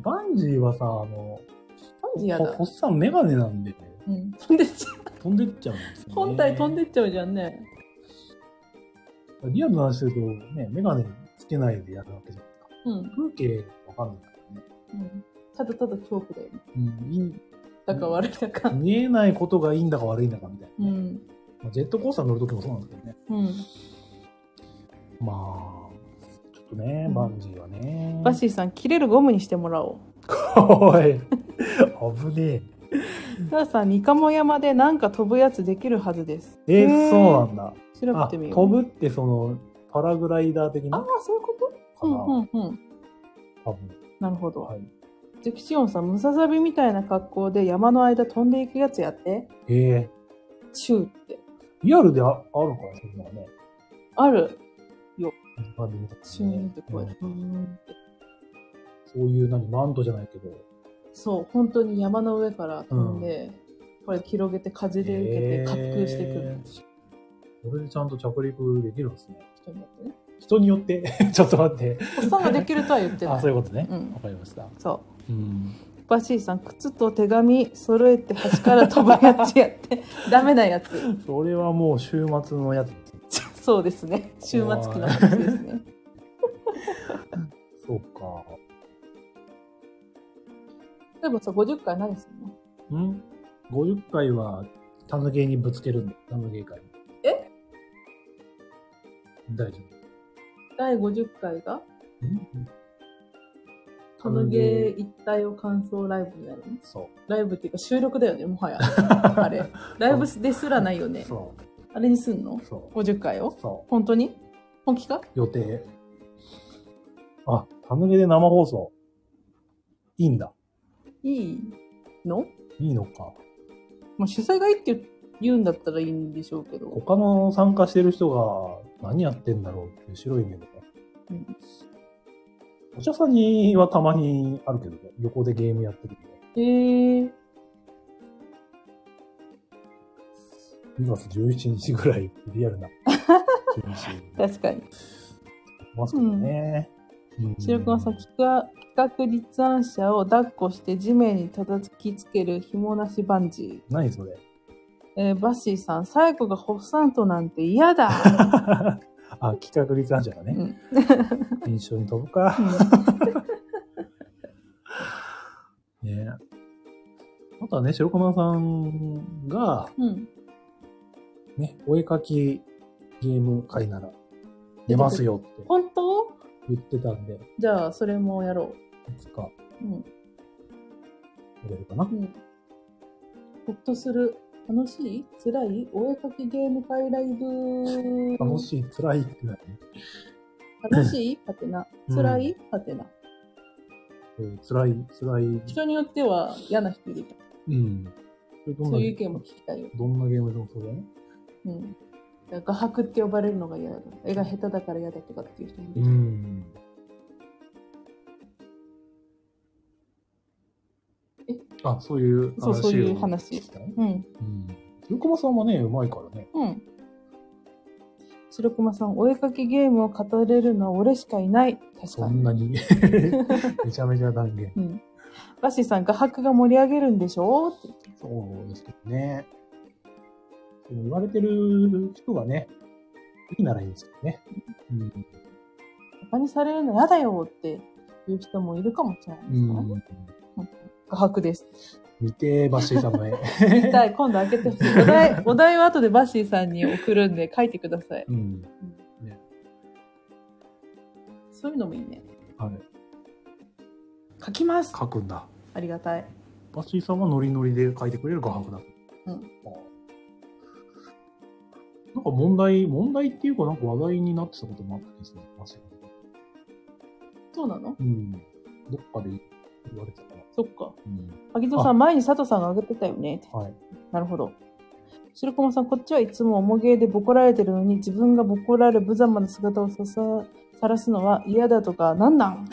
Speaker 1: バンジーはさ、あの、
Speaker 2: 感じや
Speaker 1: ほ
Speaker 2: だ
Speaker 1: ほ。っさんメガネなんで、ね、
Speaker 2: うん。飛んでっちゃ
Speaker 1: 飛んでっちゃうんですよ、
Speaker 2: う。
Speaker 1: ね。
Speaker 2: 本体飛んでっちゃうじゃんね。
Speaker 1: リアルな話すると、ね、メガネつけないでやるわけじゃないですか。
Speaker 2: うん。
Speaker 1: 風景わかんないからね。
Speaker 2: うん。ただただ恐怖だよ。
Speaker 1: うんいい、
Speaker 2: だか悪いだか。
Speaker 1: 見えないことがいいんだか悪いんだかみたいな
Speaker 2: う
Speaker 1: ね、
Speaker 2: ん。
Speaker 1: まあジェットコースター乗るときもそうなんですけどね。
Speaker 2: うん。
Speaker 1: まあ、ちょっとね、
Speaker 2: うん
Speaker 1: バンジーはね。
Speaker 2: バッシーさん、切れるゴムにしてもらおう。
Speaker 1: おい、危ね
Speaker 2: たださん、三鴨山でなんか飛ぶやつできるはずです。
Speaker 1: え。え
Speaker 2: へー
Speaker 1: そうなんだ。
Speaker 2: 調べ
Speaker 1: あ、
Speaker 2: てみよう。
Speaker 1: 飛ぶってその、パラグライダー的
Speaker 2: あ
Speaker 1: な
Speaker 2: あ
Speaker 1: か、
Speaker 2: そういうこと
Speaker 1: な、
Speaker 2: うんうんうん。
Speaker 1: 多分。
Speaker 2: なるほど。
Speaker 1: はい。
Speaker 2: ゼキシオンさん、ムササビみたいな格好で山の間飛んでいくやつやって。
Speaker 1: ええ
Speaker 2: チューって。
Speaker 1: リアルでああるから、そんなのね。
Speaker 2: ある。
Speaker 1: バンジーみたいなね
Speaker 2: チューンって声。
Speaker 1: うん
Speaker 2: うーんって
Speaker 1: そういう、何、マントじゃないけど。
Speaker 2: そう、本当に山の上から飛んで、これ広げて風で受けて
Speaker 1: へー
Speaker 2: 滑空してくる
Speaker 1: これでちゃんと着陸できるんですね。
Speaker 2: 人によ ってね。
Speaker 1: 人によって、 ちょっと待って。
Speaker 2: おっさんができるとは言ってな
Speaker 1: あ、
Speaker 2: い。
Speaker 1: そ
Speaker 2: そうう
Speaker 1: いうことね。わ、
Speaker 2: ん
Speaker 1: かりました。
Speaker 2: そう。
Speaker 1: うん。
Speaker 2: バシーさん、靴と手紙揃えて端から飛ぶやつや って。ダメなやつ。
Speaker 1: それはもう週末のやつですね
Speaker 2: そうですね。終末期の話ですね。
Speaker 1: そうか。
Speaker 2: 例えばさ、50回何するの
Speaker 1: ん ?50 回は、タヌゲにぶつけるんだ。タヌゲ会。
Speaker 2: え
Speaker 1: 大丈
Speaker 2: 第50回が
Speaker 1: 夫。ん
Speaker 2: たぬげ一体を感想ライブだよね。
Speaker 1: そう。
Speaker 2: ライブっていうか収録だよね、も はや。あれ。ライブですらないよね。
Speaker 1: そ
Speaker 2: あれにすんの
Speaker 1: う。そう。
Speaker 2: ?50 回を
Speaker 1: そ
Speaker 2: 本当に本気か
Speaker 1: う。予定。あ、タヌゲで生放送。いいんだ。
Speaker 2: いいの
Speaker 1: いいのか。
Speaker 2: まあ、主催がいいって言うんだったらいいんでしょうけど。
Speaker 1: 他の参加してる人が何やってんだろうっていう白い目でね。
Speaker 2: うん
Speaker 1: お茶さんにはたまにあるけどね。横でゲームやってるけど。
Speaker 2: えー、
Speaker 1: 2月17日ぐらいリアルな準備
Speaker 2: 確かに。
Speaker 1: ますけどね。うん
Speaker 2: 白熊さん、企画企画立案者を抱っこして地面に叩きつける紐なしバンジ
Speaker 1: 何それ
Speaker 2: ー。えーバッシーさん、最後がホッサントなんて嫌だ。
Speaker 1: あ、企画立案者がね。 印象に飛ぶか。ねあとはね、白熊さんが、
Speaker 2: うん。うん
Speaker 1: ね、お絵描きゲーム会なら出ますよって
Speaker 2: 本当
Speaker 1: 言ってたんで、い
Speaker 2: じゃあ、それもやろ
Speaker 1: つか
Speaker 2: う。うん。
Speaker 1: やれるかな
Speaker 2: う。ん。ほっとする。楽しい辛いお絵かきゲーム会ライブ。
Speaker 1: 楽しい、辛いってなるね
Speaker 2: 楽しいはてな。
Speaker 1: うん
Speaker 2: 辛いはてな。
Speaker 1: えー辛い、辛い。
Speaker 2: 人によっては嫌な人いるから
Speaker 1: うん。それどん
Speaker 2: そ
Speaker 1: な
Speaker 2: ういう意見も聞きたいよ。
Speaker 1: どんなゲームでもそうだね。
Speaker 2: うん。だから画伯って呼ばれるのが嫌だ。絵が下手だから嫌だとかっていう人もいる。
Speaker 1: ん。
Speaker 2: え
Speaker 1: あ、そういう話
Speaker 2: そ
Speaker 1: を
Speaker 2: うそういう話
Speaker 1: 聞きたい
Speaker 2: うん。
Speaker 1: うん。横間さんはね、うまいからね。
Speaker 2: うん。白熊さん、お絵かきゲームを語れるのは俺しかいない。確
Speaker 1: そ
Speaker 2: か
Speaker 1: ん
Speaker 2: に。
Speaker 1: なに。 めちゃめちゃ断言。
Speaker 2: うん。バッシーさん、画伯が盛り上げるんでしょって
Speaker 1: そうですけどね。でも言われてる人がね、いいならいいんですけどね。うん。
Speaker 2: バカにされるの嫌だよっていう人もいるかもしれないですからね。
Speaker 1: うん。
Speaker 2: 画伯です。
Speaker 1: 見て、バッシーさんの絵。
Speaker 2: 見たい。今度開けてほしい。お題、お題は後でバッシーさんに送るんで書いてください。
Speaker 1: うん。
Speaker 2: そういうのもいいね。
Speaker 1: はい。
Speaker 2: 書きます。
Speaker 1: 描くんだ。
Speaker 2: ありがたい。
Speaker 1: バッシーさんはノリノリで描いてくれる画伯だ。
Speaker 2: うん
Speaker 1: なんか問題、問題っていうかなんか話題になってたこともあったんですね、バッシーさん
Speaker 2: そうなの
Speaker 1: うん。どっかで言われてたかな。
Speaker 2: そっか。
Speaker 1: うん。
Speaker 2: 萩戸さん、前に佐藤さんが挙げてたよね。
Speaker 1: はい。
Speaker 2: なるほど。白駒さん、こっちはいつも重げでボコられてるのに、自分がボコられる無様な姿をささ、晒すのは嫌だとか、な んなん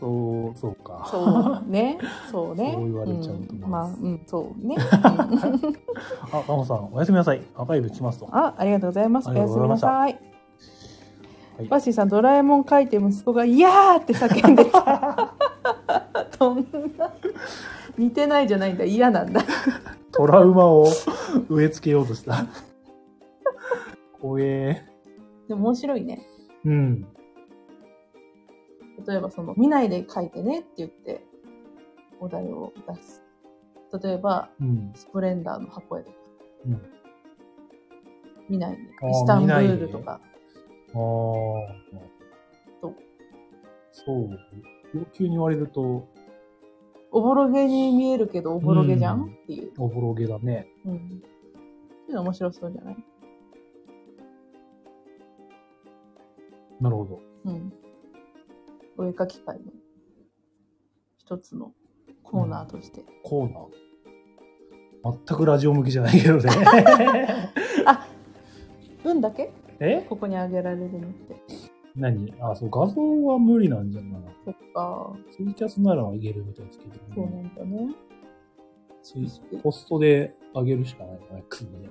Speaker 1: そう、そうか。
Speaker 2: そうね。そうね。
Speaker 1: そう言われちゃうと思い
Speaker 2: んまあ、
Speaker 1: ま
Speaker 2: う
Speaker 1: す
Speaker 2: ん、そうね。うん
Speaker 1: あ、カモさん、おやすみなさい。アーカイブ来ますと。
Speaker 2: あ、ありがとうございます。
Speaker 1: あ
Speaker 2: お
Speaker 1: りが
Speaker 2: や
Speaker 1: とう
Speaker 2: す
Speaker 1: ござ
Speaker 2: み
Speaker 1: いまし
Speaker 2: な
Speaker 1: た
Speaker 2: さい
Speaker 1: はい。
Speaker 2: バッシーさん、ドラえもん書いて息子が、いやーって叫んでた。 どんな。似てないじゃないんだ。嫌なんだ。
Speaker 1: トラウマを植え付けようとした。怖え。
Speaker 2: でも面白いね。
Speaker 1: うん。
Speaker 2: 例えばその、見ないで書いてねって言って、お題を出す。例えば、
Speaker 1: うん。
Speaker 2: スプレンダーの箱絵とか。
Speaker 1: うん
Speaker 2: 見ないで。
Speaker 1: あー
Speaker 2: イスタンブ
Speaker 1: 見ない
Speaker 2: ー
Speaker 1: で
Speaker 2: ルとか。
Speaker 1: ああ。
Speaker 2: そう
Speaker 1: そう。要求に言われると、
Speaker 2: おぼろげに見えるけど、おぼろげじゃん、
Speaker 1: うん
Speaker 2: っていう。
Speaker 1: おぼろげだね。
Speaker 2: うん。そういうの面白そうじゃない
Speaker 1: なるほど。
Speaker 2: うん。お絵描き会の一つのコーナーとして。
Speaker 1: コーナー。全くラジオ向きじゃないけどね。
Speaker 2: あ文だけ
Speaker 1: え
Speaker 2: ここにあげられるのって。
Speaker 1: 何あ、そう、画像は無理なんじゃない
Speaker 2: そっか。
Speaker 1: ツイキャスならあげるみたいですけど、
Speaker 2: そうなんだね。
Speaker 1: ツイポストであげるしかないかな、X にね。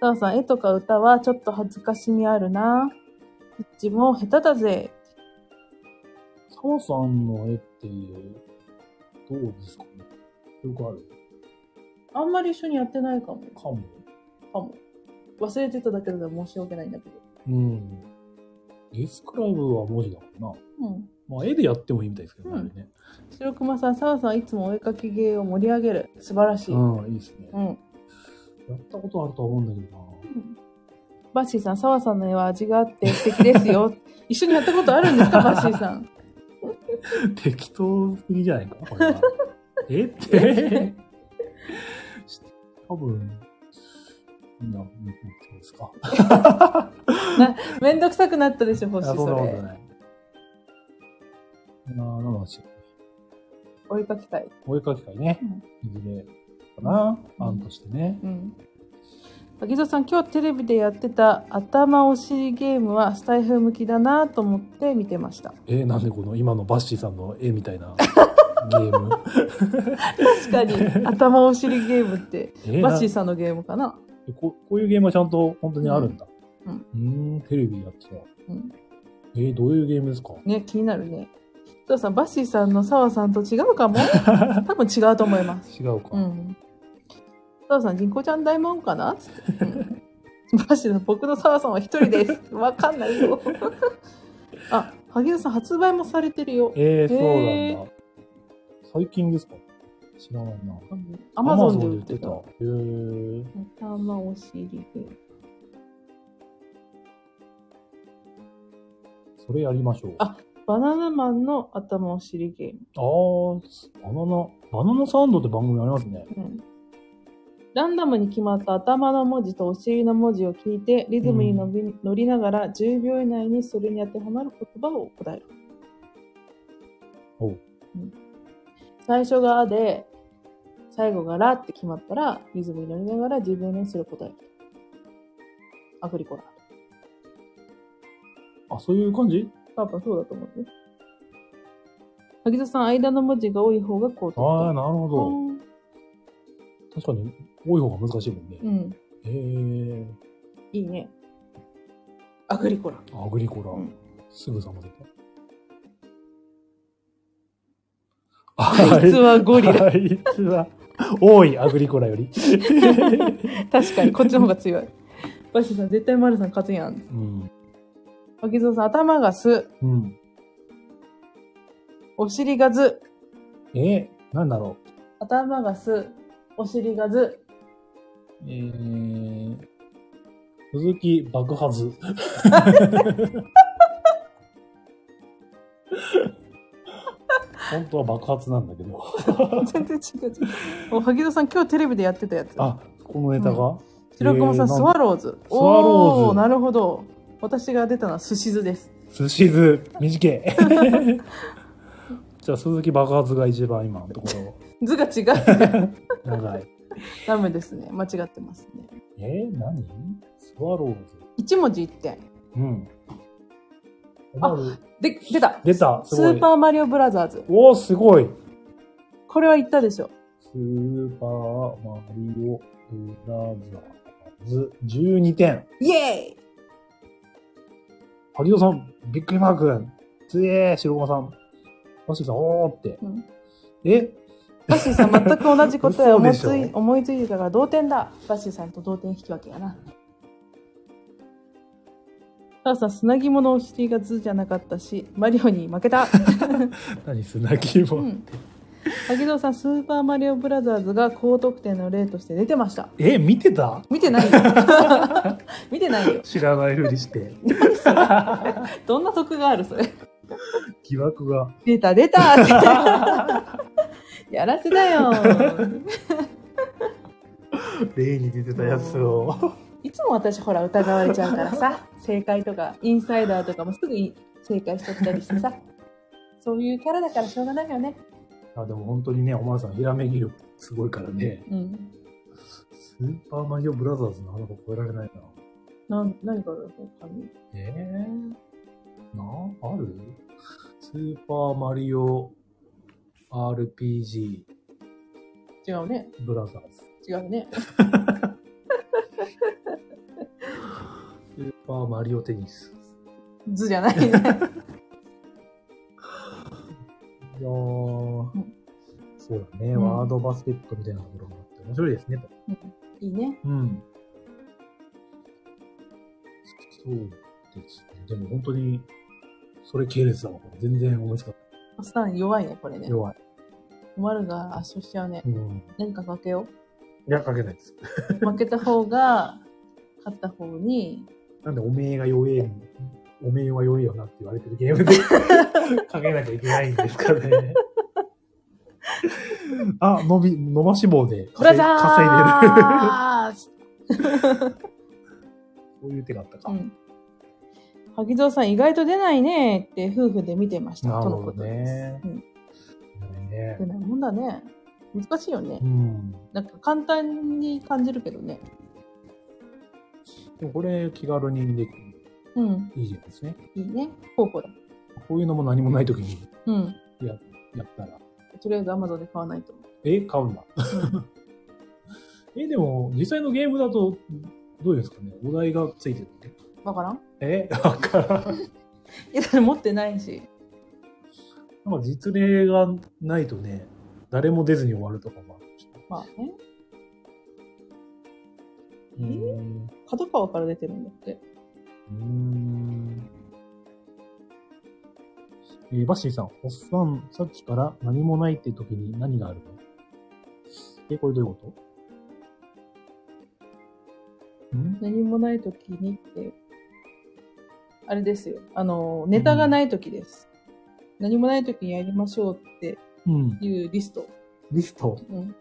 Speaker 2: タオさん、絵とか歌はちょっと恥ずかしみあるな。うちも下手だぜ。
Speaker 1: 澤さんの絵って、どうですかねよくある
Speaker 2: あんまり一緒にやってないかも。
Speaker 1: かも。
Speaker 2: かも。忘れてただけで申し訳ないんだけど。
Speaker 1: うん。ゲスクラブは文字だもんな。
Speaker 2: うん。
Speaker 1: まあ、絵でやってもいいみたいですけどね、
Speaker 2: うん
Speaker 1: あれね。
Speaker 2: 白熊さん、サオさんいつもお絵描き芸を盛り上げる。素晴らしい。うん。
Speaker 1: うん、いいですね。やったことあるとは思うんだけどな。
Speaker 2: バッシーさん、サワさんの絵は味があって素敵ですよ。 一緒にやったことあるんですか、バッシーさ ん。
Speaker 1: 適当すぎじゃないかこれは。えって。 多分、な、どうですか。
Speaker 2: めんどくさくなったでしょ、星
Speaker 1: いや
Speaker 2: そ
Speaker 1: んなこと
Speaker 2: れ。
Speaker 1: ない。なあ、なんだし、
Speaker 2: 追いかけたい。
Speaker 1: お絵かき会ね
Speaker 2: うん。
Speaker 1: いずれかな、
Speaker 2: うん
Speaker 1: 案としてね。
Speaker 2: うん。滝沢さん、今日テレビでやってた頭押しゲームはスタイフ向きだなと思って見てました。
Speaker 1: えー、なんでこの今のバッシーさんの絵みたいなゲー ム。
Speaker 2: 確かに、 頭押しゲームって、
Speaker 1: えー
Speaker 2: バッシー
Speaker 1: な
Speaker 2: さんのゲームかな。
Speaker 1: ここういうゲームはちゃんと本当にあるんだ。
Speaker 2: う
Speaker 1: うんん、んテレビやってた。
Speaker 2: うん
Speaker 1: えー、どういうゲームですか
Speaker 2: ね、気になるね。そうさん、バッシーさんの澤さんと違うかも多分違うと思います。
Speaker 1: 違うか。
Speaker 2: うん。澤さん、人工ちゃん大魔王かなつって。うんバッシーさん、僕の澤さんは一人です。わかんないよ。あ、萩野さん、発売もされてるよ。
Speaker 1: えー、
Speaker 2: へー
Speaker 1: そうなんだ。最近ですか知らないな。
Speaker 2: アマゾンで売ってた。
Speaker 1: Amazon で売って
Speaker 2: 頭お尻で。
Speaker 1: た。へーそれやりましょう。
Speaker 2: あバナナマンの頭お尻ゲーム。
Speaker 1: あー、バナナ、バナナサンドって番組ありますね。
Speaker 2: うんランダムに決まった頭の文字とお尻の文字を聞いて、リズムに乗り,、乗りながら10秒以内にそれに当てはまる言葉を答える。
Speaker 1: おう
Speaker 2: うん最初があで、最後がらって決まったら、リズムに乗りながら10秒以内にそれを答える。アグリコラ。
Speaker 1: あ、そういう感じ
Speaker 2: 多分そうだと思うね。萩田さん、間の文字が多い方が高得
Speaker 1: あ
Speaker 2: 点。
Speaker 1: ー、なるほど。確かに、多い方が難しいもんね。
Speaker 2: うん。
Speaker 1: へえ
Speaker 2: いいね。アグリコラ。
Speaker 1: アグリコラ、
Speaker 2: うん
Speaker 1: すぐさま出た。
Speaker 2: あいつはゴリ ラ。
Speaker 1: あいつは、多い、アグリコラ より。
Speaker 2: 確かに、こっちの方が強い。 バッシーさん、絶対丸さん勝つやん。
Speaker 1: うん。
Speaker 2: 萩田さん、頭がす、
Speaker 1: うん。
Speaker 2: お尻がず、
Speaker 1: えー、なんだろ
Speaker 2: 頭がす、お尻が ず。
Speaker 1: う。えー、鈴木爆 発。 本当は爆発なんだけど。
Speaker 2: 全然違う違う。お萩田さん、今日テレビでやってたやつ。
Speaker 1: あ、このネタが、
Speaker 2: 白熊さ
Speaker 1: えーな
Speaker 2: ん、
Speaker 1: んだ
Speaker 2: スワローズ。
Speaker 1: スワローズ
Speaker 2: おなるほど。私が出たのはすし酢です。
Speaker 1: 寿司図短い じゃあ鈴木爆発が一番今のとこ
Speaker 2: 図が違 う。
Speaker 1: ろ長い
Speaker 2: ダメですね。間違ってますね。
Speaker 1: えー、何スワローズ
Speaker 2: 一文字一点。
Speaker 1: うんあ
Speaker 2: で、出た
Speaker 1: 出たす
Speaker 2: ス
Speaker 1: ごい
Speaker 2: ーパーマリオブラザーズ。
Speaker 1: おおすごい
Speaker 2: これは言ったでしょ。
Speaker 1: スーパーマリオブラザーズ12点
Speaker 2: イエーイ
Speaker 1: 萩尾さんびっくりマークつえー白駒さんマシーさんおーって、
Speaker 2: うん
Speaker 1: え
Speaker 2: バッシーさん、全く同じ答え を思いつ
Speaker 1: 嘘で
Speaker 2: い
Speaker 1: しょ
Speaker 2: 思いついてたから同点だ。バッシーさんと同点引き分けやな。たださん、砂肝のお尻が図じゃなかったし、マリオに負けた。
Speaker 1: 何砂肝、
Speaker 2: うん。萩野さん、スーパーマリオブラザーズが高得点の例として出てました。
Speaker 1: え見てた
Speaker 2: 見て ないよ。見てないよ。
Speaker 1: 知らないふりして
Speaker 2: どんな得があるそれ。
Speaker 1: 疑惑が
Speaker 2: 出た出たって やらせだよ
Speaker 1: 例に出てたやつを。
Speaker 2: いつも私ほら疑われちゃうから さ正解とかインサイダーとかもすぐに正解しちゃったりして さそういうキャラだからしょうがないよね
Speaker 1: あでも本当にね、おまさん、ひらめき力すごいからね。
Speaker 2: うん
Speaker 1: スーパーマリオブラザーズなかなか超えられないな。
Speaker 2: なん何があるの他に
Speaker 1: ええなあるスーパーマリオ RPG
Speaker 2: 違うね
Speaker 1: ブラザーズ。
Speaker 2: 違うね
Speaker 1: スーパーマリオテニス。
Speaker 2: 図じゃないね
Speaker 1: いやー
Speaker 2: うん
Speaker 1: そうだね、
Speaker 2: うん
Speaker 1: ワードバスケットみたいなところもあって面白いですね。
Speaker 2: いいね
Speaker 1: うん。そうですね。でも本当に、それ系列だわ。これ全然思いつかな
Speaker 2: おっさん弱いねこれね
Speaker 1: い。弱い。
Speaker 2: 困るが圧勝しちゃうね
Speaker 1: うん。
Speaker 2: 何か負けよ
Speaker 1: いや、かけないです。
Speaker 2: う負けた方が勝った方に
Speaker 1: なんで、おめえが弱えん、おめえはよいよなって言われてるゲーム でかけなきゃいけないんですか ね。あ、伸び、伸ばし棒で
Speaker 2: ブ
Speaker 1: 稼
Speaker 2: ラ
Speaker 1: い
Speaker 2: ザ
Speaker 1: 稼いでる。
Speaker 2: ーズ
Speaker 1: こういう手があったか。
Speaker 2: うん。萩蔵さん、意外と出ないねって夫婦で見てました。
Speaker 1: なる
Speaker 2: との
Speaker 1: ほ
Speaker 2: こ
Speaker 1: ど
Speaker 2: とです。
Speaker 1: ね。
Speaker 2: うん
Speaker 1: ね
Speaker 2: 出ないもんだね。難しいよね
Speaker 1: う。ん。
Speaker 2: なんか簡単に感じるけどね。
Speaker 1: でもこれ気軽にでき
Speaker 2: うん。
Speaker 1: いいじゃないですね。
Speaker 2: いいね。候補だ。
Speaker 1: こういうのも何もない時に
Speaker 2: うん。
Speaker 1: やったら。
Speaker 2: とりあえず Amazon で買わないと。
Speaker 1: え、買うんだ。 え、でも実際のゲームだとどうですかね。お題がついてるって。
Speaker 2: わからん
Speaker 1: え、わからん。
Speaker 2: いや、だって持ってないし。
Speaker 1: なんか実例がないとね、誰も出ずに終わるとかもあるし。
Speaker 2: まあね。
Speaker 1: うーん。
Speaker 2: 角川から出てるんだって。
Speaker 1: うーん。えーバッシーさん、おっさん、さっきから何もないって時に何があるのえ、これどういうことん
Speaker 2: 何もない時にって、あれですよ。あの、ネタがない時です。何もない時にやりましょうって
Speaker 1: うん。
Speaker 2: いうリスト。
Speaker 1: リスト、
Speaker 2: うん。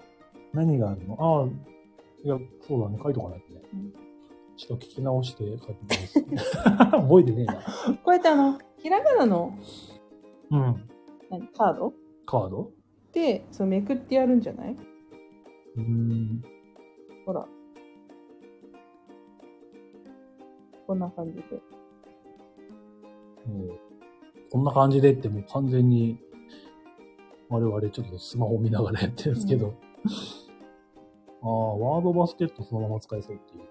Speaker 1: 何があるのああ、いや、そうだね、書いとかないとね
Speaker 2: うん。
Speaker 1: ちょっと聞き直して書いてます。 覚えてねえな。
Speaker 2: こうやってあの、ひらがなの
Speaker 1: うん。
Speaker 2: 何カード
Speaker 1: カード
Speaker 2: で、そのめくってやるんじゃないう
Speaker 1: ーん。
Speaker 2: ほら。こんな感じで。
Speaker 1: もうこんな感じでってもう完全に、我々ちょっとスマホ見ながらやってるんですけど。ああ、ワードバスケットそのまま使えそうっていうね。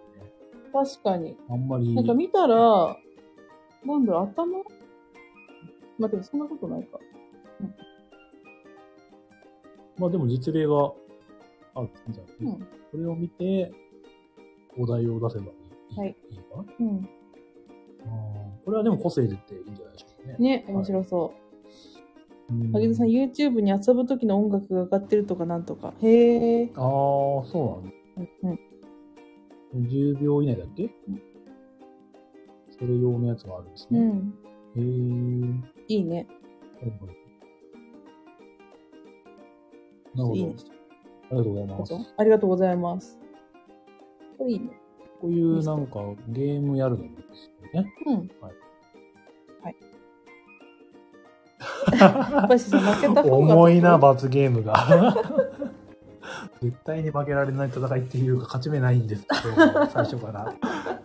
Speaker 2: 確かに。
Speaker 1: あんまり
Speaker 2: な、んか見たら、なんだろう、頭まあ、でもそんなことないか。
Speaker 1: まあでも実例があるんじゃない、
Speaker 2: うん
Speaker 1: こ。れを見て、お題を出せばいい,、
Speaker 2: はい、
Speaker 1: いいかな
Speaker 2: うん。
Speaker 1: あーこれはでも個性出ていいんじゃないでしょうかね。
Speaker 2: ね、面白そう。
Speaker 1: うん
Speaker 2: 萩田さん、YouTube に遊ぶ時の音楽が上がってるとかなんとか。へえ。
Speaker 1: ああ、そう
Speaker 2: うんうん。
Speaker 1: なの、10秒以内だっけ、
Speaker 2: うん
Speaker 1: それ用のやつがあるんです
Speaker 2: う
Speaker 1: ね。
Speaker 2: ん。
Speaker 1: へえ。
Speaker 2: いいね。
Speaker 1: なるほど。
Speaker 2: いいね
Speaker 1: ありがとうございます。
Speaker 2: ことありがとうございます。これいいね。
Speaker 1: こういうなんかゲームやるのもいいですよ ね。
Speaker 2: うん。
Speaker 1: はい。
Speaker 2: はい。 やっぱりさ、負けた方が。
Speaker 1: 重いな、。罰ゲームが。絶対に負けられない戦いっていうか、勝ち目ないんですけど、最初から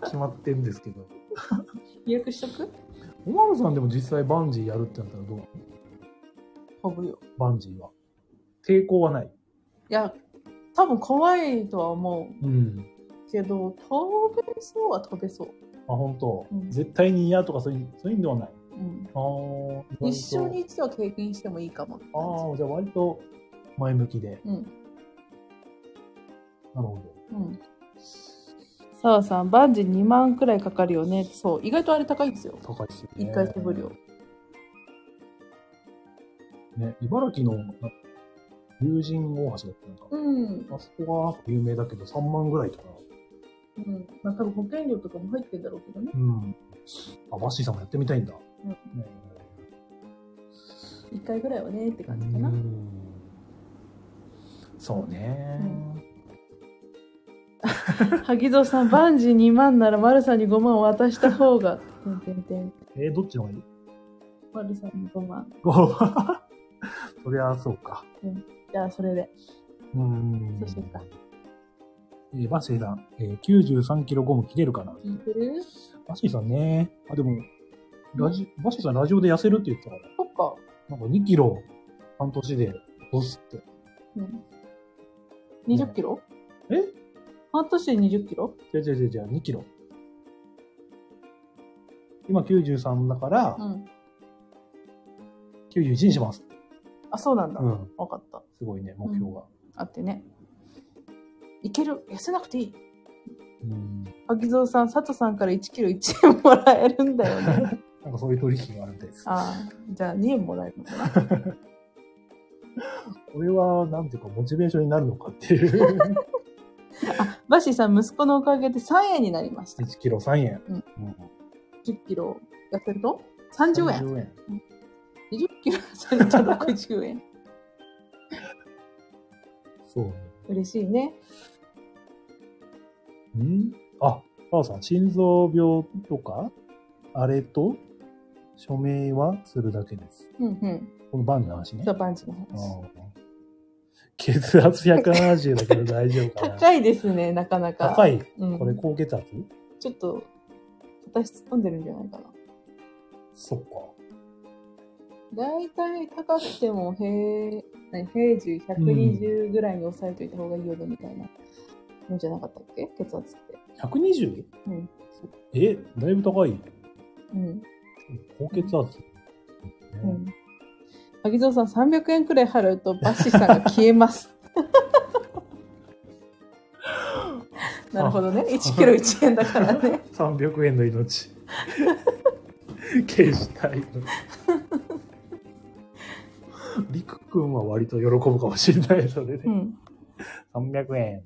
Speaker 1: 決まってるんですけど。
Speaker 2: 予約しとく
Speaker 1: おまるさんでも実際バンジーやるってなったらどう
Speaker 2: 飛ぶよ。
Speaker 1: バンジーは。抵抗はない。
Speaker 2: いや、多分怖いとは思
Speaker 1: うん。
Speaker 2: うけど、飛べそうは飛べそう。
Speaker 1: あ、本当、
Speaker 2: うん
Speaker 1: 絶対に嫌とかそういう、そういうんではない。
Speaker 2: うん。
Speaker 1: あー意外と
Speaker 2: 一生に一度は経験してもいいかもって感
Speaker 1: ああ、じゃあ割と前向きで。なる
Speaker 2: じ。うん。
Speaker 1: ほ
Speaker 2: うん。澤さん、バンジー2万くらいかかるよね。そう。意外とあれ高いんですよ。
Speaker 1: ど。高いですよね。
Speaker 2: 一回飛ぶ量。
Speaker 1: ね、茨城のな竜神大橋だってなんか、
Speaker 2: うん。
Speaker 1: あそこが有名だけど3万ぐらいとか。
Speaker 2: うん。まあ多分保険料とかも入ってんだろうけどね。
Speaker 1: うん。あ、バッシーさんもやってみたいんだ。
Speaker 2: うん
Speaker 1: ね
Speaker 2: 一回ぐらいはねって
Speaker 1: え
Speaker 2: 感じかな
Speaker 1: う。んそうね、
Speaker 2: 萩蔵さん、バンジー2万なら丸さんに5万渡した方が。てんてんてん。
Speaker 1: えーどっちの方がいい
Speaker 2: 丸さんに5万。
Speaker 1: ご そりゃそうか。
Speaker 2: じゃあ、それで。
Speaker 1: うーん
Speaker 2: そうしようか。
Speaker 1: えーバッシーさん、えー、93キロゴム切れるかな
Speaker 2: 聞いてる
Speaker 1: バッシーさんね。あ、でも、ラジ、バッシーさんラジオで痩せるって言ってたから、
Speaker 2: そっか。
Speaker 1: なんか2キロ半年でボスって。
Speaker 2: うん。20キロ
Speaker 1: え
Speaker 2: 半年で20キロ
Speaker 1: じゃじゃじゃじゃ2キロ。今93だから、
Speaker 2: うん。
Speaker 1: 91にします。
Speaker 2: あ、そうなんだ。
Speaker 1: う
Speaker 2: わ
Speaker 1: ん。
Speaker 2: かった。
Speaker 1: すごいね、目標が。
Speaker 2: あってね。いける。痩せなくていい。
Speaker 1: うん。
Speaker 2: 萩蔵さん、佐藤さんから1キロ1円もらえるんだよ ね。
Speaker 1: なんかそういう取引があるみたいです。
Speaker 2: ああ、じゃあ2円もらえるのかな。
Speaker 1: これは、なんていうか、モチベーションになるのかっていう。
Speaker 2: バッシーさん、息子のおかげで3円になりました。
Speaker 1: 1キロ3円。
Speaker 2: うん
Speaker 1: うん
Speaker 2: 10キロやってると30
Speaker 1: 30
Speaker 2: 円。
Speaker 1: 円。
Speaker 2: 20キロされたら60円。
Speaker 1: そうね。
Speaker 2: 嬉しいね。
Speaker 1: んあ、パオさん、心臓病とか、あれと、署名はするだけです。
Speaker 2: うんうん。
Speaker 1: このバンジーの話ね
Speaker 2: そう、。バンジーの
Speaker 1: あ
Speaker 2: 話。
Speaker 1: ー血圧170だけど大丈夫か な。
Speaker 2: 高いですね、なかなか。
Speaker 1: 高
Speaker 2: い。
Speaker 1: い。
Speaker 2: うん、
Speaker 1: これ高血圧
Speaker 2: ちょっと、私突っ込んでるんじゃないかな。
Speaker 1: そっか。
Speaker 2: だいたい高くても平、何平時120ぐらいに抑えといた方がいいよね、みたいなのじゃなかったっけ血圧って。
Speaker 1: 120?
Speaker 2: うん
Speaker 1: え、だいぶ高い。
Speaker 2: うん。
Speaker 1: 高血圧。
Speaker 2: うん。滝沢さん、300円くらい払うとバッシーさんが消え ます。なるほどね。1キロ1円だからね。
Speaker 1: 300円の命。消したいの。りくくんは割と喜ぶかもしれない、それで
Speaker 2: う。ん。
Speaker 1: 300円。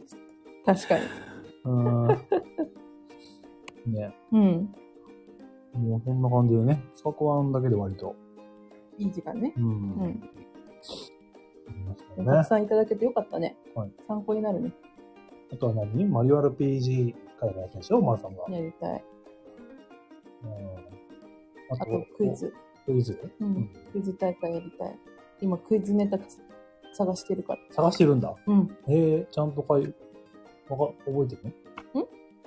Speaker 2: 確かに。
Speaker 1: うーん。ね、
Speaker 2: うん。
Speaker 1: もうそんな感じでね、スカコワンだけで割と。
Speaker 2: いい時間ね。
Speaker 1: う。
Speaker 2: うんん。
Speaker 1: ありましたね
Speaker 2: たく。さんいただけてよかったね。
Speaker 1: はい
Speaker 2: 参考になるね。
Speaker 1: あとは何マリオ RPG からのやつでしょマルさんが。
Speaker 2: やりたい。
Speaker 1: うん
Speaker 2: あと、クイ。ズ。
Speaker 1: クイズ
Speaker 2: うん。クイズ大会やりたい。今、クイズネタ探してるから。
Speaker 1: 探してるんだ。
Speaker 2: うん。
Speaker 1: えー、ちゃんとかい、わか、覚えてるのん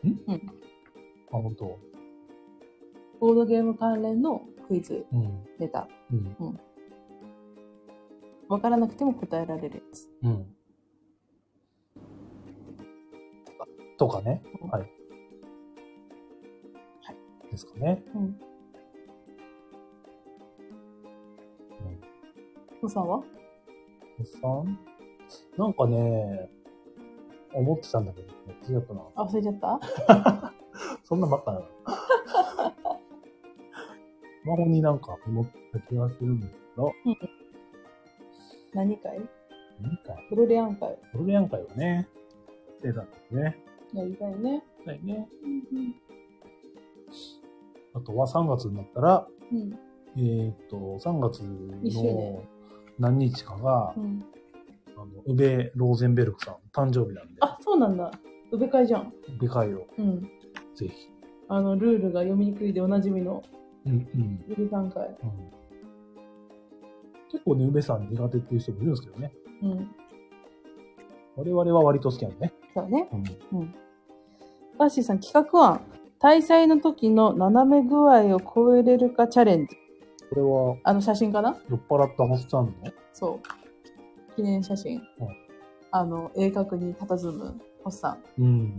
Speaker 1: ん
Speaker 2: うん
Speaker 1: あ、本当。
Speaker 2: ボードゲーム関連のクイズ
Speaker 1: うん。
Speaker 2: ネタ。
Speaker 1: うん。
Speaker 2: わからなくても答えられるやつ。
Speaker 1: うん。とかね。はい。はい。ですかね。
Speaker 2: うん。父さんは
Speaker 1: おっさんなんかね、思ってたんだけど、違ったな。
Speaker 2: あ、忘れちゃった
Speaker 1: そんなばっかなの。 スマホになんか思った気がするんですけど、
Speaker 2: 何回
Speaker 1: 何回
Speaker 2: プロレアン会
Speaker 1: プロレアン会はね、してたんですね。
Speaker 2: やりたいね。
Speaker 1: はいね。あとは3月になったら、
Speaker 2: うん。
Speaker 1: えーっと、3月
Speaker 2: 一周年
Speaker 1: の何日かが
Speaker 2: う、ん。
Speaker 1: あの、宇部ローゼンベルクさん、誕生日なんで、
Speaker 2: あ、そうなんだ。宇部会じゃん。
Speaker 1: でかいを
Speaker 2: うん。
Speaker 1: ぜひ。
Speaker 2: あの、ルールが読みにくいでおなじみの
Speaker 1: うんうん。
Speaker 2: 宇部さん会。
Speaker 1: うん結構ね、宇部さん苦手っていう人もいるんですけどね。
Speaker 2: うん。
Speaker 1: 我々は割と好きなのね。
Speaker 2: そうね。
Speaker 1: うん。
Speaker 2: バッシーさん、企画案。滞在の時の斜め具合を超えれるかチャレンジ。
Speaker 1: これは、
Speaker 2: あの写真かな
Speaker 1: 酔っ払ったホスさんの
Speaker 2: そう。記念写真。
Speaker 1: はい
Speaker 2: あの、鋭角に佇む、おっさん。
Speaker 1: うん。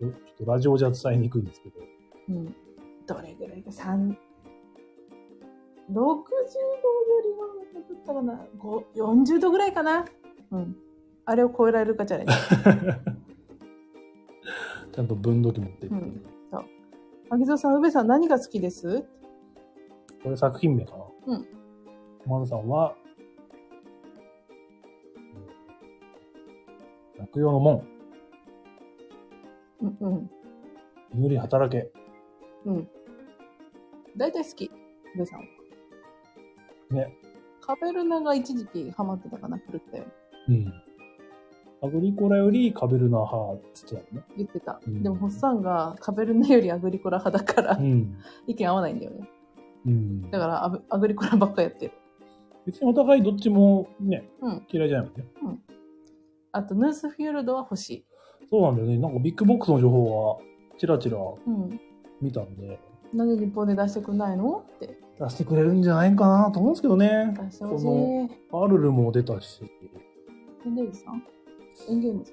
Speaker 1: ちょっとラジオじゃ伝えにくいんですけど。
Speaker 2: うん。どれぐらいか、三、60度よりはなかったかな。ご40度ぐらいかな。うん。あれを超えられるかチ ャレンジ。
Speaker 1: ちゃんと分度器持ってっていう。
Speaker 2: うん萩蔵さん、宇部さん何が好きです
Speaker 1: これ作品名かな。
Speaker 2: うん。
Speaker 1: マルさんは、落葉の門、
Speaker 2: うんうん。
Speaker 1: 祈り働け。
Speaker 2: うん。大体好き、宇部さんは。
Speaker 1: ね。
Speaker 2: カベルナが一時期ハマってたかな、狂ったよ。
Speaker 1: うん。アグリコラよりカベルナ派って言ってたよね。
Speaker 2: 言ってた。
Speaker 1: うん
Speaker 2: でも、ホッサンがカベルナよりアグリコラ派だから、
Speaker 1: ん。
Speaker 2: 意見合わないんだよね。
Speaker 1: うん。
Speaker 2: だからアブ、アグリコラばっかやってる。
Speaker 1: 別にお互いどっちもね、
Speaker 2: うん
Speaker 1: 嫌いじゃないもんね。
Speaker 2: あと、ヌースフィールドは欲しい。
Speaker 1: そうなんだよね。なんかビッグボックスの情報はチラチラ
Speaker 2: うん。
Speaker 1: 見たんで、
Speaker 2: なんで日本で出してくんないのって
Speaker 1: 出してくれるんじゃないかなと思うんですけどね。
Speaker 2: 出してほし
Speaker 1: その
Speaker 2: い。
Speaker 1: パルルも出たし、
Speaker 2: エンデージさんエンゲームズ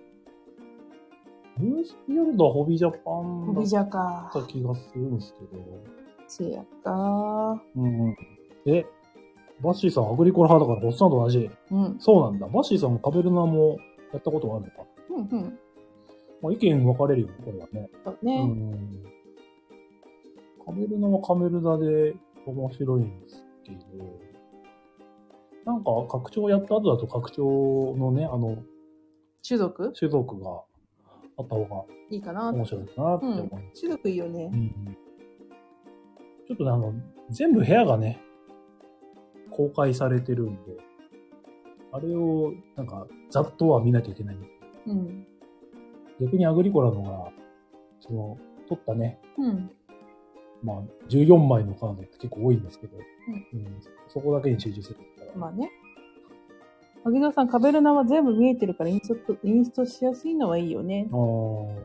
Speaker 1: ニュースフィールドはホビージャパ
Speaker 2: ホ
Speaker 1: ン
Speaker 2: ビジ
Speaker 1: だ
Speaker 2: ャか。
Speaker 1: った気がするんですけど。
Speaker 2: せやか。
Speaker 1: うん。え、バッシーさんアグリコラ派だから、ホッサンと同じ。
Speaker 2: うん。
Speaker 1: そうなんだ。バッシーさんもカベルナもやったことがあるのか。
Speaker 2: うんうん。
Speaker 1: まあ、意見分かれるよね、これはね。
Speaker 2: そう
Speaker 1: う
Speaker 2: ね。
Speaker 1: ん。カベルナはカベルナで面白いんですけど、なんか拡張やった後だと拡張のね、あの、
Speaker 2: 種族
Speaker 1: 種族があった方が
Speaker 2: いいかな。
Speaker 1: 面白いかなって思います。
Speaker 2: 種族いいよね
Speaker 1: う。んちょっとね、あの、全部部屋がね、公開されてるんで、あれを、なんか、ざっとは見なきゃいけない。
Speaker 2: うん。
Speaker 1: 逆にアグリコラのが、その、取ったね、
Speaker 2: うん。
Speaker 1: まあ、14枚のカードって結構多いんですけど、うんそこだけに集中するから、
Speaker 2: まあね。あげさん、カベルナは全部見えてるからインスト、インストしやすいのはいいよね
Speaker 1: あ。ー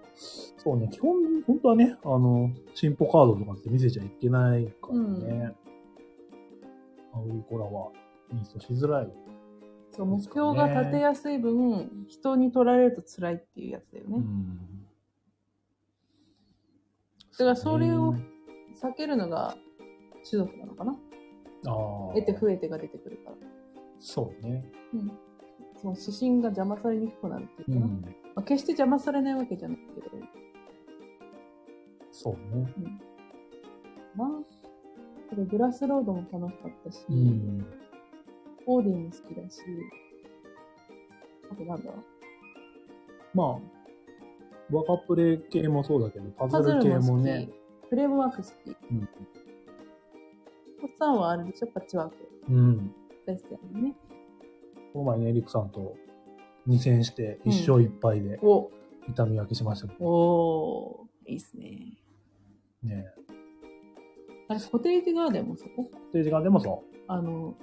Speaker 1: そうね、基本、本当はね、あの、進歩カードとかって見せちゃいけないからね。アウリコラは、インストしづらい。
Speaker 2: そう、目標が立てやすい分、人に取られると辛いっていうやつだよね。
Speaker 1: ん。
Speaker 2: だからそれを
Speaker 1: ね
Speaker 2: 避けるのが種族なのかな
Speaker 1: ああ。
Speaker 2: 得て増えてが出てくるから。
Speaker 1: そうね。
Speaker 2: うん。その指針が邪魔されにくくなるっていう
Speaker 1: う
Speaker 2: かな。ま
Speaker 1: ん。
Speaker 2: あ、決して邪魔されないわけじゃないけど。
Speaker 1: そうね。
Speaker 2: なあ。で、グラスロードも楽しかったし、
Speaker 1: うん。
Speaker 2: オーディンも好きだし、あとなんだ
Speaker 1: まあ、ワカプレイ系もそうだけど、パズ
Speaker 2: パズ
Speaker 1: ル
Speaker 2: ル
Speaker 1: 系
Speaker 2: も
Speaker 1: も
Speaker 2: 好き、
Speaker 1: ね。
Speaker 2: フレームワーク好き。
Speaker 1: うん
Speaker 2: おっさんはあれでしょ、パッチワーク。
Speaker 1: うん。
Speaker 2: 大好きだもんね。
Speaker 1: この前ね、エリックさんと2戦して1勝1敗で
Speaker 2: お
Speaker 1: 痛み分けしましたけど
Speaker 2: おー、いいっすね。
Speaker 1: ね。
Speaker 2: あれ、固定的ガーデンもそこ
Speaker 1: という時間でもそ
Speaker 2: あの、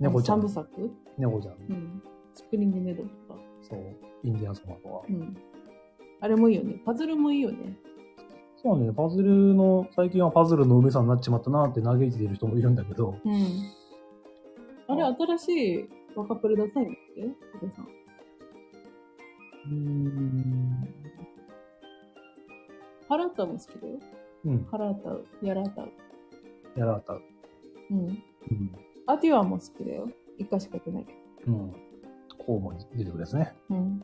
Speaker 1: う。猫ちゃ
Speaker 2: 三
Speaker 1: ん
Speaker 2: 部。作
Speaker 1: 猫ちゃん。
Speaker 2: うん。スプリングネドとか。
Speaker 1: そう。インディアンスマとは。
Speaker 2: うん。あれもいいよね。パズルもいいよね。
Speaker 1: そうなんだよね。パズルの、最近はパズルの梅さんになっちまったなって嘆いている人もいるんだけど、
Speaker 2: うん。あれ、新しい若プレ出さないんだっけお父さん。
Speaker 1: うん。
Speaker 2: ハラータウも好きだよ。
Speaker 1: うん。
Speaker 2: ハラータウ、ヤラータウ。
Speaker 1: やられた。う
Speaker 2: うん。
Speaker 1: ん。
Speaker 2: アティワも好きだよ。一回しかやってないけど。
Speaker 1: うん。こうも出てくるですね。
Speaker 2: うん。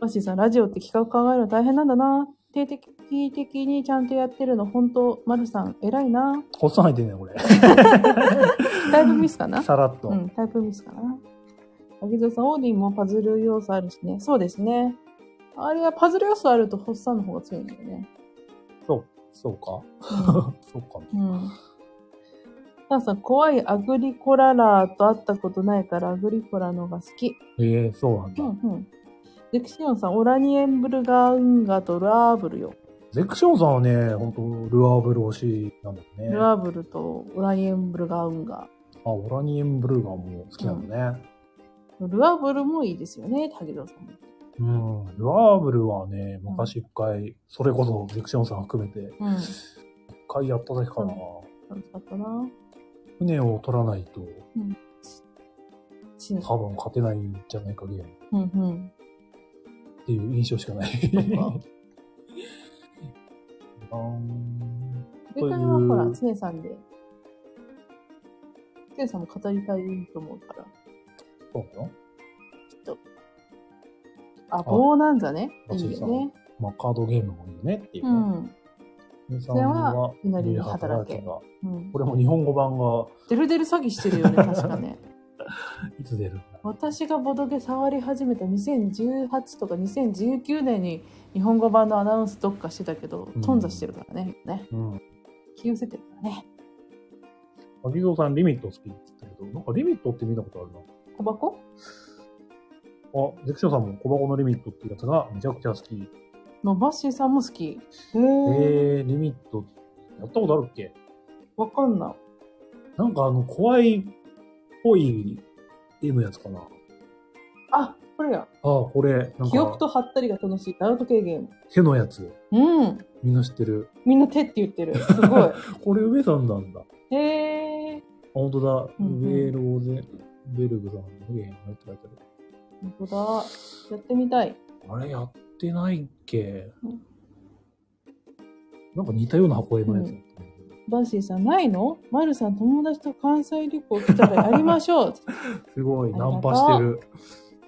Speaker 2: バッシーさん、ラジオって企画考えるの大変なんだな。定期的にちゃんとやってるの、本当マルさん、偉いな。
Speaker 1: ほっさん入ってんね、これ。
Speaker 2: タイプミスかな
Speaker 1: さらっと。
Speaker 2: うん、タイプミスかな。アギゾさん、オーディンもパズル要素あるしね。そうですね。あれはパズル要素あると、ホッサンの方が強いんだよね。
Speaker 1: そう、そうか。そうか。
Speaker 2: うん。タンさん、怖いアグリコララーと会ったことないから、アグリコラのが好き。
Speaker 1: ええそうなん
Speaker 2: う
Speaker 1: だ。
Speaker 2: んうん。ゼクシオンさん、オラニエンブルガンガとラーブルよ。
Speaker 1: ゼクションさんはね、本当ルアーブル推しなんだよね。
Speaker 2: ラーブルとオラニエンブルガンガ。
Speaker 1: あ、オラニエンブルーガーも好きなのね。
Speaker 2: ルアーブルもいいですよね、タギドさんも。
Speaker 1: うん。ルアーブルはね、昔一回、それこそゼクションさん含めて、
Speaker 2: うん。
Speaker 1: 一回やっただけかな。
Speaker 2: 楽しかったな。
Speaker 1: 船を取らないと、
Speaker 2: 死ぬ。
Speaker 1: 多分勝てないんじゃないか、ゲーム。
Speaker 2: うんうん。
Speaker 1: っていう印象しかない。
Speaker 2: そっか。
Speaker 1: あん
Speaker 2: 正解はほら、常さんで。常さんも語りたいと思うから、
Speaker 1: そうなの
Speaker 2: きっと。あ、棒なんざね。
Speaker 1: あ
Speaker 2: いいよね。
Speaker 1: まあ、カードゲームもいいねっていうう、ね。
Speaker 2: ん。
Speaker 1: うん。
Speaker 2: それは
Speaker 1: 稲荷
Speaker 2: 稲荷に働け
Speaker 1: が。
Speaker 2: うん
Speaker 1: こ。れも日本語版が
Speaker 2: デルデル詐欺して るよね、確かね。
Speaker 1: いつ出るんだ
Speaker 2: 私がボドゲ触り始めた2018とか2019年に日本語版のアナウンスどっかしてたけど
Speaker 1: うん、
Speaker 2: 頓挫してるからね。ね。
Speaker 1: うん。
Speaker 2: 気をせてるからね。
Speaker 1: 秋蔵さん、リミット好きって言ってたけど、なんかリミットって見たこと
Speaker 2: 小箱
Speaker 1: あるな。あ、ゼクションさんも小箱のリミットっていうやつがめちゃくちゃ好き。え
Speaker 2: のバッシーさんも好き。へえ。
Speaker 1: ー、リミット、やったことあるっけ
Speaker 2: わかんない。
Speaker 1: なんかあの、怖いっぽい絵のやつかな。あ、
Speaker 2: あ、これや。
Speaker 1: これ、なん
Speaker 2: 記憶
Speaker 1: か
Speaker 2: とハったりが楽しい。ナルト系ゲーム。
Speaker 1: 手のやつ。
Speaker 2: うん。
Speaker 1: みんな知ってる。
Speaker 2: みんな手って言ってる。すごい。
Speaker 1: これ、上さんなんだ。
Speaker 2: へえ。
Speaker 1: あ本当だ。
Speaker 2: うんうん
Speaker 1: ウェーローゼベルグさんのゲームって書いてあ
Speaker 2: 本当だ。やってみたい。
Speaker 1: る。あれやってないっけ
Speaker 2: うん
Speaker 1: なんか似たような箱絵のやつだったね、
Speaker 2: バンシーさん、ないのマルさん、友達と関西旅行来たらやりましょう。
Speaker 1: すごい、
Speaker 2: あり
Speaker 1: ナ
Speaker 2: がとう
Speaker 1: ンパしてる。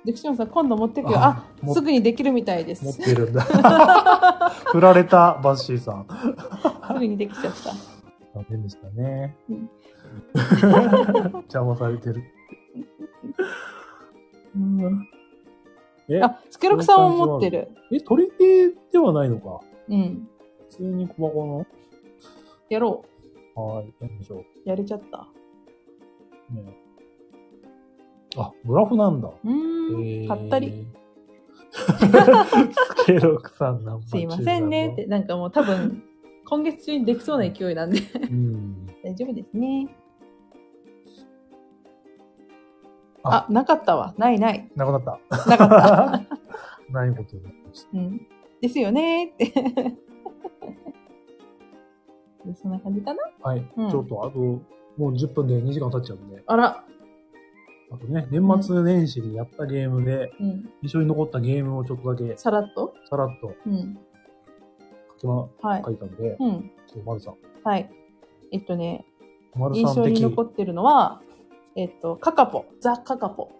Speaker 2: デクションさん、今度持ってくよ。
Speaker 1: あ
Speaker 2: あ
Speaker 1: も
Speaker 2: すぐにできるみたいです。
Speaker 1: 持っ
Speaker 2: す
Speaker 1: てるん だ。振られた、バッシーさん。
Speaker 2: ぐにできちゃった。
Speaker 1: 残念でしたね
Speaker 2: う。
Speaker 1: 邪魔されてる。
Speaker 2: うん、
Speaker 1: え、
Speaker 2: あ、スケロクさんも持ってる。
Speaker 1: え、取り手ではないのか。
Speaker 2: うん。
Speaker 1: 通にコマコ
Speaker 2: やろ
Speaker 1: の、はーい、やりましょ
Speaker 2: う。やれちゃった。
Speaker 1: う。ねあ、グラフなんだ。
Speaker 2: うーん。買ったり。。
Speaker 1: スケロクさんナンバー
Speaker 2: すいませんねって、なんかもう多分、今月中にできそうな勢いなん で、
Speaker 1: 中盤の。うん。
Speaker 2: 大丈夫ですね。あ
Speaker 1: あ、
Speaker 2: なかったわ。ないない。
Speaker 1: なくなった。
Speaker 2: なかった。
Speaker 1: ないことになりました。
Speaker 2: うん。ですよねーって。そんな感じかな
Speaker 1: はい、
Speaker 2: うん
Speaker 1: ちょっとあと、もう10分で2時間経っちゃうんで、
Speaker 2: あら。
Speaker 1: あとね、年末年始にやったゲームで、
Speaker 2: うん。
Speaker 1: 一緒に残ったゲームをちょっとだけ、
Speaker 2: さらっと
Speaker 1: さらっと
Speaker 2: うん。
Speaker 1: 書きま、
Speaker 2: はい
Speaker 1: 書。いたので、
Speaker 2: うん。
Speaker 1: ちょっと丸さん、
Speaker 2: はい。えっとね、
Speaker 1: 丸
Speaker 2: 印
Speaker 1: さん
Speaker 2: 象に
Speaker 1: 的、
Speaker 2: 残ってるのは、えっと、カカポ。ザ・カカポ。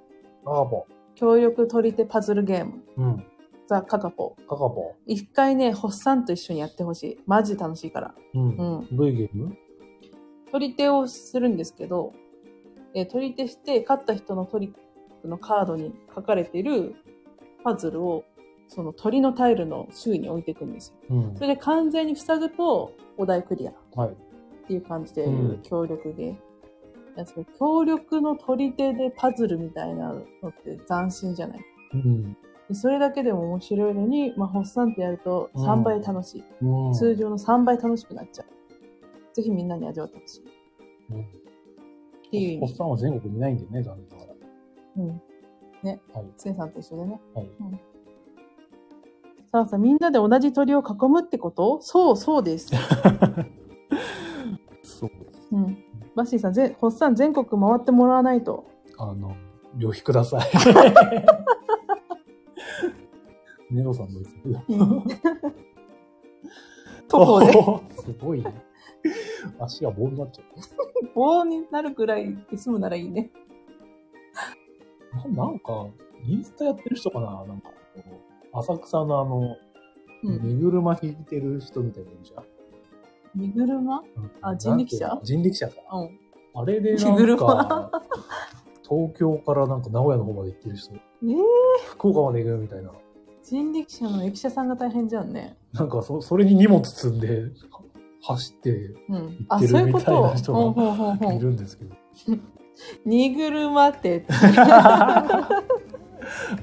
Speaker 1: カカポ。
Speaker 2: 協力取り手パズルゲーム。
Speaker 1: うん、
Speaker 2: ザ・カカポ。
Speaker 1: カカポ。
Speaker 2: 一回ね、ホッサンと一緒にやってほしい。マジ楽しいから。
Speaker 1: うん。
Speaker 2: うん。
Speaker 1: どういうゲーム
Speaker 2: 取り手をするんですけど、えー取り手して勝った人のトリックのカードに書かれてるパズルをその鳥のタイルの周囲に置いていくんですよ。
Speaker 1: うん
Speaker 2: そ。れで完全に塞ぐとお題クリアっ
Speaker 1: はい。
Speaker 2: ていう感じで
Speaker 1: うん
Speaker 2: 協力で。なんですけど協力の取り手でパズルみたいなのって斬新じゃない
Speaker 1: うん。
Speaker 2: でそれだけでも面白いのに、まあ、ホッサンってやると3倍楽しい、
Speaker 1: うん、
Speaker 2: 通常の3倍楽しくなっちゃう。ぜひみんなに味わってほしい。っ
Speaker 1: うん。
Speaker 2: ていう意
Speaker 1: お
Speaker 2: 味
Speaker 1: っ。さんは全国にいないんでね、残念ながら。
Speaker 2: うん。ね。
Speaker 1: はい
Speaker 2: つねさんと一緒でね。
Speaker 1: はい
Speaker 2: うんさあさあ、みんなで同じ鳥を囲むってことそうそ うです。
Speaker 1: そうです。
Speaker 2: うん。バッシーさん、ぜ、ホッサン全国回ってもらわないと。
Speaker 1: あの、旅費ください。 ネロさんも言ってたけ ど。
Speaker 2: 徒歩 で。
Speaker 1: すごいね。足が棒になっちゃ
Speaker 2: 棒になるくらいで済むならいいね。
Speaker 1: う。ななんか、インスタやってる人かななんか、この浅草のあの、
Speaker 2: うん。
Speaker 1: 荷車引いてる人みたいなのいるじゃん。
Speaker 2: 荷車あ人力車
Speaker 1: なんていうの人力車か。
Speaker 2: うん。
Speaker 1: あれで
Speaker 2: 荷
Speaker 1: なん
Speaker 2: 車
Speaker 1: か、東京からなんか名古屋の方まで行ってる人、
Speaker 2: ええ
Speaker 1: 福岡まで行くみたいな。
Speaker 2: 人力車の駅舎さんが大変じゃんね。
Speaker 1: なんかそ、それに荷物積んで、は走って
Speaker 2: うん。
Speaker 1: 行っ
Speaker 2: あ、
Speaker 1: てる
Speaker 2: そういうこ
Speaker 1: みたい
Speaker 2: と。
Speaker 1: な人が
Speaker 2: ほんほんほんほ
Speaker 1: い
Speaker 2: ん。
Speaker 1: るんですけど。
Speaker 2: 荷車って。
Speaker 1: あ、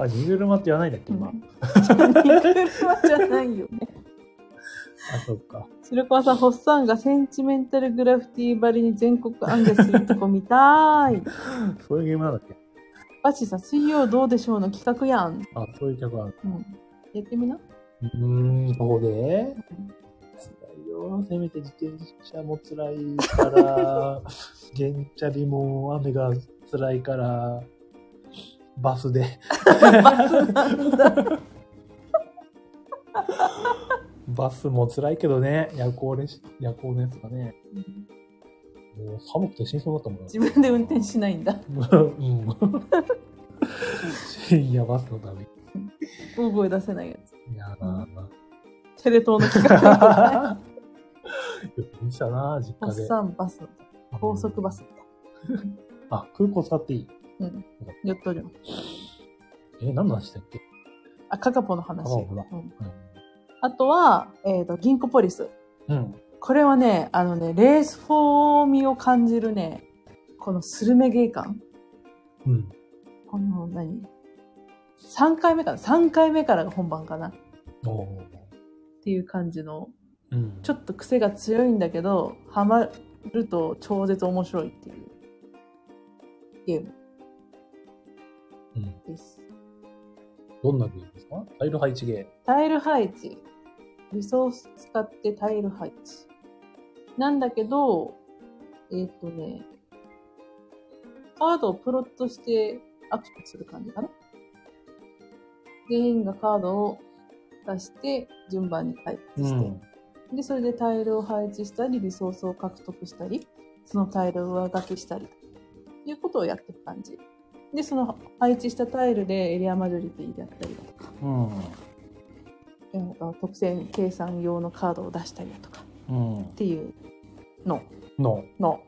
Speaker 1: 荷車って言わないんだっけ、今。
Speaker 2: うん荷車じゃないよね。
Speaker 1: あ、そっか。
Speaker 2: 白川さん、ホッサンがセンチメンタルグラフィティばりに全国暗記するとこ見たーい。
Speaker 1: そういうゲームなんだっけ
Speaker 2: バッシーさん、水曜どうでしょうの企画やん。
Speaker 1: あ、そういう曲ある。
Speaker 2: うん。やって みな。
Speaker 1: うーん、ここで辛いよ。せめて自転車も辛い から、原チャリも雨が辛いから、バスで。
Speaker 2: バスなんだ。
Speaker 1: バスも辛いけどね、夜行列、夜行のやつがね。もう寒くて死にそうだったもんな
Speaker 2: 自分で運転しないんだ。
Speaker 1: うん。深夜バスの旅。
Speaker 2: 大声出せないや
Speaker 1: いや ー。
Speaker 2: つ。テレ東の企画。
Speaker 1: よく見てたな、実
Speaker 2: ホ
Speaker 1: 家
Speaker 2: ッ
Speaker 1: で。
Speaker 2: サンバスの高速バス。
Speaker 1: あ、空港使っていい。
Speaker 2: うん。やっとるよ。
Speaker 1: え、何の話だっけ
Speaker 2: あ、カカポの話。
Speaker 1: カカポだ
Speaker 2: うんあとは、えっ、と、銀行ポリス。
Speaker 1: うん。
Speaker 2: これはね、あのね、レースフォーミを感じるね、このスルメゲー感。
Speaker 1: うん。
Speaker 2: この何 ?3 回目かな ?3 回目からが本番かなっ
Speaker 1: おー
Speaker 2: ていう感じの、
Speaker 1: うん。
Speaker 2: ちょっと癖が強いんだけど、ハマると超絶面白いっていうゲーム
Speaker 1: うん
Speaker 2: です。
Speaker 1: どんなゲームですかタイル配置ゲ
Speaker 2: タイル配置。リソース使ってタイル配置。なんだけど、えっ、とね、カードをプロットしてアクションする感じかな。全員がカードを出して、順番に配
Speaker 1: ー
Speaker 2: 置して、。で、それでタイルを配置したり、リソースを獲得したり、そのタイルを上書きしたり、ということをやっていく感じ。で、その配置したタイルでエリアマジョリティであったりだとか、
Speaker 1: うん。
Speaker 2: えーと特選計算用のカードを出したりだとか
Speaker 1: うん
Speaker 2: っ。ていうの
Speaker 1: の。
Speaker 2: の、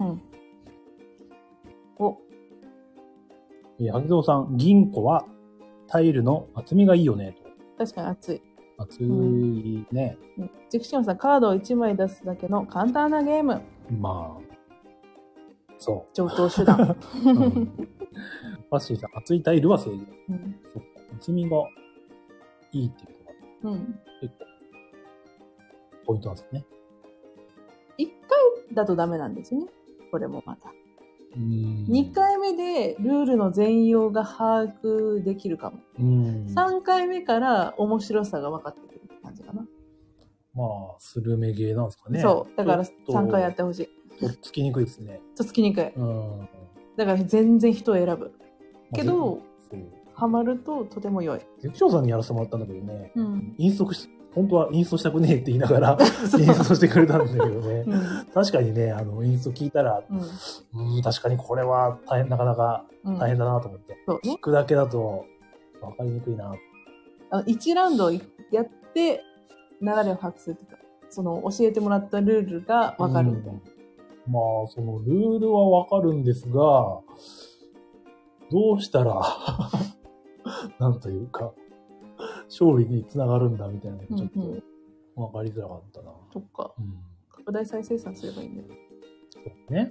Speaker 2: うん、を
Speaker 1: えー、萩蔵さん、銀行はタイルの厚みがいいよね、と。
Speaker 2: 確かに熱い
Speaker 1: 暑いね。
Speaker 2: うんジェクシオンさん、カードを1枚出すだけの簡単なゲーム。
Speaker 1: まあ、そ
Speaker 2: 上等手 段。
Speaker 1: う。うん、バッシーさん、熱いタイルは正義。
Speaker 2: うん。
Speaker 1: そっか、厚みがいいっていうのが
Speaker 2: うん。
Speaker 1: 結構、ポイントなんですね。
Speaker 2: 1回だとダメなんですね。これもまた。
Speaker 1: うん
Speaker 2: 2回目でルールの全容が把握できるかも。
Speaker 1: うん。
Speaker 2: 3回目から面白さが分かってくるって感じかな。
Speaker 1: まあ、スルメゲーなんですかね。
Speaker 2: そう。だから
Speaker 1: ちょっと
Speaker 2: 3回やってほしい。ちょ
Speaker 1: とっつきにくいですね。
Speaker 2: っとつきにくい。
Speaker 1: うん。
Speaker 2: だから全然人を選ぶ。けど、
Speaker 1: そう。
Speaker 2: ハマるととても良い。
Speaker 1: 劇場さんにやらせてもらったんだけどね、
Speaker 2: うん。
Speaker 1: インストし、本当はインストしたくねえって言いながら、インストしてくれたんだけどね
Speaker 2: う。ん。
Speaker 1: 確かにね、あの、インスト聞いたら、
Speaker 2: うん。
Speaker 1: うん、確かにこれは大変、なかなか
Speaker 2: うん、
Speaker 1: 大変だなと思って。
Speaker 2: そうね
Speaker 1: 聞。くだけだと、わかりにくいな。
Speaker 2: あの1ラウンドやって、流れを把握するとか、その教えてもらったルールが分かるみたいな。
Speaker 1: うんまあ、そのルールはわかるんですが、どうしたら、 なんというか、勝利につながるんだみたいなのがちょっ
Speaker 2: うん
Speaker 1: とわかりづらかったな。
Speaker 2: とか、
Speaker 1: うん。
Speaker 2: 拡大再生産すればいいんだよ。
Speaker 1: そうね。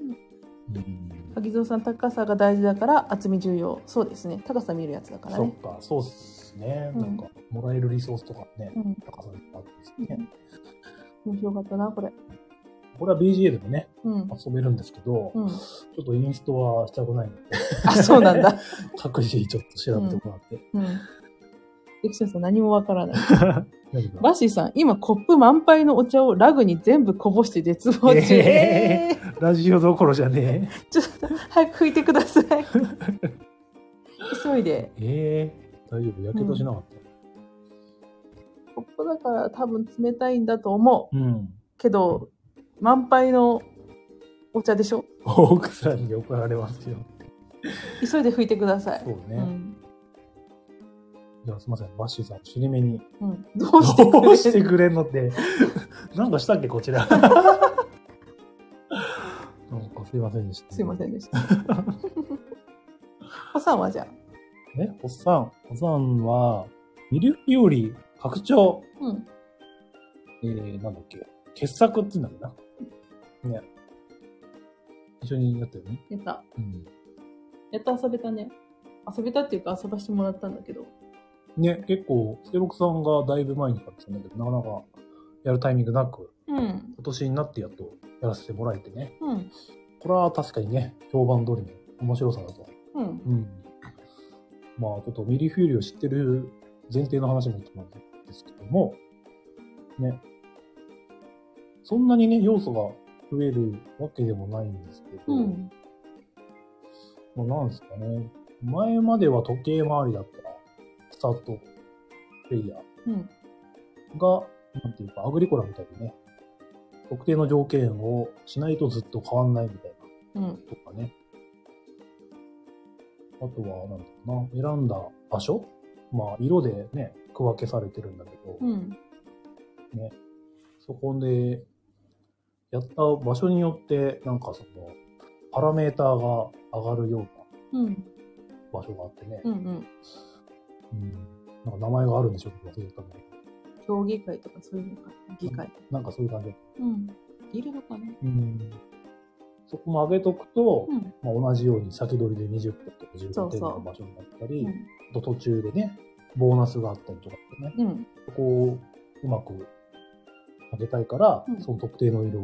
Speaker 1: うん。
Speaker 2: 萩蔵さん、高さが大事だから厚み重要。そうですね。高さ見るやつだから
Speaker 1: そっ
Speaker 2: ね。
Speaker 1: か、そうっすね。
Speaker 2: うん
Speaker 1: なんか、もらえるリソースとかね、
Speaker 2: うん
Speaker 1: 高さにあってですね。
Speaker 2: 面白かったな、これ。
Speaker 1: これは BGA でもね、
Speaker 2: うん。
Speaker 1: 遊べるんですけど、
Speaker 2: うん、
Speaker 1: ちょっとインストはしたくないので、
Speaker 2: あ、そうなんだ。
Speaker 1: 各自ちょっと調べてもらって。
Speaker 2: うん。エクシャさん何もわからない。
Speaker 1: 何か
Speaker 2: バッシーさん、今コップ満杯のお茶をラグに全部こぼして絶望中。
Speaker 1: え
Speaker 2: え
Speaker 1: ラジオどころじゃね
Speaker 2: ーちょっと早く拭いてください。急いで。
Speaker 1: え。ええ大丈夫、やけどしなかっ
Speaker 2: コップだから多分冷たいんだと思
Speaker 1: た。うん。
Speaker 2: うけど満杯のお茶でしょ
Speaker 1: 奥さんに怒られますよ。
Speaker 2: 急いで拭いてください
Speaker 1: そうね。
Speaker 2: うん
Speaker 1: じゃあすみません、バッシーさん、尻目 に。
Speaker 2: うん、どうしてくれ
Speaker 1: どうしてくれんのって。なんかしたっけ、こちら。 なんかすいませんでした。
Speaker 2: すいません。でした おさんはじゃあ
Speaker 1: え、おっさん。おっさんは、ミルフィオリ拡張。
Speaker 2: うん
Speaker 1: えー、なんだっけ。傑作って言うんだっけな。ね。一緒にやったよね。
Speaker 2: やった
Speaker 1: うん。
Speaker 2: やっと遊べたね遊べたっていうか遊ばしてもらったんだけど
Speaker 1: ね、結構、スケロクさんがだいぶ前に買ってたんだけど、なかなかやるタイミングなく、
Speaker 2: うん
Speaker 1: 今年になってやっとやらせてもらえてね。
Speaker 2: うん
Speaker 1: これは確かにね、評判通りの面白さだと。
Speaker 2: うん
Speaker 1: うん。まあ、ちょっとミリフィーリを知ってる前提の話もちょっとなんですけども、ね。そんなにね、要素が増えるわけでもないんですけど、
Speaker 2: うん
Speaker 1: まあ、なんですかね。前までは時計回りだったら、スタート、プレイヤー。
Speaker 2: うん
Speaker 1: が、なんていうか、アグリコラみたいにね、特定の条件をしないとずっと変わんないみたい
Speaker 2: うん
Speaker 1: なとかね。あとは、なんだろうな、選んだ場所まあ、色でね、区分けされてるんだけど、
Speaker 2: うん
Speaker 1: そこで、やった場所によって、なんかその、パラメーターが上がるような
Speaker 2: うん
Speaker 1: 場所があってね、
Speaker 2: うんうん
Speaker 1: うんなんか名前があるんでしょ忘れたんだけど
Speaker 2: 競技会とかそういうのか議会
Speaker 1: なんかそういう感じ。
Speaker 2: うんいるのかな
Speaker 1: うんそこも上げとくと、
Speaker 2: うん
Speaker 1: まあ、同じように先取りで20分とか
Speaker 2: そ
Speaker 1: 15
Speaker 2: うそ
Speaker 1: 点
Speaker 2: う
Speaker 1: の場所になったり、
Speaker 2: うん
Speaker 1: と途中でね、ボーナスがあったりとかってね、
Speaker 2: うん
Speaker 1: そこをうまく上げたいから、
Speaker 2: うん
Speaker 1: その特定の色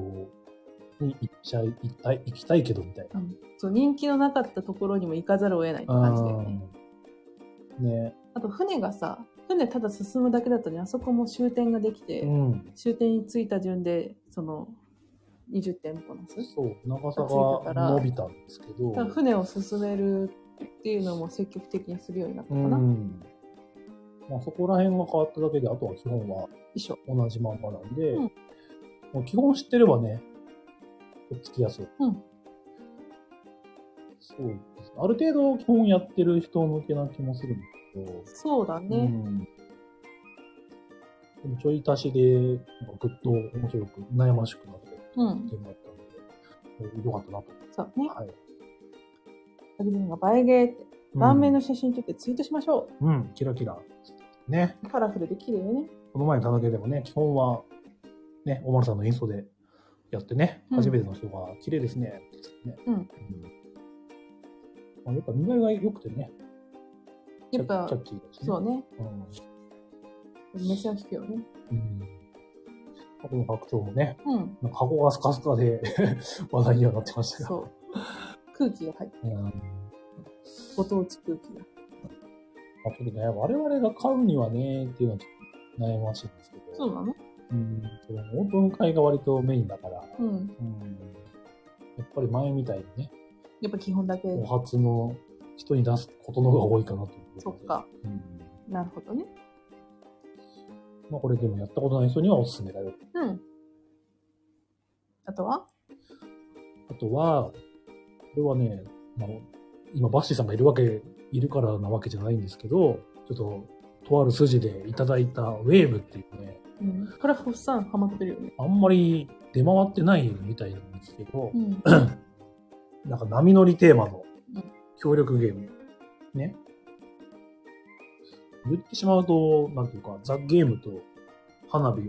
Speaker 1: に行っちゃい、行ったい、行きたいけどみたいな。
Speaker 2: そう人気のなかったところにも行かざるを得ないって
Speaker 1: あ
Speaker 2: 感じだよね
Speaker 1: ーね。
Speaker 2: あと船がさ、船ただ進むだけだとね、あそこも終点ができて、
Speaker 1: うん。
Speaker 2: 終点に着いた順で、その、20点ボーナス。
Speaker 1: そう、長さが伸びたんですけど、
Speaker 2: ただ船を進めるっていうのも積極的にするようになった
Speaker 1: う
Speaker 2: かな、衣
Speaker 1: ん。まあ、そこら辺が変わっただけで、あとは基本は
Speaker 2: 装。
Speaker 1: 同じまんまなんで、
Speaker 2: うん
Speaker 1: もう基本知ってればね、とっつきやすい。
Speaker 2: うん
Speaker 1: そうですね。ある程度基本やってる人向けな気もするんです
Speaker 2: そうだ
Speaker 1: けど、う
Speaker 2: ね。
Speaker 1: ん、でもちょい足しで、なんかぐっと面白く悩ましくなって
Speaker 2: うん。
Speaker 1: 点だったので、えーよかったなと。
Speaker 2: そうね。
Speaker 1: はい。
Speaker 2: 滝沢さんが映えゲーって、
Speaker 1: うん
Speaker 2: 盤面の写真撮ってツイートしましょ
Speaker 1: うん、キラキラ。ね。
Speaker 2: う。カラフルで綺麗ね。
Speaker 1: この前のただけでもね、基本は、ね、おまるさんの演奏でやってね、
Speaker 2: うん
Speaker 1: 初めての人が、綺麗ですね、ってね。
Speaker 2: うん
Speaker 1: まあ、やっぱ見栄えが良くてね、
Speaker 2: やっぱ
Speaker 1: キャッ、チーだしね
Speaker 2: そうね。
Speaker 1: うん
Speaker 2: 目線は引くよね。
Speaker 1: うん。この学長もね、
Speaker 2: うん。
Speaker 1: なんか箱がスカスカで 話題にはなってましたけど。
Speaker 2: そう。空気が入って、
Speaker 1: うんま
Speaker 2: ご当地空気が。
Speaker 1: あ、ちょっとね、我々が買うにはね、っていうのはちょっと悩ましいんですけど。
Speaker 2: そうなの
Speaker 1: うん。でもオープン会が割とメインだから、
Speaker 2: うん。
Speaker 1: うん。やっぱり前みたいにね、
Speaker 2: やっぱ基本だけ。
Speaker 1: お初の人に出すことの方が多いかなという
Speaker 2: そ
Speaker 1: こ
Speaker 2: っ
Speaker 1: とで。
Speaker 2: か。
Speaker 1: うん。
Speaker 2: なるほどね。
Speaker 1: まあこれでもやったことない人にはおすすめだよ。
Speaker 2: うん。あとは
Speaker 1: あとは、これはね、まあ、今、バッシーさんがいるわけ、いるからなわけじゃないんですけど、ちょっと、とある筋でいただいたウェーブっていうね、
Speaker 2: うん。これ、ホッサンハマってるよね。
Speaker 1: あんまり出回ってないみたいなんですけど、
Speaker 2: ん。
Speaker 1: なんか波乗りテーマの
Speaker 2: うん
Speaker 1: 協力ゲーム。ね。言ってしまうと、なんていうか、ザ・ゲームと花火を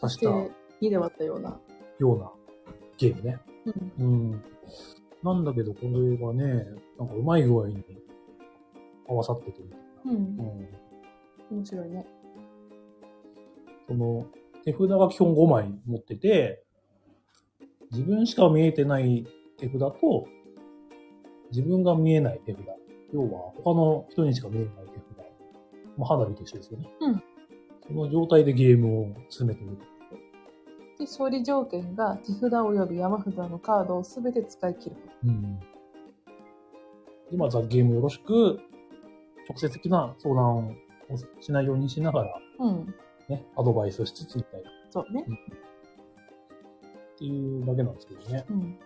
Speaker 1: 刺したよ
Speaker 2: で、家で割ったような。
Speaker 1: うなゲームね。
Speaker 2: うん。
Speaker 1: うん。なんだけど、これがね、なんかうまい具合に合わさっててる。
Speaker 2: うん
Speaker 1: う。ん。
Speaker 2: 面白いね。
Speaker 1: その、手札が基本5枚持ってて、自分しか見えてない手札と、自分が見えない手札。要は、他の人にしか見えない手札。まあ、花火と一緒ですよね。
Speaker 2: うん。
Speaker 1: その状態でゲームを進めていく。
Speaker 2: で、勝利条件が手札及び山札のカードをすべて使い切る。
Speaker 1: うん。今、ザ・ゲームよろしく、直接的な相談をしないようにしながら、
Speaker 2: うん。
Speaker 1: ね、アドバイスをしつつみたいなっ
Speaker 2: そうね。
Speaker 1: ていうだけなんですけどね。
Speaker 2: うん。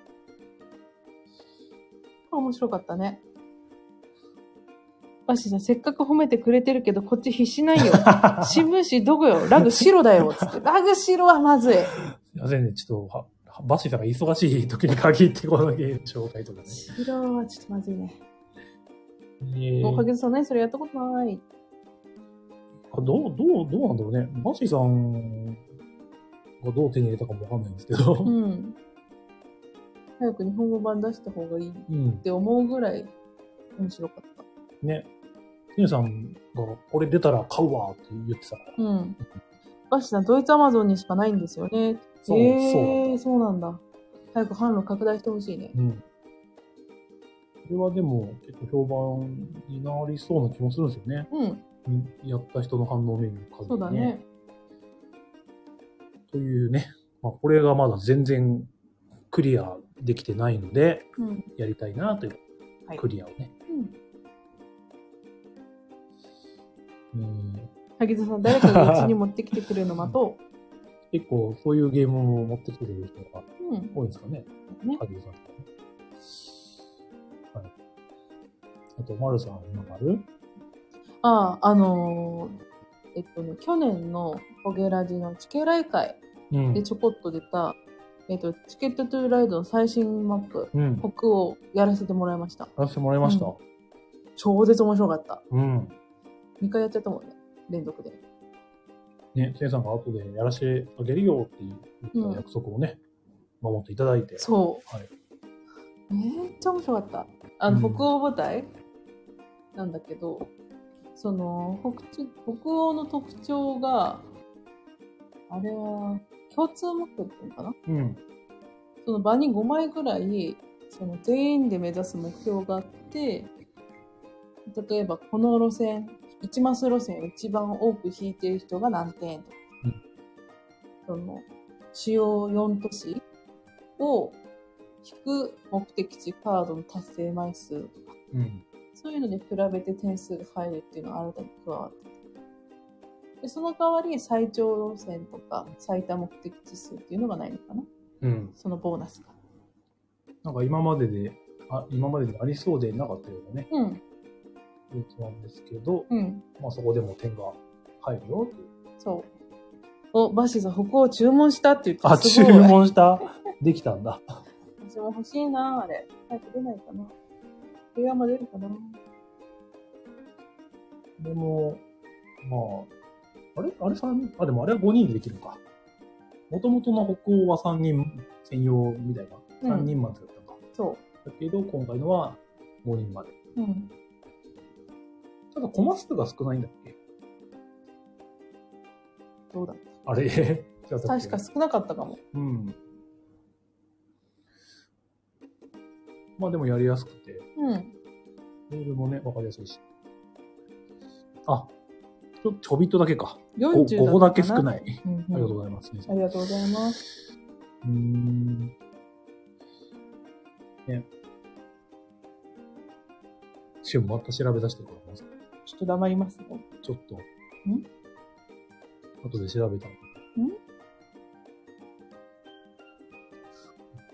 Speaker 2: これ面白かったね。バッシーさん、せっかく褒めてくれてるけど、こっち必死ない よ。新聞紙どこよラグ白だ よつって。ラグ白はまずい。
Speaker 1: すいませんね、ちょっとは、はバッシーさんが忙しい時に限ってこのゲーム紹介とかね。
Speaker 2: 白はちょっとまずいね。
Speaker 1: え
Speaker 2: おか
Speaker 1: ー、
Speaker 2: げさんね、それやったことない。
Speaker 1: どう、どう、どうなんだろうね。バッシーさんがどう手に入れたかもわかんないんですけど
Speaker 2: う。ん。早く日本語版出した方がいいっ
Speaker 1: うん。
Speaker 2: て思うぐらい面白かっ
Speaker 1: ね。ティさんがこれ出たら買うわって言ってたから。
Speaker 2: た。うん。バッシーさん、ドイツアマゾンにしかないんですよね。
Speaker 1: そう、
Speaker 2: え
Speaker 1: そうなんだ。
Speaker 2: ー、そうなんだ。早く販路拡大してほしいね。
Speaker 1: うん。これはでも結構評判になりそうな気もするんですよね。
Speaker 2: うん、
Speaker 1: うんやった人の反応を見る数、
Speaker 2: そうだね。
Speaker 1: というね、まあ、これがまだ全然クリアできてないので、
Speaker 2: うん。
Speaker 1: やりたいなという、
Speaker 3: はい
Speaker 1: クリアをね。うん
Speaker 2: 萩田さん、誰かがうちに持ってきてくれるの待と
Speaker 1: 結構そういうゲームを持ってきてくれる人が
Speaker 2: う。うん。
Speaker 1: 多いんですかね、
Speaker 2: ね。
Speaker 1: 萩生さんとかね。はい。あと、丸さん、なんかある
Speaker 2: ああ、あのー、えっとね、去年のホゲラジの地形来会
Speaker 1: うん
Speaker 2: でちょこっと出た、えっと、チケットトゥーライドの最新マップ、
Speaker 1: うん。
Speaker 2: 北欧やらせてもらいました。
Speaker 1: 話してもらいました。
Speaker 2: 超絶面白かった。
Speaker 1: うん。
Speaker 2: 2回やっちゃったもんね。連続で。
Speaker 1: ね、せいさんが後でやらせてあげるよって言った約束をね、守っていただいて。
Speaker 2: そう。
Speaker 1: はい
Speaker 2: めっちゃ面白かった。あの、
Speaker 1: うん
Speaker 2: 北欧舞台なんだけど、その北中、北欧の特徴が、あれは、共通目標っていうのかな
Speaker 1: うん。
Speaker 2: その場に5枚ぐらい、その全員で目指す目標があって、例えばこの路線、1マス路線を一番多く引いてる人が何点とか、
Speaker 1: うん
Speaker 2: その主要4都市を引く目的地カードの達成枚数とか、
Speaker 1: うん。
Speaker 2: そういうので比べて点数が入るっていうのが新たに加わってでその代わり最長路線とか最多目的地数っていうのがないのかな
Speaker 1: うん。
Speaker 2: そのボーナスが。
Speaker 1: なんか今までで、あ今までにありそうでなかったようなね、
Speaker 2: うん。
Speaker 1: ルーツなんですけど、
Speaker 2: うん、
Speaker 1: まあそこでも点が入るよっていう。
Speaker 2: そう。お、バッシーさん、北欧注文したって言って
Speaker 1: あ、
Speaker 2: す
Speaker 1: 注
Speaker 2: ごい
Speaker 1: 文したできたんだ。
Speaker 2: 私も欲しいな、あれ。早く出ないかな。部屋も出るかな。
Speaker 1: でも、まあ、あれあれ三あ、でもあれは5人でできるのか。もともとの北欧は3人専用みたいな。
Speaker 2: う
Speaker 1: 3
Speaker 2: ん
Speaker 1: 人までだったのか。
Speaker 2: そ
Speaker 1: だけど、今回のは5人まで。
Speaker 2: う。うん。
Speaker 1: ただ、コマ数が少ないんだっけ
Speaker 2: どうだ
Speaker 1: あれ違ったっけ
Speaker 2: 確か少なかったかも。
Speaker 1: うん。まあでもやりやすくて、
Speaker 2: うん。
Speaker 1: ルールもね、わかりやすいし。あ、ちょ、ちょびっとだけか。5,
Speaker 2: 40
Speaker 1: 5個だけ少
Speaker 2: い。
Speaker 1: ない。
Speaker 2: うんうん
Speaker 1: ありがとうございます、ね。
Speaker 2: ありがとうございます。
Speaker 1: うーん。ね。しおもまた調べ出してるからな、
Speaker 2: ちょっと黙りますね。
Speaker 1: ちょっと。後で調べたの。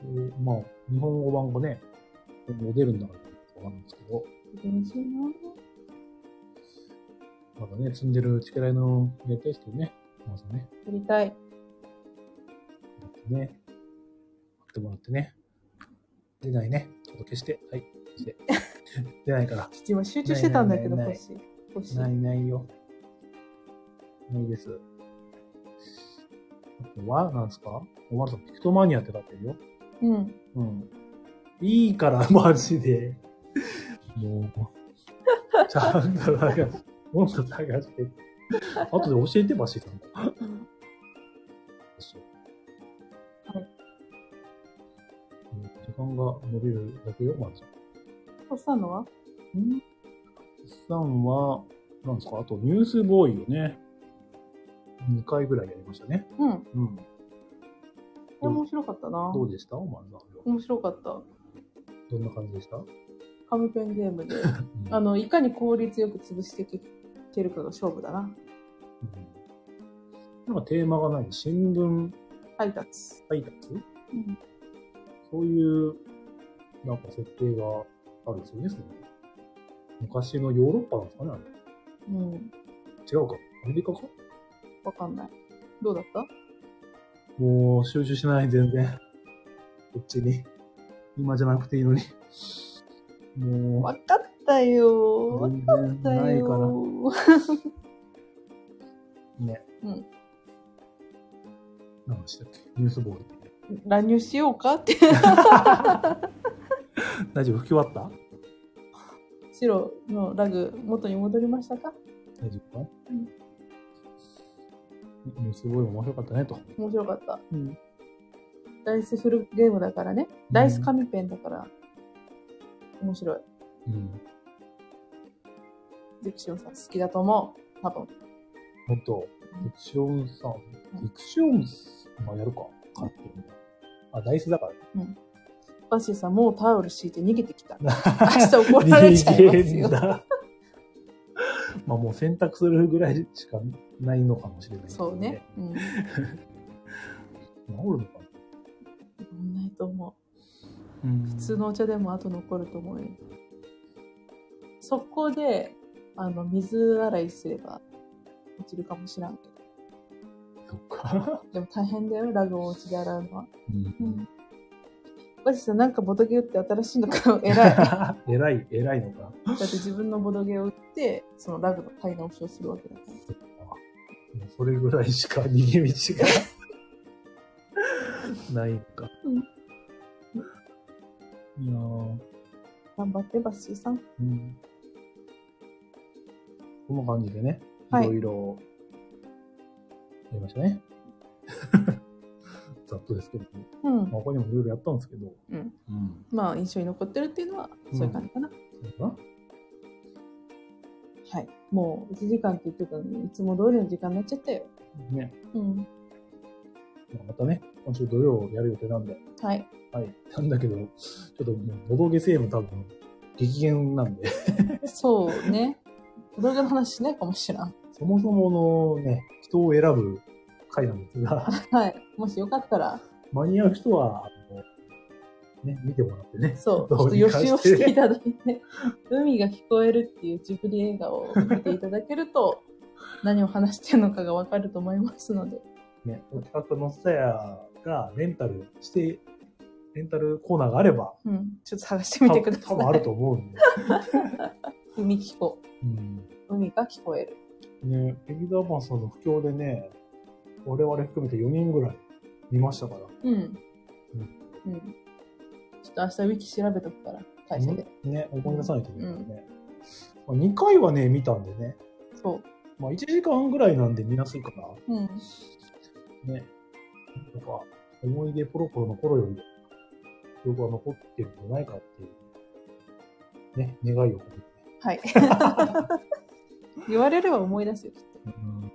Speaker 1: んまあ、日本語版がね、今後出るんだからわかんないですけど、
Speaker 2: 嬉しいな
Speaker 1: まだね、積んでる力のやりたいですけどね、まずね、
Speaker 2: 撮りたい。
Speaker 1: やってね、やってもらってね。出ないね。ちょっと消して。はい。消して。出ないから。
Speaker 2: ちょっと今集中してたんだけど、
Speaker 1: ないない
Speaker 2: 腰。腰。
Speaker 1: ないないよ。ないです。あとは、なんですかおまるさん、ピクトマニアってなってるよ。
Speaker 2: うん。
Speaker 1: うん。いいから、 マジで。もう。ちゃんと探し、もっと探して。後で教えてばしさん。そう
Speaker 2: はい
Speaker 1: うん時間が伸びるだけよ、まず。
Speaker 2: おっさんのは
Speaker 1: んさんは、なんですか、あとニュースボーイをね、2回ぐらいやりましたね。
Speaker 2: うん。こ
Speaker 1: うん。
Speaker 2: れ面白かったな。
Speaker 1: どうでしたお前さんは。
Speaker 2: 面白かった。
Speaker 1: どんな感じでした、
Speaker 2: 紙ペンゲームで。
Speaker 1: うん
Speaker 2: あの、いかに効率よく潰していけるかが勝負だな。
Speaker 1: うんなんかテーマがない新聞
Speaker 2: 配達。
Speaker 1: 配達
Speaker 2: うん。
Speaker 1: そういう、なんか設定があるんですよね、その昔のヨーロッパなんですかねあれ
Speaker 2: うん。
Speaker 1: 違うかアメリカか
Speaker 2: わかんない。どうだった
Speaker 1: もう集中しない、全然。こっちに。今じゃなくていいのに。も
Speaker 2: わかったよ
Speaker 1: う、
Speaker 2: わか
Speaker 1: 全然
Speaker 2: ったよ
Speaker 1: ないから。ね。
Speaker 2: うん。
Speaker 1: 何でしたっけニュースボール。
Speaker 2: 乱入しようかって。
Speaker 1: 大丈夫吹き終わった
Speaker 2: 白のラグ、元に戻りましたか
Speaker 1: 大丈夫か、
Speaker 2: うん
Speaker 1: ニュースボールも面白かったねと。
Speaker 2: 面白かった。
Speaker 1: うん。
Speaker 2: ダイスフルゲームだからね。ダイス紙ペンだから、面白い。
Speaker 1: うん。
Speaker 2: ゼクシオンさん好きだと思う。多分。
Speaker 1: もっと、ディクションさん。ディクションさん、まあやるか。勝ってるねあ、ダイスだ から。
Speaker 2: バッシーさん、もうタオル敷いて逃げてきた。明日怒られちゃいますよ。
Speaker 1: だ。 まあもう選択するぐらいしかないのかもしれないけ
Speaker 2: そ
Speaker 1: ど、
Speaker 2: うね。うん。治
Speaker 1: 治るのかなん
Speaker 2: ないと思う。
Speaker 1: うん
Speaker 2: 普通のお茶でも後残ると思うよ。速攻で、あの、水洗いすれば落ちるかもしらんけ
Speaker 1: そっか。
Speaker 2: ど。でも大変だよ、ラグをお家で洗うのは。
Speaker 1: うん
Speaker 2: うん。バシさん、なんかボドゲ打って新しいの買 う。偉い。だっ
Speaker 1: 偉い、偉いのか。
Speaker 2: て自分のボドゲを打って、そのラグの買い直しをするわけだから。
Speaker 1: そっかもうそれぐらいしか逃げ道が ないか。
Speaker 2: うん
Speaker 1: いやー
Speaker 2: 頑張って、バッシーさん。
Speaker 1: うん。こんな感じでね、
Speaker 2: はい
Speaker 1: いろいろ、やりましたね。 ざっとですけど、ね。
Speaker 2: うん。
Speaker 1: まあ他にもいろいろやったんですけど。
Speaker 2: うん。
Speaker 1: うん。
Speaker 2: まあ、印象に残ってるっていうのは、そういう感じかな。
Speaker 1: そうかな
Speaker 2: はい。もう、1時間って言ってたのに、いつも通りの時間になっちゃったよ。
Speaker 1: ね。
Speaker 2: うん。
Speaker 1: まあまたね、今週土曜やる予定なんで。
Speaker 2: はい。
Speaker 1: はい。なんだけど、ちょっともう、ボドゲセーム多分、激減なんで、
Speaker 2: そうね。ボドゲの話しないかもしらん。
Speaker 1: そもそものね、人を選ぶ回なんです が、
Speaker 2: はい。もしよかったら、
Speaker 1: 間に合う人は、あのね、見てもらってね。
Speaker 2: そう、ち
Speaker 1: ど
Speaker 2: ょっ
Speaker 1: う
Speaker 2: と
Speaker 1: に
Speaker 2: 予
Speaker 1: か
Speaker 2: 習を
Speaker 1: して
Speaker 2: していただいて、海が聞こえるっていうジブリ映画を見ていただける と、何を話してるのかがわかると思いますので。
Speaker 1: ね、お近くのスタヤがレンタルして、レンタルコーナーがあれ ば、
Speaker 2: うん。ちょっと探してみてくだ
Speaker 1: 多
Speaker 2: さ
Speaker 1: 分あ
Speaker 2: い。
Speaker 1: ると思うんで。
Speaker 2: 海聞こ
Speaker 1: うん。
Speaker 2: う。海が聞こえる。
Speaker 1: ね、劇団マンさんの不況でね、我々含めて4人ぐらい見ましたから。
Speaker 2: うん。うん。ちょっと明日ウィキ調べとくから、会社で。
Speaker 1: ね、思い出さないといけないからね。まあ、2回はね、見たんでね。
Speaker 2: そ
Speaker 1: まあ、1時間ぐらいなんで見やすいか
Speaker 2: う。うん。
Speaker 1: な。ね。なんか、思い出ポロポロの頃より、記憶が残ってるんじゃないかっていう、ね、願いを込めて。
Speaker 2: はい。言われれば思い出すよ、きっと。
Speaker 1: うん。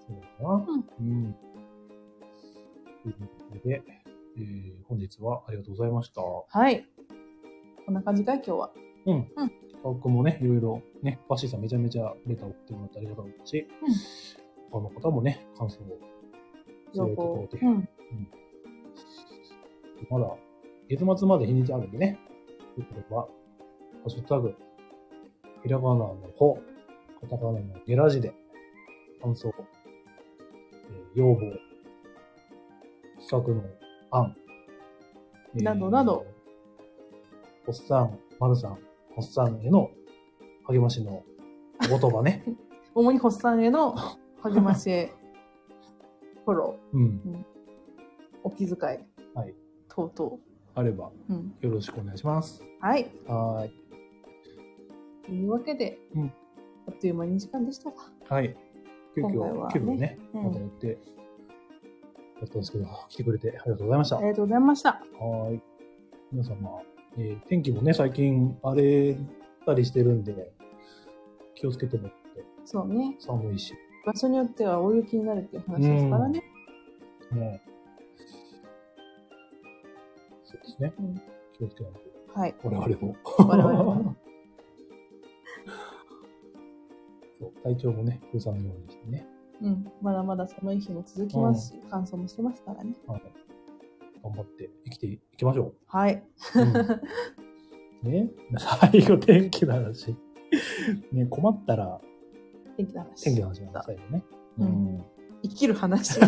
Speaker 1: そうだな。うん。ということで、えー本日はありがとうございました。
Speaker 2: はい。こんな感じかい、今日は。
Speaker 1: うん。
Speaker 2: うん
Speaker 1: 僕もね、いろいろね、バッシーさんめちゃめちゃレター送ってもらってありがたいし、他の方もね、感想をそ
Speaker 2: 情
Speaker 1: ういうとこ
Speaker 2: 報
Speaker 1: ろで。
Speaker 2: うん。
Speaker 1: まだ、月末まで日にちあるんでね。ということは、ハッシュタグ、ひらがなの方、カタカナのゲラジで、感想、えー要望、企画の案、えー
Speaker 2: などなど。
Speaker 1: おっさん、まるさん、おっさんへの励ましのお言葉 ね。
Speaker 2: 主にホッサンへの励ましへ、フォロ
Speaker 1: うん。
Speaker 2: ー、お気遣い、
Speaker 1: はい。
Speaker 2: 等々。
Speaker 1: あれば、
Speaker 2: うん。
Speaker 1: よろしくお願いします。
Speaker 2: はい。
Speaker 1: はーい。
Speaker 2: というわけで、
Speaker 1: うん
Speaker 2: あっという間に時間でしたが。
Speaker 1: はい。急
Speaker 2: 今回は
Speaker 1: 遽、
Speaker 2: ね
Speaker 1: 急遽ね、
Speaker 2: うん
Speaker 1: またやって、やったんですけど、来てくれてありがとうございました。
Speaker 2: あ
Speaker 1: は
Speaker 2: りがとうございました。
Speaker 1: ーい。皆様、えー天気もね、最近荒れたりしてるんで、気をつけてもらって、
Speaker 2: そうね。
Speaker 1: 寒いし、
Speaker 2: 場所によっては大雪になるっていう話ですからね。
Speaker 1: ね。そうですね。
Speaker 2: うん
Speaker 1: 気をつけないと。
Speaker 2: はい。
Speaker 1: 我々も。
Speaker 2: 我々もね
Speaker 1: そう体調もね、崩さないようにしてね。
Speaker 2: うん。まだまだ寒い日も続きますし、乾燥もしてますからね。
Speaker 1: はい頑張って生きていきましょう。
Speaker 2: はい。
Speaker 1: うん、ね 最後天気の話。ね困ったら
Speaker 2: 天気の話。
Speaker 1: 天気の話なんだ、最後ね。
Speaker 2: う
Speaker 1: うんん。
Speaker 2: 生きる話。
Speaker 1: そ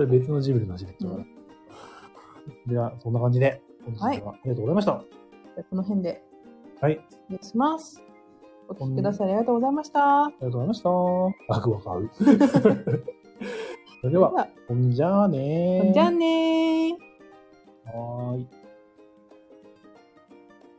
Speaker 1: れ別のジブリの話で
Speaker 2: う
Speaker 1: すから
Speaker 2: ん。
Speaker 1: じゃあ、そんな感じで、本日はあ
Speaker 2: はい
Speaker 1: りがとうございました。
Speaker 2: この辺で
Speaker 1: はい、あ
Speaker 2: 失礼します。お聞きくださりありがとうございました。
Speaker 1: りがとうございました。ワクワク合う。 それで
Speaker 2: で
Speaker 1: は、
Speaker 2: は、
Speaker 1: ほんじゃあねー。
Speaker 2: じゃあねー。
Speaker 1: はーい。